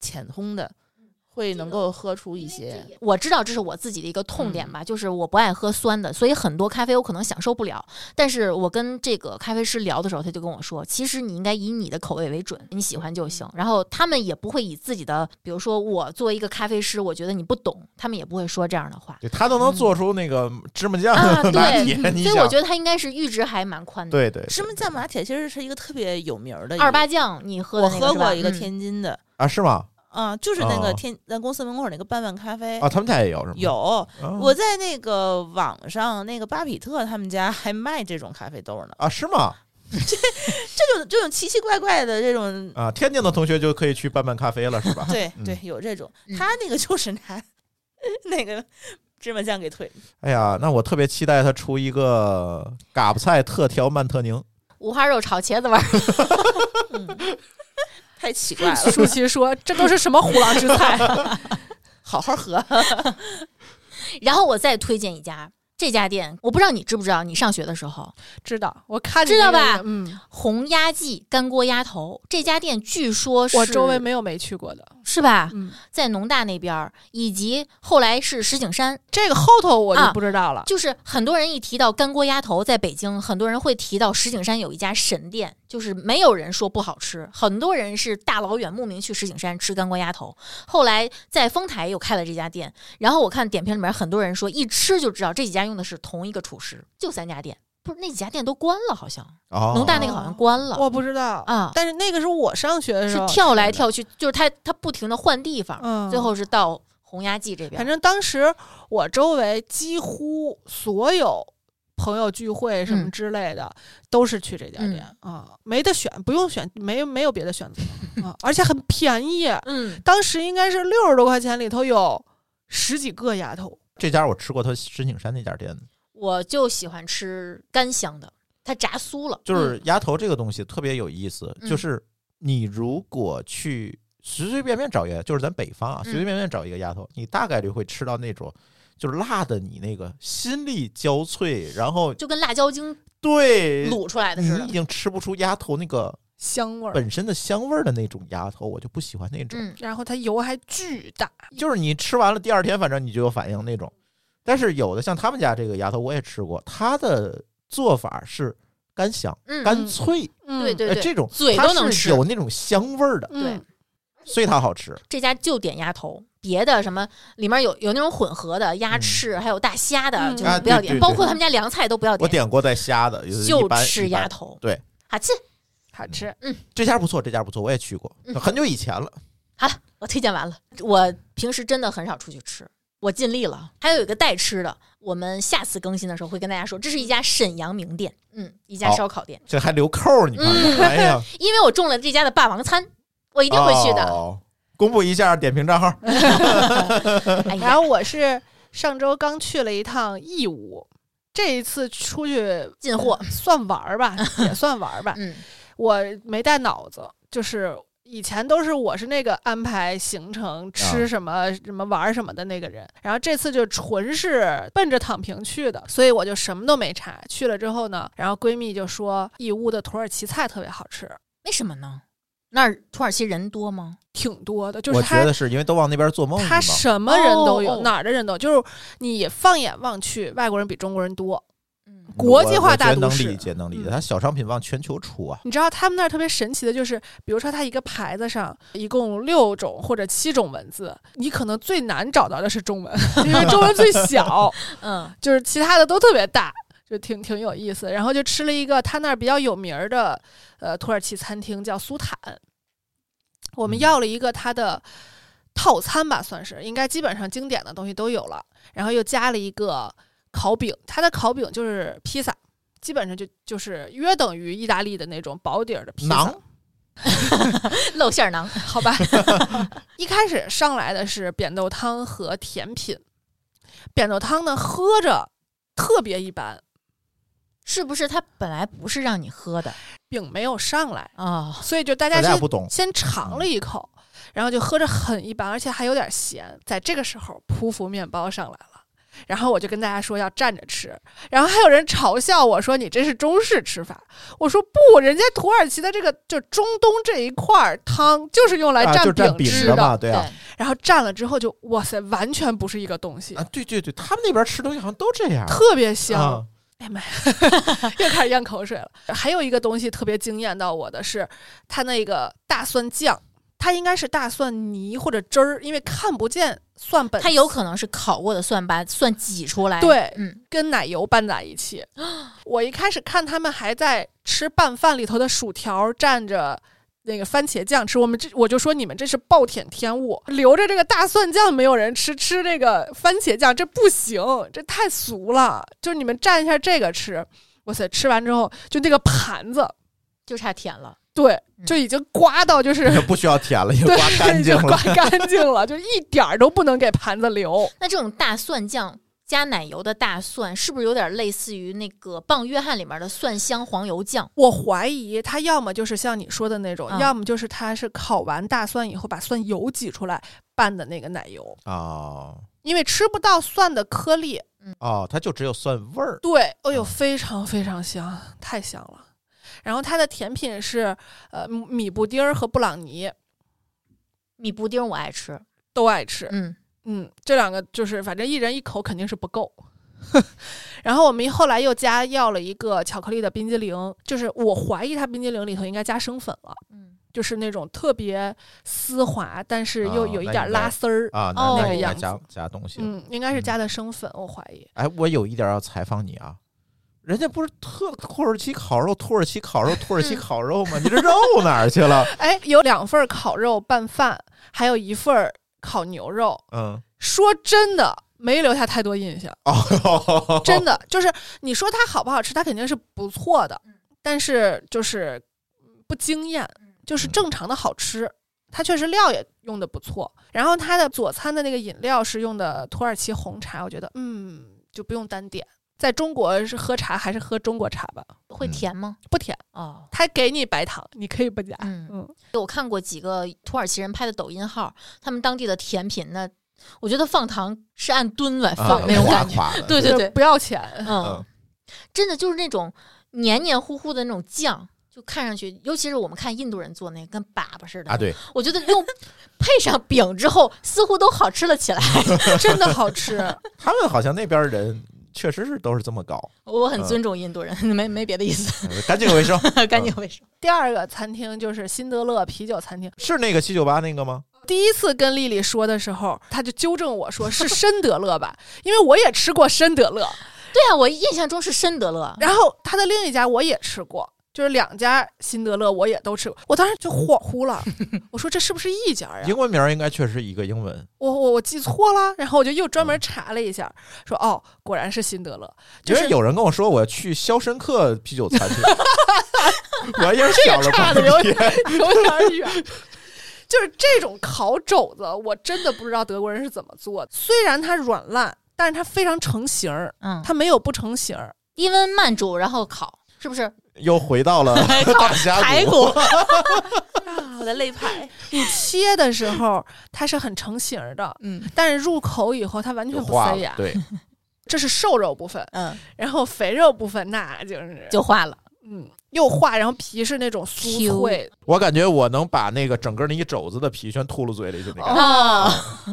S6: 浅烘的
S1: 嗯
S6: 会能够喝出一些。
S1: 我知道这是我自己的一个痛
S4: 嗯
S1: 点吧，就是我不爱喝酸的，所以很多咖啡我可能享受不了。但是我跟这个咖啡师聊的时候，他就跟我说，其实你应该以你的口味为准，你喜欢就
S4: 嗯
S1: 行。然后他们也不会以自己的，比如说我作为一个咖啡师，我觉得你不懂，他们也不会说这样的
S4: [laughs]。
S1: 话
S4: 对他都能做出那个芝麻酱
S1: 嗯
S4: [laughs]
S1: 啊，
S4: 的拿铁，
S1: 对，
S4: 你
S1: 所以我
S4: 想？
S1: 觉得他应该是阈值还蛮宽的。
S4: 对对
S6: 芝麻酱马铁其实是一个特别有名儿的一个
S1: 二八，酱你喝的
S6: 我
S1: 那个
S6: 喝
S1: 是吧
S6: 过一个
S1: 嗯
S6: 天津的，
S4: 啊，是吗？
S6: 啊，就是那
S4: 哦
S6: 个天咱公司门口那个拌拌咖啡
S1: 哎
S4: 啊，他们家也有是吗？
S6: 有。
S4: 啊，
S6: 我在那个网上，那个巴比特他们家还卖这种咖啡豆呢，
S4: 啊，是吗？
S6: 这种这种奇奇怪怪的这种
S4: 啊，天津的同学就可以去拌拌咖啡了，是
S1: [laughs]
S4: 吧？
S6: 对
S4: 嗯
S6: 对，有这种
S1: 嗯，
S6: 他那个就是拿 [laughs] 那个芝麻酱给推，
S4: 哎呀，那我特别期待他出一个嘎巴菜特调曼特宁。
S1: 五花肉炒茄子味儿， [laughs] 嗯
S6: [laughs] 太奇怪
S1: [laughs]
S6: 了，
S2: 舒淇说：“这都是什么虎狼之菜
S6: 好好喝。
S1: 然后我再推荐一家，这家店我不知道你知不知道，你上学的时候？” [laughs]
S2: 知道，我看你
S1: 知道
S2: 那个
S1: 吧
S2: 嗯，
S1: 红鸭记干锅鸭头这家店，据说是
S2: 我周围没有没去过的。
S1: 是吧？
S2: 嗯，
S1: 在农大那边儿，以及后来是石景山，
S2: 这个后头我
S1: 啊
S2: 就不知道了。
S1: 就是很多人一提到干锅鸭头，在北京，很多人会提到石景山有一家神店，就是没有人说不好吃，很多人是大老远慕名去石景山吃干锅鸭头。后来在丰台又开了这家店，然后我看点评里面很多人说，一吃就知道这几家用的是同一个厨师，就三家店，不是那几家店都关了，好像
S4: 哦，
S1: 农大那个好像关了、
S2: 我不知道，
S1: 啊。
S2: 但是那个是我上学的时
S1: 是
S2: 候，
S1: 跳来跳去，就是他他不停的换地方，
S2: 嗯，
S1: 最后是到洪崖记这边。
S2: 反正当时我周围几乎所有朋友聚会什么
S1: 嗯
S2: 之类的，都是去这家店啊、没得选，不用选，没没有别
S1: [laughs]
S2: 的选择啊、而且很便宜，
S1: 嗯，
S2: 当时应该是六十多块钱，里头有十几个鸭头。
S4: 这家我吃过，他石景山那家店，
S1: 我就喜欢吃干香的，它炸酥了。
S4: 就是鸭头这个东西特别有意思，
S1: 嗯
S4: 就是你如果去随随便便找一个，就是咱北方
S1: 嗯
S4: 啊，随随便便找一个鸭头，你大概率会吃到那种。就是辣的，你那个心力交瘁，然后
S1: 就跟辣椒精
S4: 对
S1: 卤出来的
S4: 你
S1: 似
S4: 已
S1: 的。
S4: 经吃不出鸭头那个
S2: 香味儿，
S4: 本身的香味儿的那种鸭头，我就不喜欢那种。
S1: 嗯，
S2: 然后它油还巨大，
S4: 就是你吃完了第二天，反正你就有反应那种。但是有的像他们家这个鸭头，我也吃过，它的做法是干香、
S1: 嗯
S4: 干脆，
S2: 嗯
S1: 对对
S4: 哎
S1: 对，
S4: 这种
S1: 嘴
S4: 它
S1: 都能
S4: 是
S1: 吃
S4: 有那种香味儿的，
S2: 嗯
S4: 所以它好吃。
S1: 这家就点鸭头，别的什么里面有有那种混合的鸭翅，还有大虾的，
S2: 嗯
S1: 就
S4: 啊
S1: 是不要
S4: 对
S1: 点，
S4: 对
S1: 包
S4: 对
S1: 括他们家凉菜都不要
S4: 我点过带虾的，
S1: 就
S4: 一般
S1: 吃
S4: 一般
S1: 鸭头。
S4: 对，
S1: 好吃。
S2: 好吃。
S4: 这家不错，这家不错，我也去过，
S1: 嗯
S4: 很久以前了。
S1: 好了，我推荐完了。我平时真的很少出去吃，我尽力了。还有一个带吃的，我们下次更新的时候会跟大家说，这是一家沈阳名店，嗯，一家
S4: 好
S1: 烧烤店。
S4: 这还留扣儿，你看
S2: 嗯
S4: 看，哎
S2: [laughs]
S4: 呀，
S1: 因为我中了这家的霸王餐，我一定会去的。
S4: 哦公布一下点评账号，
S1: 哎
S2: 然
S1: 呀，
S2: 后我是上周刚去了一趟义乌，这一次出去
S1: 进
S4: [laughs]
S1: 货，
S2: 算玩儿吧，也算玩儿吧。
S1: 嗯
S2: 我没带脑子，就是以前都是我是那个安排行
S4: 啊
S2: 程、吃什么、什么玩儿什么的那个人，然后这次就纯是奔着躺平去的，所以我就什么都没查。去了之后呢，然后闺蜜就说义乌的土耳其菜特别好吃，
S1: 为什么呢？那儿土耳其人多吗？
S2: 挺多的，就
S4: 我
S2: 是
S4: 觉
S2: 它
S4: 得是因为都往那边做梦去
S2: 它
S4: 嘛。
S2: 什么人都有，
S1: 哦哦
S2: 哪儿的人都有，就是你放眼望去，外国人比中国人多。
S7: 嗯
S2: 国际化大
S4: 我
S2: 都
S4: 我觉得能
S2: 市
S4: 理。解，能理解。
S2: 嗯
S4: 它小商品往全球出啊，
S2: 你知道他们那儿特别神奇的就是，比如说它一个牌子上一共六种或者七种文字，你可能最难找到的是中文， [laughs] 因为中文最小，
S1: 嗯
S2: 就是其他的都特别大，就挺挺有意思。然后就吃了一个他那儿比较有名儿的呃土耳其餐厅，叫苏坦。我们
S4: 嗯
S2: 要了一个它的套餐吧，算是应该基本上经典的东西都有了，然后又加了一个烤饼，它的烤饼就是披萨。基本上就就是约等于意大利的那种薄底儿的披萨
S4: 馕，
S1: 露馅儿 [laughs] 囊，
S2: 好吧。一开始上来的是扁豆汤和甜品，扁豆汤呢喝着特别一般，
S1: 是不是？它本来不是让你喝的
S2: 饼没有上来，
S1: 啊，
S2: 所以就大家
S4: 大家
S2: 先
S4: 也不懂，嗯
S2: 先尝了一口，然后就喝着很一般，而且还有点咸。在这个时候，匍匐面包上来了，然后我就跟大家说要站着吃，然后还有人嘲笑我说你这是中式吃法，我说不，人家土耳其的这个就中东这一块儿汤就是用来
S4: 啊，就蘸
S2: 饼
S4: 饼
S2: 吃
S4: 的
S2: 的，
S4: 嘛，对啊，
S2: 然后蘸了之后就哇塞，完全不是一个东西，
S4: 啊，对对对，他们那边吃东西好像都这样，
S2: 特别香。
S4: 啊
S2: 哎呀妈呀， [laughs] 又开始咽口水了。还有一个东西特别惊艳到我的是，它那个大蒜酱，它应该是大蒜泥或者汁儿，因为看不见蒜本，
S1: 它有可能是烤过的蒜，把蒜挤出来。，
S2: 对，
S1: 嗯，
S2: 跟奶油拌在一起。
S1: 啊
S2: 我一开始看他们还在吃拌饭里头的薯条，蘸着。那个番茄酱吃，我们这我就说你们这是暴殄天物，留着这个大蒜酱没有人吃，吃这个番茄酱这不行，这太俗了。就是你们蘸一下这个吃，哇塞，吃完之后就那个盘子，
S1: 就差甜了。
S2: 对，
S1: 嗯
S2: 就已经刮到就是
S4: [laughs] 也嗯不需要舔了，也
S2: 对
S4: 刮干净
S2: 已经
S4: 了
S2: 刮。干净了，就一点儿都不能给盘子
S4: [laughs]
S2: 留。
S1: 那这种大蒜酱加奶油的大蒜，是不是有点类似于那个《棒约翰》里面的蒜香黄油酱？
S2: 我怀疑它要么就是像你说的那种，
S1: 嗯
S2: 要么就是它是烤完大蒜以后把蒜油挤出来拌的那个奶油，
S4: 哦
S2: 因为吃不到蒜的颗粒。
S4: 哦，它就只有蒜味儿，
S2: 对，哎呦，
S4: 嗯
S2: 非常非常香，太香了。然后它的甜品是呃米布丁儿和布朗尼
S1: 米布丁我爱吃，
S2: 都爱吃，
S1: 嗯，
S2: 嗯，这两个就是反正一人一口肯定是不够。 [laughs] 然后我们后来又加要了一个巧克力的冰激凌，就是我怀疑它冰激凌里头应该加生粉了，
S1: 嗯，
S2: 就是那种特别丝滑，但是又
S4: 哦
S2: 有一
S4: 那
S2: 点
S4: 应该
S2: 拉丝儿。
S4: 啊，那
S1: 哦
S4: 那
S2: 那个
S4: 应该
S2: 样子
S4: 加加东西了。
S2: 嗯，应该是加的生粉，我怀疑。
S4: 哎，我有一点要采访你啊，人家不是特土耳其烤肉、土耳其烤肉、土耳
S1: 嗯
S4: 其烤肉吗？你这肉哪儿去了？
S2: 哎，有两份儿烤肉拌饭，还有一份儿烤牛肉。
S4: 嗯，
S2: 说真的，没留下太多印象。
S4: 哦，
S2: 真的就是你说它好不好吃，它肯定是不错
S1: 嗯
S2: 的，但是就是不惊艳，就是正常的好吃。它确实料也用的不错，然后它的佐餐的那个饮料是用的土耳其红茶，我觉得嗯就不用单点。在中国是喝茶还是喝中国茶吧，
S1: 会
S4: 嗯
S1: 甜吗？
S2: 不甜，
S1: 哦，
S2: 它给你白糖，你可以不加。
S1: 嗯，
S2: 嗯，
S1: 我看过几个土耳其人拍的抖音号，他们当地的甜品呢，我觉得放糖是按吨来
S4: 啊
S1: 放、那种
S4: 垮
S1: 感觉，
S4: 垮的，
S1: 对对
S2: 就是
S1: 对，
S2: 不
S1: [laughs]
S2: 要钱。
S1: 嗯，真的就是那种黏黏糊糊的那种酱。就看上去，尤其是我们看印度人做那个跟粑粑似的
S4: 啊，，对，
S1: 我觉得用配上饼之后，似乎都好吃了起来。
S2: 真的好吃，
S4: 他们好像那边人确实是都是这么搞，
S1: 我很尊重印度人， [laughs] 没没别的意思，
S4: 嗯干净卫生
S1: 干净卫生。
S2: 第二个餐厅就是辛德勒啤酒餐厅。
S4: 是那个七九八那个吗？
S2: 第一次跟丽丽说的时候，她就纠正我说是深德勒吧， [laughs] 因为我也吃过深德勒，
S1: 对啊，我印象中是深德勒，
S2: 然后她的另一家我也吃过，就是两家辛德勒我也都吃过，我当时就恍惚了，我说这是不是一家呀
S4: 英？文名儿应该确实一个英文，
S2: 我我我记错了，然后我就又专门查了一下，说哦，果然是辛德勒，就
S4: 因
S2: 是
S4: 为有人跟我说我要去《肖申克》啤酒
S1: [laughs]
S4: 餐厅，我也想了
S2: 差
S4: 半
S2: 的
S4: 天
S2: 有点有点远。就是这种烤肘子，我真的不知道德国人是怎么做的。虽然它软烂，但是它非常成型儿， [laughs]
S1: 嗯，
S2: 它没有不成型儿。
S1: 低温慢煮然后烤，是不是？
S4: 又回到了大峡
S1: [laughs] 排
S4: 谷。
S1: 骨，
S6: [laughs] 啊，我的肋排，
S2: 你切的时候它是很成型儿的，
S1: 嗯
S2: 但是入口以后它完全 [laughs]
S4: 就
S2: 不
S4: 化
S2: 塞
S4: 了
S2: 牙，，
S4: 对， [laughs]
S2: 这是瘦肉部分，
S1: 嗯，
S2: 然后肥肉部分那就是
S1: [laughs] 就化了。
S2: 嗯又化，然后皮是那种酥
S1: Q
S2: 脆，
S4: [laughs] 我感觉我能把那个整个那一肘子的皮全吐了嘴里，就那个。
S1: 哦，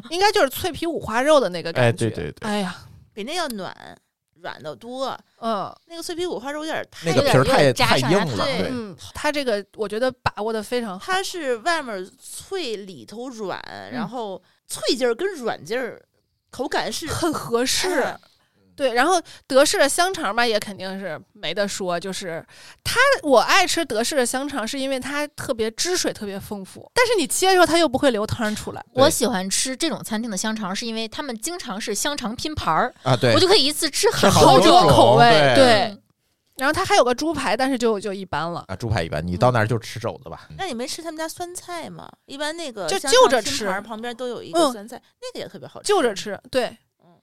S2: 应该就是脆皮五花肉的那个
S4: 哎
S2: 感觉。
S4: 对对对
S2: 哎呀，
S6: 比那要暖。软的多。
S2: 嗯
S6: 那个脆皮五花肉有点太
S4: 那个皮儿
S1: 有点
S4: 太
S1: 扎
S4: 太
S1: 上
S4: 硬
S1: 了
S4: 了，
S1: 对
S4: 对，
S2: 嗯，他这个我觉得把握的非常好。
S6: 它是外面脆，里头软，
S1: 嗯
S6: 然后脆劲儿跟软劲儿口感是
S2: 很合适
S6: 哎。
S2: 对，然后德式的香肠吧，也肯定是没得说，就是它，我爱吃德式的香肠，是因为它特别汁水特别丰富，但是你切的时候它又不会流汤出来。
S1: 我喜欢吃这种餐厅的香肠，是因为他们经常是香肠拼盘儿，
S4: 啊，对
S1: 我，就可以一次吃
S4: 吃
S1: 好
S4: 好
S1: 多
S4: 多
S1: 种
S4: 种
S2: 口味
S4: 对
S2: 对，然后它还有个猪排，但是就就一般了。
S4: 啊，猪排一般，你到那儿就吃肘子
S2: 嗯
S4: 吧。
S6: 那你没吃他们家酸菜吗？一般那个
S2: 就
S6: 香
S2: 就
S6: 肠
S2: 着
S6: 拼
S2: 吃
S6: 盘儿旁边都有一
S2: 嗯
S6: 个酸菜，那个也特别好吃，
S2: 就着吃，对
S6: 嗯。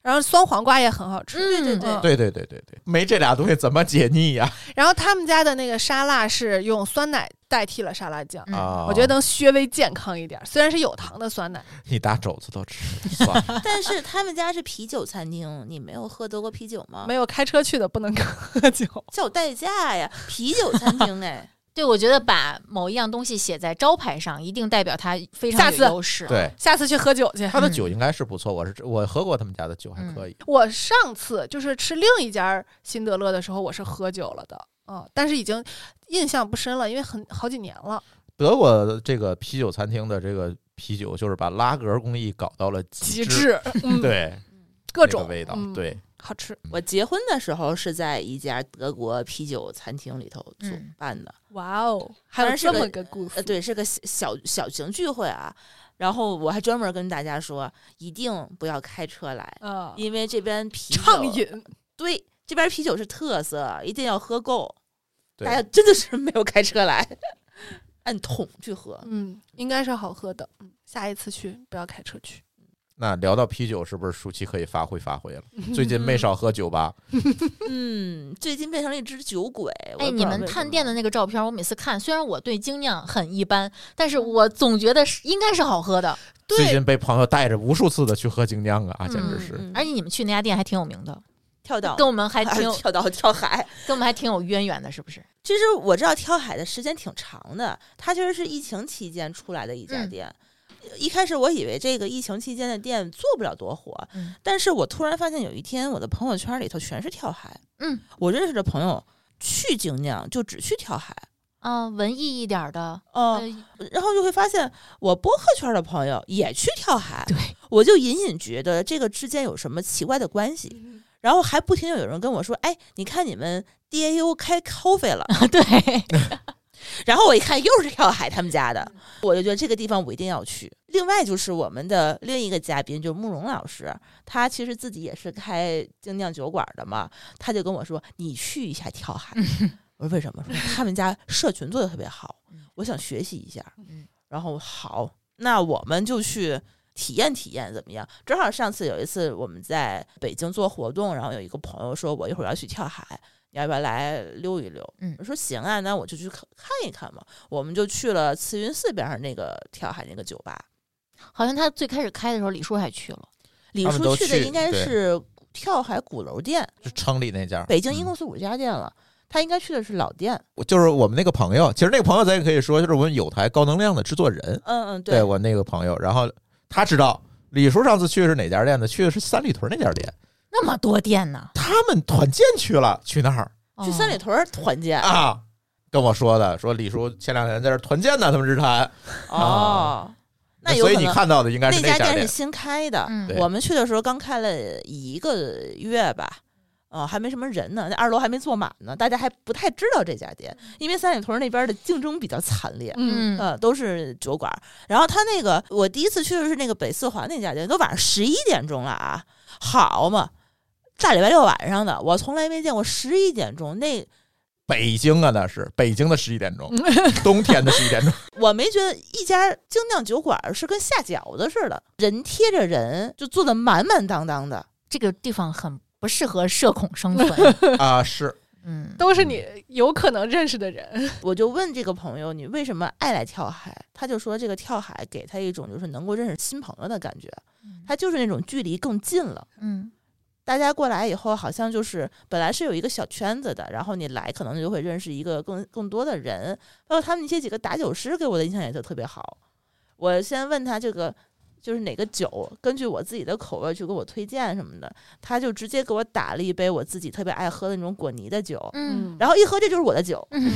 S2: 然后酸黄瓜也很好吃，
S1: 嗯，对
S2: 对
S4: [laughs] 对对对对对，没这俩东西怎么解腻呀？
S2: 然后他们家的那个沙拉是用酸奶代替了沙拉酱，
S1: 嗯
S4: 啊，
S2: 我觉得能稍微健康一点，虽然是有糖的酸奶。
S4: 你打肘子都吃不算
S2: [laughs]
S4: 了
S6: 但是他们家是啤酒餐厅，你没有喝德国啤酒吗？
S2: 没有开车去的不能 [laughs] 喝酒，
S6: 叫代驾呀，啤酒餐厅哎，
S1: 对，我觉得把某一样东西写在招牌上，一定代表它非
S2: 下
S1: 常
S2: 次
S1: 有优势。
S2: [laughs]
S4: 对，
S2: 下次去喝酒去。
S4: 他的酒应该是不错，我是我喝过他们家的酒，还可以。
S2: 我上次就是吃另一家辛德勒的时候，我是喝酒了的，嗯，但是已经印象不深了，因为很好几年了。
S4: 德国的这个啤酒餐厅的这个啤酒，就是把拉格工艺搞到了
S2: 极
S4: 致，
S2: 致，嗯，
S4: 对
S2: 各
S4: 那
S2: 种
S4: 个味道，
S2: 嗯，
S4: 对
S2: 好吃。
S6: [laughs] 我结婚的时候是在一家德国啤酒餐厅里头做
S1: 嗯
S6: 办的，
S2: 哇哦，还
S6: 当
S2: 有
S6: 然是
S2: 这
S6: 个
S2: 么个故
S6: 呃，
S2: 事，
S6: 对，是个小小小型聚会啊。然后我还专门跟大家说，一定不要开车来，
S2: 啊，
S6: 因为这边 [laughs] 啤酒
S2: 畅饮，
S6: 对这边啤酒是特色，一定要喝够。大家
S4: 对，
S6: 真的是没有开车来， [laughs] 按桶去 [laughs] 喝。
S2: [laughs] 嗯，应该是好喝的。嗯，下一次去不要开车去。
S4: 那聊到啤酒，是不是舒淇可以发挥发挥
S6: [laughs]
S4: 了？最近没少喝酒吧？
S6: 嗯，最近变成了一只酒鬼。我
S1: 哎，
S6: 也不
S1: 你
S6: 知道
S1: 们
S6: 为什
S1: 探
S6: 么
S1: 店的那个照片，我每次看，虽然我对精酿很一般，但是我总觉得是应该是好喝的，
S4: 最
S2: 对
S4: 近被朋友带着无数次的去喝精酿啊，啊，简直
S1: 嗯
S4: 是。
S6: 嗯
S1: 而且你们去那家店还挺有名的，
S6: 跳岛
S1: 跟我们还
S6: [laughs] 还
S1: 挺有，
S6: 跳岛
S1: [laughs]
S6: 跳海。
S1: 跟我们还挺有渊源的，是不是？
S6: 其实我知道跳海的时间挺长的，它其实是疫情期间出来的一家
S1: 嗯
S6: 店。一开始我以为这个疫情期间的店做不了多火，
S1: 嗯
S6: 但是我突然发现有一天我的朋友圈里头全是跳海。
S1: 嗯，
S6: 我认识的朋友去精酿就只去跳海。
S1: 啊、文艺一点儿的，
S6: 嗯、
S1: 呃，
S6: 然后就会发现我播客圈的朋友也去跳海，
S1: 对，
S6: 我就隐隐觉得这个之间有什么奇怪的关系。
S2: 嗯
S6: 然后还不停地有人跟我说：“哎，你看你们 DAU 开 coffee 了。
S1: 对，
S6: 然后我一看又是跳海他们家的，我就觉得这个地方我一定要去。另外就是我们的另一个嘉宾，就是慕容老师，他其实自己也是开精酿酒馆的嘛，他就跟我说：“你去一下跳海。”我说：“为什么？”说他们家社群做的特别好，我想学习一下。然后好，那我们就去。体验体验怎么样？正好上次有一次我们在北京做活动，然后有一个朋友说，我一会儿要去跳海，你要不要来溜一溜？
S1: 嗯
S6: 我说行啊，那我就去看看一看嘛。我们就去了慈云寺边上那个跳海那个酒吧，
S1: 好像他最开始开的时候，李叔还去了，
S6: 李
S4: 他们
S6: 叔
S4: 都
S6: 去的
S4: 去
S6: 应该
S4: 对
S6: 是跳海鼓楼店，
S4: 就城里那家，
S6: 北京一
S4: 嗯
S6: 共是五家店了，他应该去的是老店。
S4: 我就是我们那个朋友，其实那个朋友咱也可以说，就是我们有台高能量的制作人，
S6: 嗯嗯，
S4: 对我那个朋友，然后他知道李叔上次去是哪家店的，去的是三里屯那家店，
S1: 那么多店呢，
S4: 他们团建去了，去那儿
S6: 去三里
S1: 哦
S6: 屯儿团建
S4: 啊，跟我说的，说李叔前两天在这儿团建呢，他们日坛，
S6: 哦，那有
S4: 所以
S6: 可
S4: 你
S6: 能
S4: 看到的应该啊是
S6: 那家
S4: 家
S6: 店是
S4: 店，
S6: 新开的，
S1: 嗯
S4: 对
S6: 我们去的时候刚开了一个月吧，呃，还没什么人呢，那二楼还没坐满呢，大家还不太知道这家店，因为三里屯那边的竞争比较惨烈，
S2: 嗯，
S1: 嗯，
S6: 呃，都是酒馆儿。然后他那个我第一次去的是那个北四环那家店，都晚上十一点钟了啊，好嘛，大礼拜六晚上的，我从来没见过十一点钟那。
S4: 北京啊，那是北京的十一点钟， [laughs] 冬天的十一点 [laughs] 钟，
S6: 我没觉得一家精酿酒馆儿是跟下饺子似的，人贴着人就坐的满满当当的。
S1: 这个地方很不适合社恐生 [laughs] 存，
S4: 啊，是
S1: 嗯，
S2: 都是你有可能认识的人。
S6: 我就问这个朋友，你为什么爱来跳海？他就说这个跳海给他一种就是能够认识新朋友的感觉，他就是那种距离更近了。
S1: 嗯
S6: 大家过来以后，好像就是本来是有一个小圈子的，然后你来可能就会认识一个更更多的人，包括他们那些几个打酒师给我的印象也就特别好。我先问他这个就是哪个酒，根据我自己的口味去给我推荐什么的，他就直接给我打了一杯我自己特别爱喝的那种果泥的酒，
S2: [laughs]
S7: 嗯
S6: 然后一喝这就是我的酒，
S7: 嗯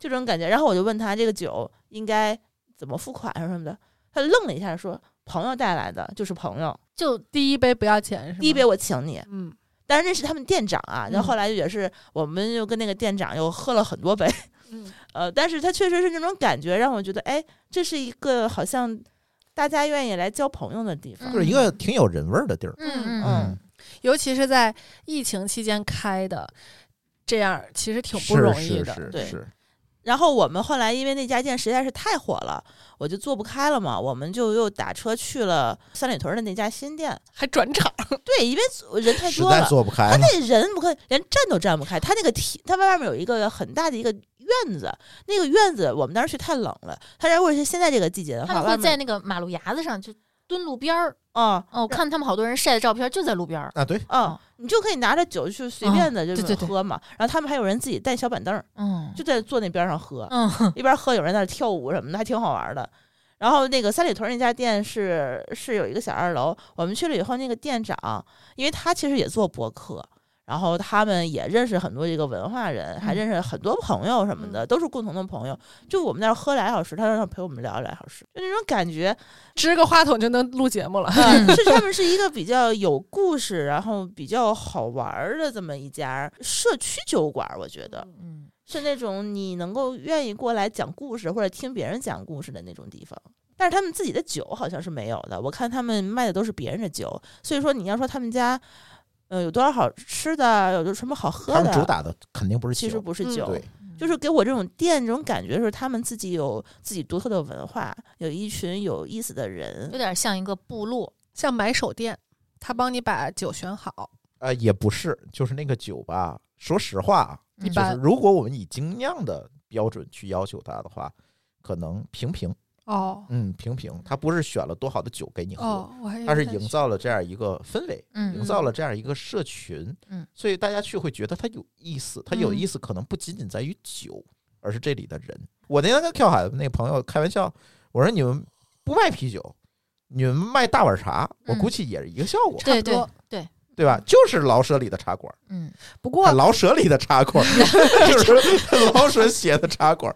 S6: 就这种感觉。然后我就问他这个酒应该怎么付款什么的，他愣了一下说：“朋友带来的，就是朋友，
S1: 就
S2: 第一杯不要钱是吗？
S6: 第一杯，我请你。”
S2: 嗯，
S6: 但是那是他们店长啊，然
S2: 嗯
S6: 后后来也是我们又跟那个店长又喝了很多杯， [laughs]
S2: 嗯
S6: 呃，但是他确实是那种感觉，让我觉得，哎，这是一个好像大家愿意来交朋友的地
S1: 嗯
S4: 嗯
S6: 方。
S4: 就是一个挺有人味儿的地儿。
S7: 嗯嗯，
S6: 嗯
S4: 嗯，
S2: 尤其是在疫情期间开的，这样其实挺不容易的。
S4: 是
S6: 对
S4: 是是，
S6: 然后我们后来因为那家店实在是太火了，我就做不开了嘛，我们就又打车去了三里屯的那家新店。
S2: 还转 [laughs] 场，
S6: 对，因为人太
S4: 实
S6: 多
S4: 在
S6: 了，
S4: 做不
S6: 他
S4: 开了。
S6: 那人不可连站都站不开，他那个梯，他外面有一个很大的一个院子，那个院子我们当时去太冷了，他如果是现在这个季节的
S1: 他
S6: 话，
S1: 们会
S6: 外
S1: 在
S6: 面
S1: 那个马路牙子上就蹲路边儿。
S6: 啊
S1: 哦，我看他们好多人晒的照片就在路边儿。
S4: 啊，对，
S6: 啊，你就可以拿着酒去随
S1: 哦
S6: 便的就
S1: 对
S6: 是
S1: 对对
S6: 喝嘛，然后他们还有人自己带小板凳儿，
S1: 嗯
S6: 就在坐那边上喝，
S1: 嗯，
S6: 一边喝有人在那跳舞什么的，还挺好玩的。然后那个三里屯那家店是是有一个小二楼，我们去了以后，那个店长，因为他其实也做博客，然后他们也认识很多这个文化人，还
S1: 嗯
S6: 认识很多朋友什么的，都是共同的朋友。就我们在那儿喝俩小时，他让他陪我们聊俩小时，就那种感觉，
S2: 支个话筒就能录节目了。
S6: 嗯，是他们是一个比较有故事，然后比较好玩儿的这么一家社区酒馆儿，我觉得。
S1: 嗯，
S6: 是那种你能够愿意过来讲故事或者听别人讲故事的那种地方。但是他们自己的酒好像是没有的，我看他们卖的都是别人的酒，所以说你要说他们家，呃，有多少好吃的，有多什么好喝
S4: 他们主
S6: 的，
S4: 打的肯定不是
S6: 其实
S4: 酒
S6: 不是
S2: 嗯
S6: 酒，
S4: 对
S6: 就是给我这种店这种感觉，是他们自己有自己独特的文化，有一群有意思的
S1: 有
S6: 人，
S1: 点像一个部落。
S2: 像买手店，他帮你把酒选好，
S4: 呃，也不是，就是那个酒吧。说实话啊，
S1: 一
S4: 就是
S2: 般
S4: 如果我们以精酿的标准去要求它的话，可能平平，
S2: 哦
S4: 嗯，平平。它不是选了多好的酒给你喝，
S2: 哦，我还以为
S4: 它是
S2: 在
S4: 营
S2: 学
S4: 造了这样一个氛围，营
S1: 嗯
S4: 造了这样一个社群，
S1: 嗯，
S4: 所以大家去会觉得它有意思，它有
S2: 嗯
S4: 意思可能不仅仅在于酒，而是这里的人。我那天跟跳海那朋友开玩笑，我说你们不卖啤酒，你们卖大碗茶，我
S1: 嗯
S4: 估计也是一个效果，
S1: [laughs] 对
S2: 差不多
S1: 对对，
S4: 对吧？就是老舍里的茶馆，
S1: 嗯，
S2: 不过
S4: 老舍里的茶馆，
S1: [laughs]
S4: 就是 [laughs] 老舍写的茶馆，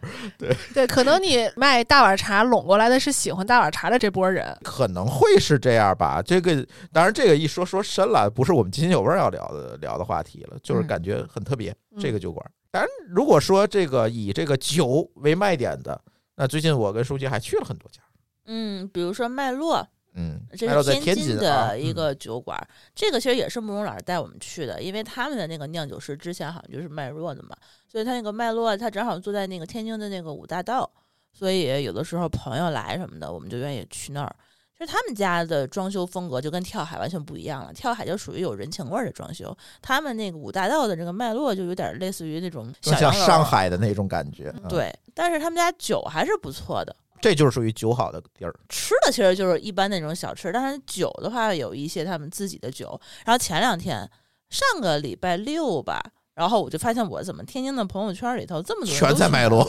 S2: 对，可能你卖大碗茶拢过来的是喜欢大碗茶的这波人，
S4: 可能会是这样吧。这个当然，这个一说说深了，不是我们津津有味儿要聊的聊的话题了，就是
S1: 嗯
S4: 感觉很特别。
S2: 嗯
S4: 这个酒馆，当然如果说这个以这个酒为卖点的，那最近我跟书记还去了很多家。
S6: 嗯，比如说麦洛，
S4: 嗯，
S6: 这
S4: 还有
S6: 是
S4: 在天
S6: 津
S4: 啊
S6: 的一个酒馆，这个其实也是慕容老师带我们去的，因为他们的那个酿酒师之前好像就是麦若的嘛，所以他那个麦洛他正好坐在那个天津的那个五大道，所以有的时候朋友来什么的，我们就愿意去那儿。其实他们家的装修风格就跟跳海完全不一样了，跳海就属于有人情味儿的装修，他们那个五大道的这个麦洛就有点类似于那种
S4: 更
S6: 小
S4: 像
S6: 洋楼
S4: 上。海的那种感觉。嗯，
S6: 对，但是他们家酒还是不错的，
S4: 这就是属于酒好的地儿。
S6: 吃的其实就是一般那种小吃，但是酒的话有一些他们自己的酒。然后前两天，上个礼拜六吧，然后我就发现我怎么天津的朋友圈里头这么多人
S4: 全
S6: 都
S4: 在
S6: 去
S4: 麦
S6: 麦
S4: 洛，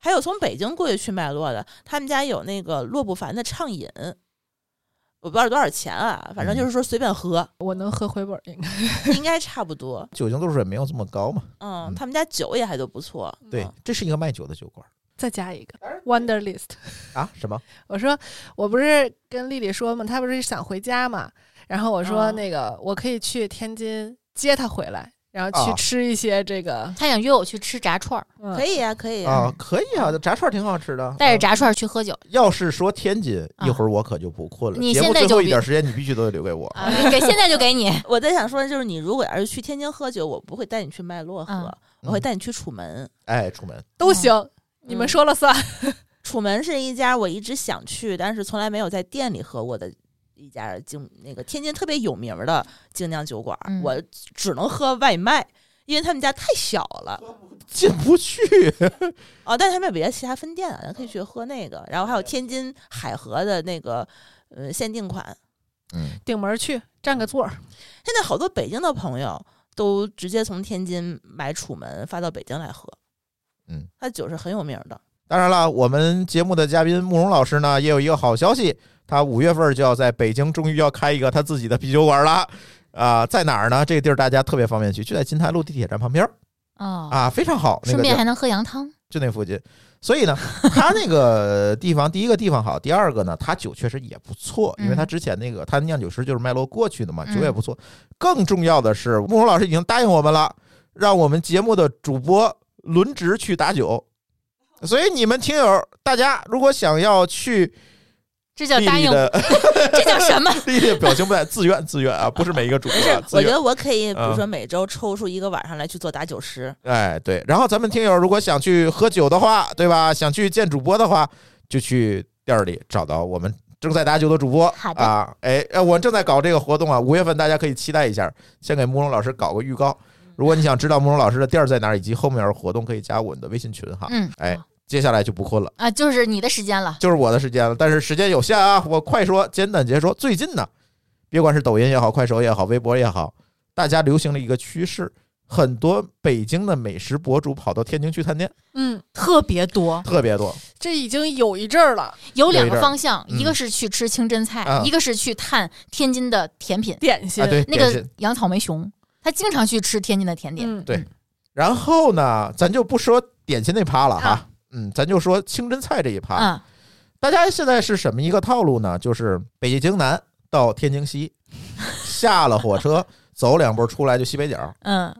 S6: 还有从北京过去去麦洛的，他们家有那个洛不凡的畅饮，我不知道多少钱啊，反正
S4: 嗯
S6: 就是说随便喝，
S2: 我能喝回本儿应该。
S6: 应该差不多。
S4: [laughs] 酒精度数也没有这么高嘛。
S6: 嗯，
S4: 嗯
S6: 他们家酒也还都不错。
S4: 对
S6: 嗯，
S4: 这是一个卖酒的酒馆
S2: 再加一个 Wonder List，
S4: 啊？什么？
S2: 我说我不是跟丽丽说嘛，她不是想回家嘛，然后我说
S6: 嗯
S2: 那个、我可以去天津接她回来，然后去
S4: 啊
S2: 吃一些这个，
S1: 他想约我去吃炸串儿，
S2: 嗯
S6: 可以呀、可以呀、
S4: 啊，可以啊，炸串挺好吃的。
S1: 带着
S4: 嗯
S1: 炸串儿去喝酒
S4: 要是说天津，
S1: 啊
S4: 一会儿我可就不困了。
S1: 你
S4: 节
S1: 现
S4: 目
S1: 在
S4: 最
S1: 就
S4: 后一
S1: 别
S4: 点时间，你必须都得留给我。
S1: 啊，给现在就给你。
S6: 我在想说，就是你如果要是去天津喝酒，我不会带你去麦洛喝，
S1: 嗯
S6: 我会带你去楚门。
S4: 哎，出门
S2: 都行，你们说了算。
S6: 楚门是一家我一直想去，但是从来没有在店里喝过的一家精那个天津特别有名儿的精酿酒馆，
S1: 嗯
S6: 我只能喝外卖，因为他们家太小了。
S4: 进
S1: [laughs]
S4: 不去。
S6: 哦，但是他们有别的其他分店啊，咱可以去喝那个。然后还有天津海河的那个呃限定款，
S4: 嗯，
S2: 顶门儿去占个座儿，
S6: 现在好多北京的朋友都直接从天津买楚门发到北京来喝。
S4: 嗯，
S6: 它酒是很有名儿的。
S4: 当然了，我们节目的嘉宾慕容老师呢，也有一个好消息，他五月份就要在北京，终于要开一个他自己的啤酒馆了。啊、在哪儿呢？这个地儿大家特别方便去，就在金台路地铁站旁边儿
S1: [laughs] 哦，
S4: 啊，非常好。那
S1: 顺
S4: 个地
S1: 便
S4: 儿
S1: 还能喝羊汤。
S4: 就那附近，所以呢，他那个地方，第一个地方好，第二个呢，他酒确实也不错，因为他
S1: 嗯
S4: 之前那个他酿酒师就是麦洛过去的嘛，
S1: 嗯
S4: 酒也不错。更重要的是，慕容老师已经答应我们了，让我们节目的主播轮值去打酒。所以你们听友大家如果想要去
S1: 这叫
S4: 丽
S1: 答
S4: 丽
S1: 应，
S4: [laughs] 的，
S1: 这叫什么？
S4: 丽丽的表情不太自愿自愿啊，不是每一个主播啊，自
S6: 我
S4: 愿。
S6: 觉得我可以，比
S4: 嗯
S6: 如说每周抽出一个晚上来去做打酒师。
S4: 哎，对。然后咱们听友如果想去喝酒的话，对吧？想去见主播的话，就去店儿里找到我们正在打酒的主播。
S1: 好的
S4: 啊，哎，呃我正在搞这个活动啊，五月份大家可以期待一下。先给慕容老师搞个预告。
S1: 嗯
S4: 如果你想知道慕容老师的店儿在哪儿以及后面的活动，可以加我们的微信群哈。
S1: 嗯，
S4: 哎，接下来就不困了。
S1: 啊，就是你的时间了。
S4: 就是我的时间了，但是时间有限啊，我快说，简短截说。最近呢，别管是抖音也好，快手也好，微博也好，大家流行了一个趋势，很多北京的美食博主跑到天津去探店，
S2: 嗯，
S1: 特别多，
S4: 特别多。
S2: 这已经有一阵儿了。
S1: 有两
S4: 有一阵
S1: 个
S4: 儿
S1: 方向，
S4: 嗯
S1: 一个是去吃清真菜，
S4: 啊
S1: 一个是去探天津的甜品。
S2: 点心，
S4: 啊，对，
S1: 那
S4: 点
S1: 个
S4: 心。
S1: 杨草莓熊，他经常去吃天津的甜点。
S2: 嗯，
S4: 对然后呢，咱就不说点心那趴了哈，
S1: 啊
S4: 嗯，咱就说清真菜这一趴。
S1: 嗯，
S4: 大家现在是什么一个套路呢？就是北京南到天津西，下了火车走两步出来就西北角，
S1: 嗯，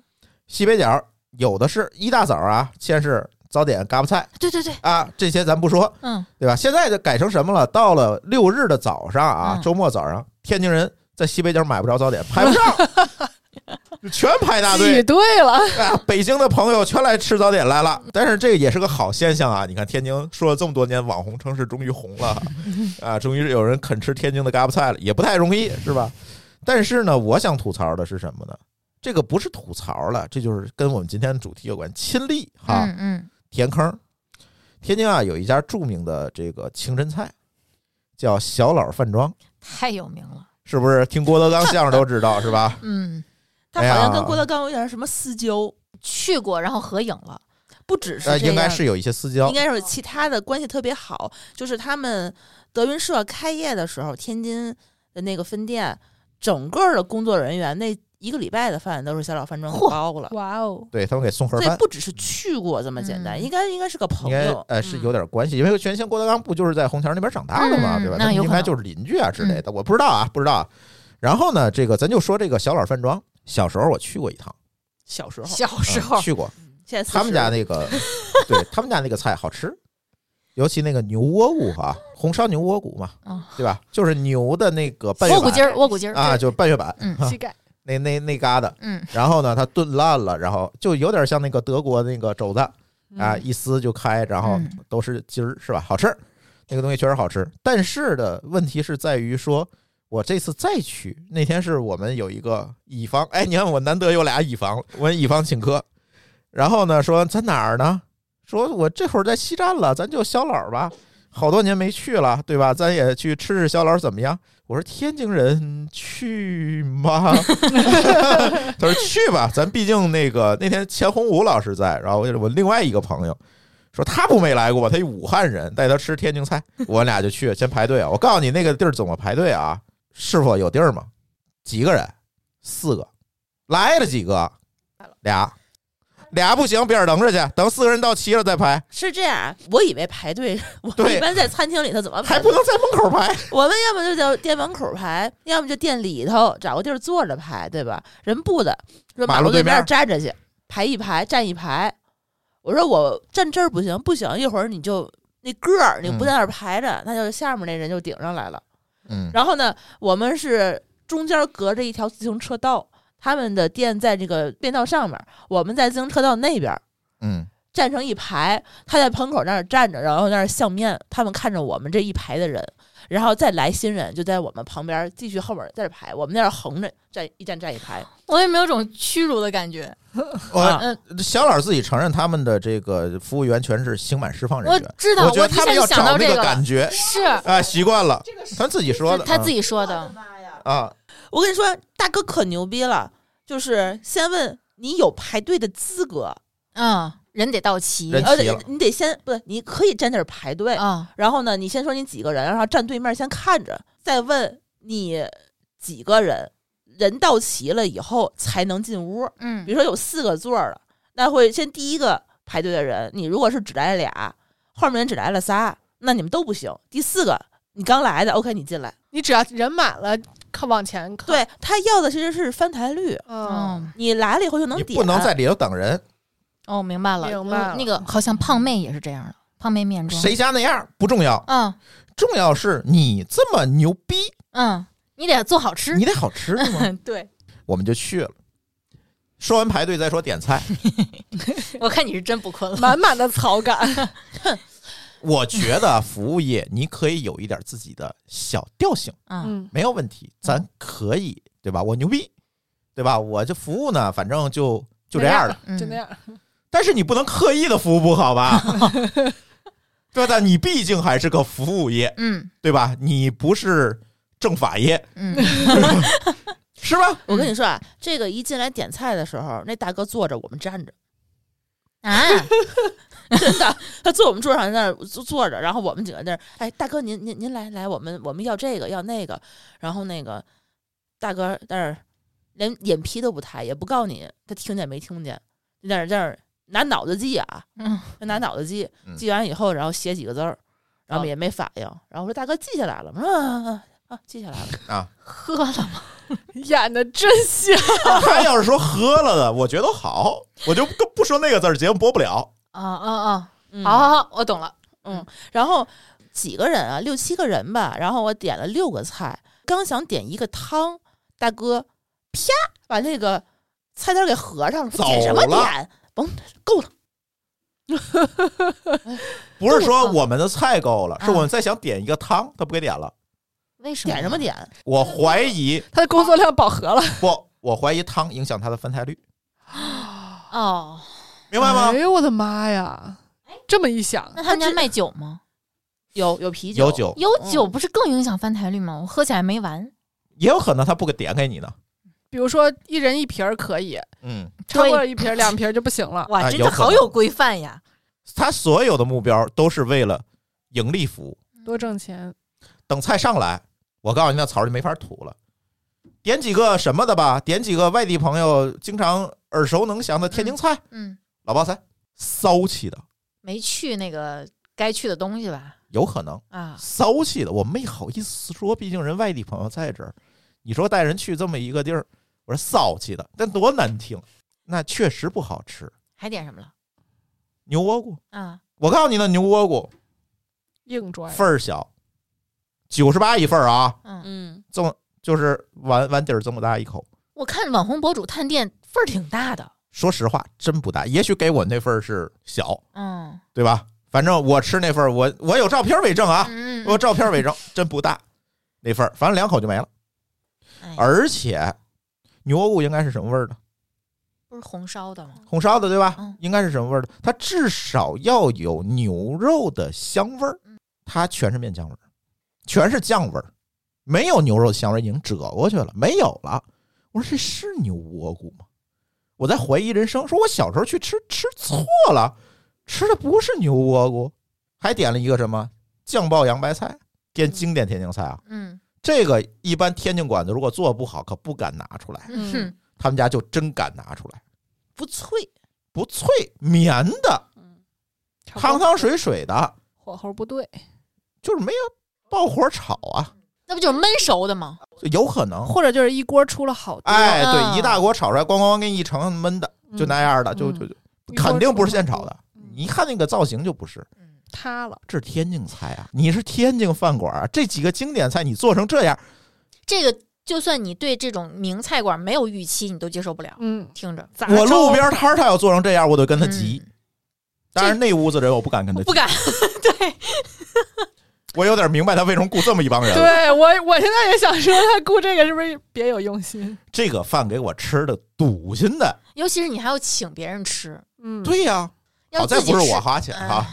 S4: 西北角有的是一大早啊，先是早点嘎巴菜。
S1: 对对对，
S4: 啊，这些咱不说，
S1: 嗯，
S4: 对吧？现在就改成什么了？到了六日的早上啊，
S1: 嗯
S4: 周末早上，天津人在西北角买不着早点，排不
S1: [laughs]
S4: 上，就全排大
S2: 挤
S4: 队
S2: 兑了，
S4: 啊！北京的朋友全来吃早点来了，但是这也是个好现象啊！你看，天津说了这么多年网红城市，终于红
S1: [laughs]
S4: 了啊，终于有人肯吃天津的嘎巴菜了，也不太容易，是吧？但是呢，我想吐槽的是什么呢？这个不是吐槽了，这就是跟我们今天的主题有关，亲历哈。
S1: 嗯嗯，
S4: 填坑。天津啊，有一家著名的这个清真菜，叫小老饭庄，
S1: 太有名了。
S4: 是不是？听郭德纲相声都知道是吧？
S1: 嗯，
S6: 他
S4: 哎呀
S6: 好像跟郭德纲有点什么私交，
S1: 去过，然后合影了。
S6: 不只 [laughs] 是
S4: 呃，
S6: 这样
S4: 应该是有一些私交
S6: 应，该是其他的关系特别好，就是他们德云社开业的时候，天津的那个分店，整个的工作人员那一个礼拜的饭都是小老饭庄给
S1: 嚯
S6: 包了，
S2: 哇哦，
S4: 对他们给送盒
S6: 所以
S4: 饭，
S6: 不只是去过这么简单，
S1: 嗯
S6: 应该应该是个
S4: 应
S6: 朋
S4: 该
S6: 友。
S4: 呃是有点关系，因为原先郭德纲不就是在红桥那边长大的嘛，
S1: 嗯
S4: 对吧？
S1: 那
S4: 他们
S1: 有
S4: 应
S1: 可
S4: 该
S1: 能
S4: 就是邻居啊之
S6: 嗯
S4: 类的，我不知道啊，不知道啊。然后呢，这个咱就说这个小老饭庄，小时候我去过一趟，
S6: 小时候，
S1: 小
S4: 嗯
S1: 时候，
S4: 去过，
S6: 现在
S4: 他们家
S6: 那
S1: [laughs]
S4: 那个，对他们家那个菜好吃，尤其那个牛窝骨啊，红烧牛窝骨嘛，
S1: 嗯
S4: 对吧？就是牛的那个半月
S1: 窝骨筋
S4: 板
S1: 儿，窝骨筋儿
S4: 啊，，就是半月板， [laughs]
S1: 嗯
S4: 啊
S2: 膝盖，
S4: 那那那疙瘩。
S1: 嗯，
S4: 然后呢，它炖烂了，然后就有点像那个德国那个肘子啊，
S2: 嗯
S4: 一撕就开，然后
S1: 嗯
S4: 都是筋儿，是吧？好吃，那个东西确实好吃。但是的问题是在于说。我这次再去，那天是我们有一个乙方，哎，你看我难得有俩乙方，我们乙方请客，然后呢，说在哪儿呢？说我这会儿在西站了，咱就小老儿吧，好多年没去了，对吧？咱也去吃吃小老儿怎么样？我说天津人去吗？ [laughs] 他说去吧，咱毕竟那个那天钱洪武老师在，然后我我另外一个朋友说他不没来过，他一武汉人，带他吃天
S1: [laughs]
S4: 津菜，我俩就去先排队啊。我告诉你那个地儿怎么排队啊？师傅有地儿吗？几个人？四个，来了几个？俩，俩不行，别人等着去，等四个人到齐了再
S1: [laughs]
S4: 排，
S6: 是这样，我以为排队，我
S4: 对
S6: 一般在餐厅里头怎么排
S4: 还
S6: 队
S4: 不？能在门口排。
S6: 我们要么就在店门口排，要么就店里头找个地儿坐着排，对吧？人不的，说
S4: 马
S6: 马
S4: 路
S6: 路
S4: 对
S6: 对
S4: 面
S6: 面站着去，排一排，站一排。我说我站这儿不行，不行，一会儿你就那个儿，你不在那儿排着，那就下面那人就顶上来了。
S4: 嗯，
S6: 然后呢，我们是中间隔着一条自行车道，他们的店在这个便道上面，我们在自行车道那边。
S4: 嗯，
S6: 站成一排，他在门口那儿站着，然后在那儿相面，他们看着我们这一排的人，然后再来新人就在我们旁边继续后面在这排，我们在那儿横着站一站站一排，
S1: 我也没有种屈辱的感觉。
S4: [laughs] 我呃
S1: 嗯，
S4: 小老自己承认他们的这个服务员全是刑满释放人
S1: 我
S4: 员，
S1: 知道，
S4: 我
S1: 我
S4: 觉得
S1: 一
S4: 他
S1: 下
S4: 们要
S1: 就想
S4: 找
S1: 到
S4: 那
S1: 这
S4: 个
S1: 个了
S4: 感觉
S1: 是
S4: 啊，习惯了，他自己说的，嗯
S1: 他自
S4: 己
S1: 己说的。
S4: 啊，
S6: 我跟你说，大哥可牛逼了，就是先问你有排队的资格，
S1: 嗯，人得到齐嗯
S4: 人
S1: 啊、
S6: 呃
S4: 齐了，
S6: 你得先不，你可以站那儿排队，然后呢，你先说你几个人，然后站对面先看着，再问你几个人，人到齐了以后才能进屋。
S7: 嗯
S6: 比如说有四个座儿了，那会先第一个排队的人，你如果是只来了俩，后面人只来了仨，那你们都不行。第四个你刚来的，OK，你进来。
S2: 你只要人满了，靠往前靠。，
S6: 对他要的其实是翻台率，
S2: 嗯，
S6: 你来了以后就能
S4: 你
S6: 点，
S4: 不
S1: 啊
S4: 能在里头等人，
S1: 哦，哦，明白了，
S2: 明白了
S1: 嗯那个好像胖妹也是这样的，胖妹面妆，
S4: 谁家那样不重要，
S1: 嗯
S4: 重要是你这么牛逼，
S1: 嗯，
S7: 你得做好吃。
S4: 你得好吃的 [laughs] 嘛。
S6: [laughs] 对，
S4: 我们就去了。说完排队再说点 [laughs] 菜，
S1: 我看你是真不困了，
S2: 满满的
S6: [laughs]
S2: 草感。
S4: 我觉得服务业你可以有一点自己的小调性，
S1: 嗯
S2: 嗯，
S4: 没有问题，咱可以对吧？我牛逼，对吧？我这服务呢，反正就就这样了。
S1: 嗯，
S2: 就那样。
S4: 但是你不能刻意的服务不好 [laughs] 吧？对吧？你毕竟还是个服务业，
S7: 嗯
S4: 对吧？你不是政法业，
S7: 嗯，
S1: [laughs]
S4: 是吧？
S6: 我跟你说啊，这个一进来点菜的时候，那大哥坐着，我们站着，
S7: 啊，
S6: 真的，他坐我们桌上在那儿坐坐着，然后我们几个在那儿，哎，大哥您您您来来，我们我们要这个要那个，然后那个大哥在那儿连眼皮都不抬，也不告你他听见没听见，就在那儿在那儿拿脑子记啊，
S1: 嗯，
S6: 拿脑子记，
S4: 嗯
S6: 记完以后然后写几个字儿，
S1: 哦
S6: 然后也没反应，然后我说大哥记下来了吗？啊啊啊，记下来了，
S1: 喝了吗？
S2: 嗯演的真像，
S4: 他要是说喝了的，我觉得好，我就不不说那个字儿，节目播不了。
S1: 啊啊啊！
S6: 嗯
S1: 好好好，我懂了。
S6: 然后几个人啊，六七个人吧。然后我点了六个菜，刚想点一个汤，大哥啪把那个菜单给合上了，
S4: 走
S6: 点什么
S4: 了
S6: 点？甭够了，
S4: 不是说我们的菜够了，
S1: 嗯
S4: 是我们再想点一个汤，他不给点了。
S1: 为什么？
S6: 点什么？点？
S4: 我怀疑
S2: 他的工作量饱和了，
S4: 不，我怀疑汤影响他的翻台率，
S1: 哦，
S4: 明白吗
S2: 哎？呦我的妈呀！这么一想，
S1: 那他们家卖酒吗？
S6: 有有啤酒，
S4: 有酒，
S1: 有酒不是更影响翻台率吗？我喝起来没完。
S4: 也有可能他不给点给你呢。
S2: 比如说一人一瓶儿可以，
S4: 嗯，
S2: 超过了一瓶儿两瓶儿就不行了。
S1: 哇
S4: 啊有可能
S1: 规范呀！
S4: 他所有的目标都是为了盈利服务。
S2: 多挣钱，
S4: 等菜上来，我告诉你，那槽就没法吐了。点几个什么的吧，点几个外地朋友经常耳熟能详的天津菜、
S7: 嗯，
S4: 老包菜，骚气的，
S1: 没去那个该去的东西吧？
S4: 有可能
S1: 啊，
S4: 骚气的，我没好意思说，毕竟人外地朋友在这儿，你说带人去这么一个地儿，我说骚气的，但多难听，那确实不好吃。
S1: 还点什么了？
S4: 牛窝骨，
S1: 啊，
S4: 我告诉你，那牛窝骨
S2: 硬
S1: 哎
S2: 拽。
S4: 份儿小，九十八一份儿啊，
S1: 嗯，
S6: 嗯，
S4: 这么就是碗碗底儿这么大一口，
S1: 我看网红博主探店份儿挺大的。
S4: 说实话，真不大。也许给我那份儿是小，
S1: 嗯
S4: 对吧？反正我吃那份儿，我我有照片为证啊，
S1: 嗯，
S4: 我有照片为证，真不大。那份儿，反正两口就没了。
S1: 哎
S4: 而且牛窝骨应该是什么味儿的？
S1: 不是红烧的吗？
S4: 红烧的，对吧
S1: 嗯？
S4: 应该是什么味儿的？它至少要有牛肉的香味儿，它全是面酱味儿，全是酱味儿，没有牛肉香味儿，已经折过去了，没有了。我说这是牛窝骨吗？我在怀疑人生，说我小时候去吃吃错了，吃的不是牛窝骨，还点了一个什么酱爆洋白菜，点经典天津菜啊。
S1: 嗯
S4: 这个一般天津馆子如果做不好，可不敢拿出来，
S1: 嗯哼 [laughs]
S4: 他们家就真敢拿出来。
S6: 不 [laughs] 脆，
S4: 不脆，绵的，
S6: 嗯，
S4: 汤汤水水的，
S2: 火候不对，
S4: 就是没有爆火炒啊，
S1: 那不就是焖熟的吗？
S4: 就有可能。
S2: 或者就是一锅出了好多，嗯
S4: 哎，
S1: 啊
S4: 对，一大锅炒出来，咣咣咣给你一盛焖的，
S1: 嗯
S4: 就那样的，就就就
S2: 一锅
S4: 肯定不是现
S2: 出了
S4: 炒
S2: 好多
S4: 的。你一看那个造型就不是，
S1: 嗯
S2: 塌了。
S4: 这是天津菜啊！你是天津饭馆啊，这几个经典菜你做成这样，
S1: 这个就算你对这种名菜馆没有预期，你都接受不了。
S2: 嗯，
S1: 听着，
S2: 咋
S4: 我路
S2: 着
S4: 边摊儿他要做成这样，我得跟他急。 [laughs] 当然，那屋子人我不敢跟他
S1: 嗯我
S4: 急，
S1: 不敢。对，
S4: 我有点明白他为什么雇这么一帮人了。
S2: 对我，我现在也想说，他雇这个是不是别有用心？
S4: 这个饭给我吃的堵心的，
S1: 尤其是你还要请别人吃，
S2: 嗯，
S4: 对呀、
S1: 要
S4: 好啊在
S1: 自己
S4: 不是我
S1: 吃，哎
S4: 花钱哈、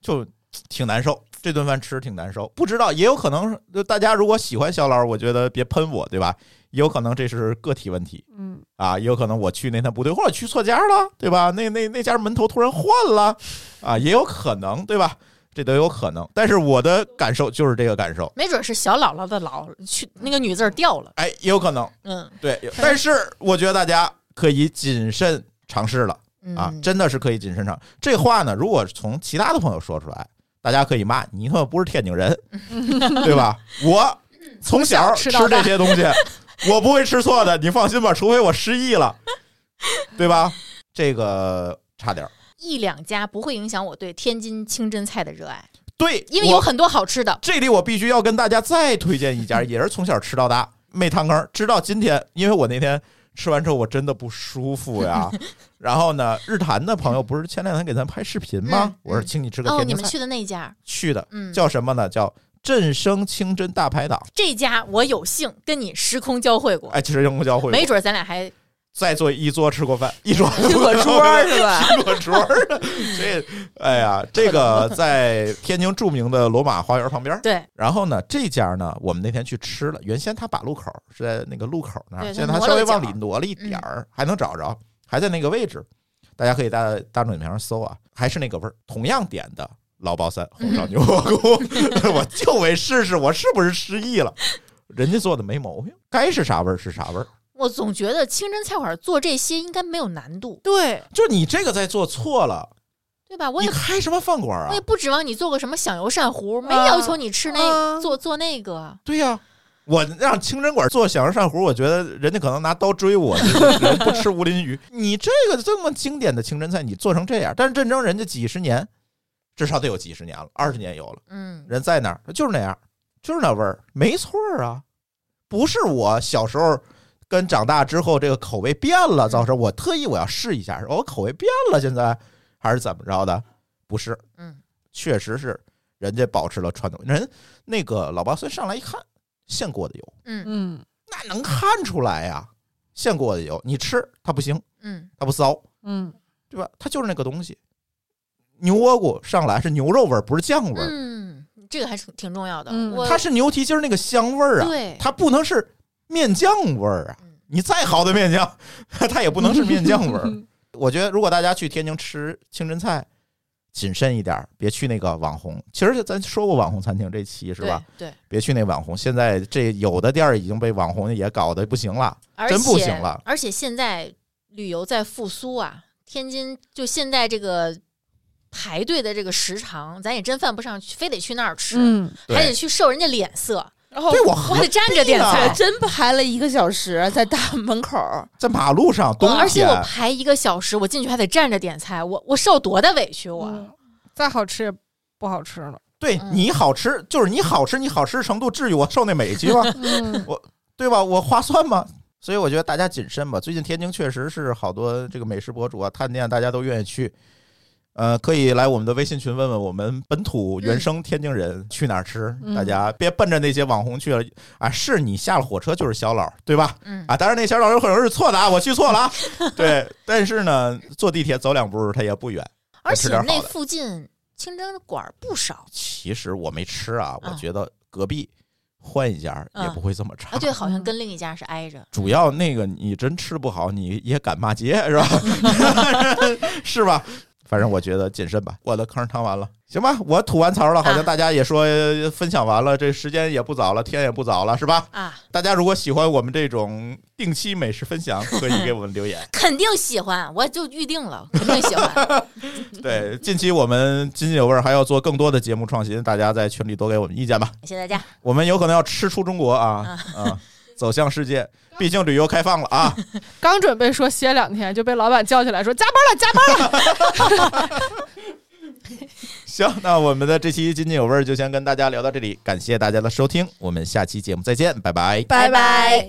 S4: 就挺难受。这顿饭吃挺难受，不知道也有可能是就大家如果喜欢小老，我觉得别喷我，对吧？也有可能这是个体问题
S2: 嗯，
S4: 啊，也有可能我去那趟不对，或者我去错家了，对吧？那那那家门头突然换了啊，也有可能，对吧？这都有可能，但是我的感受就是这个感受，
S1: 没准是小姥姥的姥去那个女字儿掉了，
S4: 哎，也有可能，
S1: 嗯
S4: 对，有但是我觉得大家可以谨慎尝试了。
S1: 嗯
S4: 啊，真的是可以谨慎上。这话呢，如果从其他的朋友说出来，大家可以骂你他妈不是天
S1: [laughs]
S4: 津人，对吧？我
S1: 嗯
S4: 从小吃
S2: 吃到
S4: 这些东
S1: [laughs]
S4: 西，我不会吃错的，你放心吧，除非我失忆了，对吧？这个差点儿。
S1: 一两家不会影响我对天津清真菜的热爱，
S4: 对，
S1: 因为有
S4: 我
S1: 很多好吃的。
S4: 这里我必须要跟大家再推荐
S1: [laughs]
S4: 一家，也是从小吃到大，没汤坑，直到今天，因为我那天吃完之后我真的不舒服
S1: [laughs]
S4: 呀。然后呢，日坛的朋友不是前两天给咱拍视频吗？
S1: 嗯
S4: 我说请你吃个
S1: 哦，
S4: 天
S1: 你
S4: 津
S1: 们
S4: 菜，
S1: 去的那家，
S4: 去的
S1: 嗯，
S4: 叫什么呢？叫振生清真大排档。
S1: 这家我有幸跟你时空交汇过，
S4: 哎，其实英国教会
S1: 没准咱俩还
S4: 在座一桌吃过饭，一桌
S6: 拼果桌儿是
S1: [laughs]
S6: 吧？
S4: 一桌桌儿的。这，哎呀，这个在天津著名的罗马花园旁边儿。
S1: 对
S4: 然后呢，这家呢，我们那天去吃了。原先它把路口是在那个路口那儿，
S1: 对
S4: 现在
S1: 它
S4: 它
S1: 挪
S4: 稍
S1: 了
S4: 微
S1: 个
S4: 往
S1: 角嗯
S4: 里挪了一点儿，还能找着，还在那个位置。大家可以在大众点评上搜啊，还是那个味儿，同样点的老包三红烧牛火
S1: [laughs]
S4: 锅， [laughs] 我就为试试我是不是失忆了。人家做的没毛病，该是啥味儿是啥味儿。
S1: 我总觉得清真菜馆做这些应该没有难度，
S6: 对，
S4: 就你这个再做错了，
S1: 对吧？我
S4: 你
S1: 也
S4: 开什么饭馆啊
S1: 我也？不指望你做个什么响油鳝糊，没
S6: 啊
S1: 要求你吃那、
S6: 啊
S1: 做做那个。
S4: 对呀、我让清真馆做响油鳝糊，我觉得人家可能拿刀追我，就是人不吃无鳞鱼。 [laughs] 你这个这么经典的清真菜，你做成这样，但是战争人家几十年，至少得有几十年了，二十年有了，
S1: 嗯，
S4: 人在那儿就是那样，就是那味儿，没错儿啊，不是我小时候。跟长大之后这个口味变
S1: 嗯
S4: 了，造成我特意我要试一下，我口味变了，现在还是怎么着的？不是，
S1: 嗯，
S4: 确实是人家保持了传统。人那个老八孙上来一看，现过的油，
S2: 嗯
S4: 那能看出来呀、现过的油，你吃它不行，
S1: 嗯
S4: 它不骚，
S2: 嗯
S4: 对吧？它就是那个东西。牛窝骨上来是牛肉味儿，不是酱味儿，
S1: 嗯，这个还是挺重要的。
S2: 嗯
S1: 我
S4: 它是牛蹄筋儿那个香味儿啊，
S1: 对，
S4: 它不能是面酱味儿啊
S1: 嗯。
S4: 你再好的面酱， [laughs] 它也不能是面酱
S2: 嗯
S1: [laughs]
S4: 味儿。我觉得如果大家去天津吃清真菜，谨慎一点儿，别去那个网红。其实咱说过网红餐厅这期是
S1: 对
S4: 吧？？
S1: 对，
S4: 别去那网红，现在这有的店儿已经被网红也搞得不行了。
S1: 而且
S4: 真不行了
S1: 而且现在旅游在复苏啊，天津就现在这个排队的这个时长，咱也真犯不上去，非得去那儿吃，
S2: 嗯，
S4: 对
S1: 还得去受人家脸色，
S6: 然后
S4: 对我啊
S1: 我
S4: 何
S1: 得站着点
S4: 必
S1: 菜
S4: 呢
S6: 我。真排了一个小时在大门口儿，
S4: 在马路上冬
S1: 我哦而且
S4: 天，
S1: 我排一个小时，我进去还得站着点菜，我我受多大委屈我！啊
S2: 嗯再好吃也不好吃了。
S4: 对
S1: 嗯
S4: 你好吃就是你好吃，你好吃程度至于我受那委屈吗？
S2: 嗯
S4: 对吧？我划算吗？所以我觉得大家谨慎吧。最近天津确实是好多这个美食博主啊、探店，大家都愿意去。呃，可以来我们的微信群问问我们本土
S1: 嗯
S4: 原生天津人去哪儿吃。
S2: 嗯
S4: 大家别奔着那些网红去了啊！是你下了火车就是小老，对吧？
S1: 嗯
S4: 啊，当然那小老有可能是错的啊，我去错
S1: [laughs]
S4: 了啊。对，但是呢，坐地铁走两步它也不远。
S1: 而
S4: 吃
S1: 且
S4: 点好
S1: 那
S4: 的
S1: 附近清真馆儿不少
S4: 其实我没吃啊，我
S1: 啊
S4: 觉得隔壁换一家也
S1: 嗯
S4: 不会这么差。
S1: 啊，对，好像
S2: 嗯
S1: 跟另一家是挨着。
S4: 主要那个你真吃不好，你也敢骂街是吧？是吧？反正我觉得谨慎吧。我的坑趟完了，行吧？我吐完槽了，好像
S1: 啊
S4: 大家也说呃分享完了，这时间也不早了，天也不早了，是吧？
S1: 啊，
S4: 大家如果喜欢我们这种定期美食分享，可以给我们留
S1: [laughs]
S4: 言。
S1: 肯定喜欢，我就预定了，肯定喜
S4: [laughs]
S1: 欢。
S4: 对，近期我们津津有味儿还要做更多的节目创新，大家在群里多给我们意见吧。
S1: 谢谢大家，
S4: 我们有可能要吃出中国啊啊，走向世界，毕竟旅游开放了啊。
S2: 刚准备说歇两天，就被老板叫起来说加班了，加班了。
S4: 行，那我们的这期津津有味儿就先跟大家聊到这里，感谢大家的收听，我们下期节目再见，拜拜。
S1: 拜拜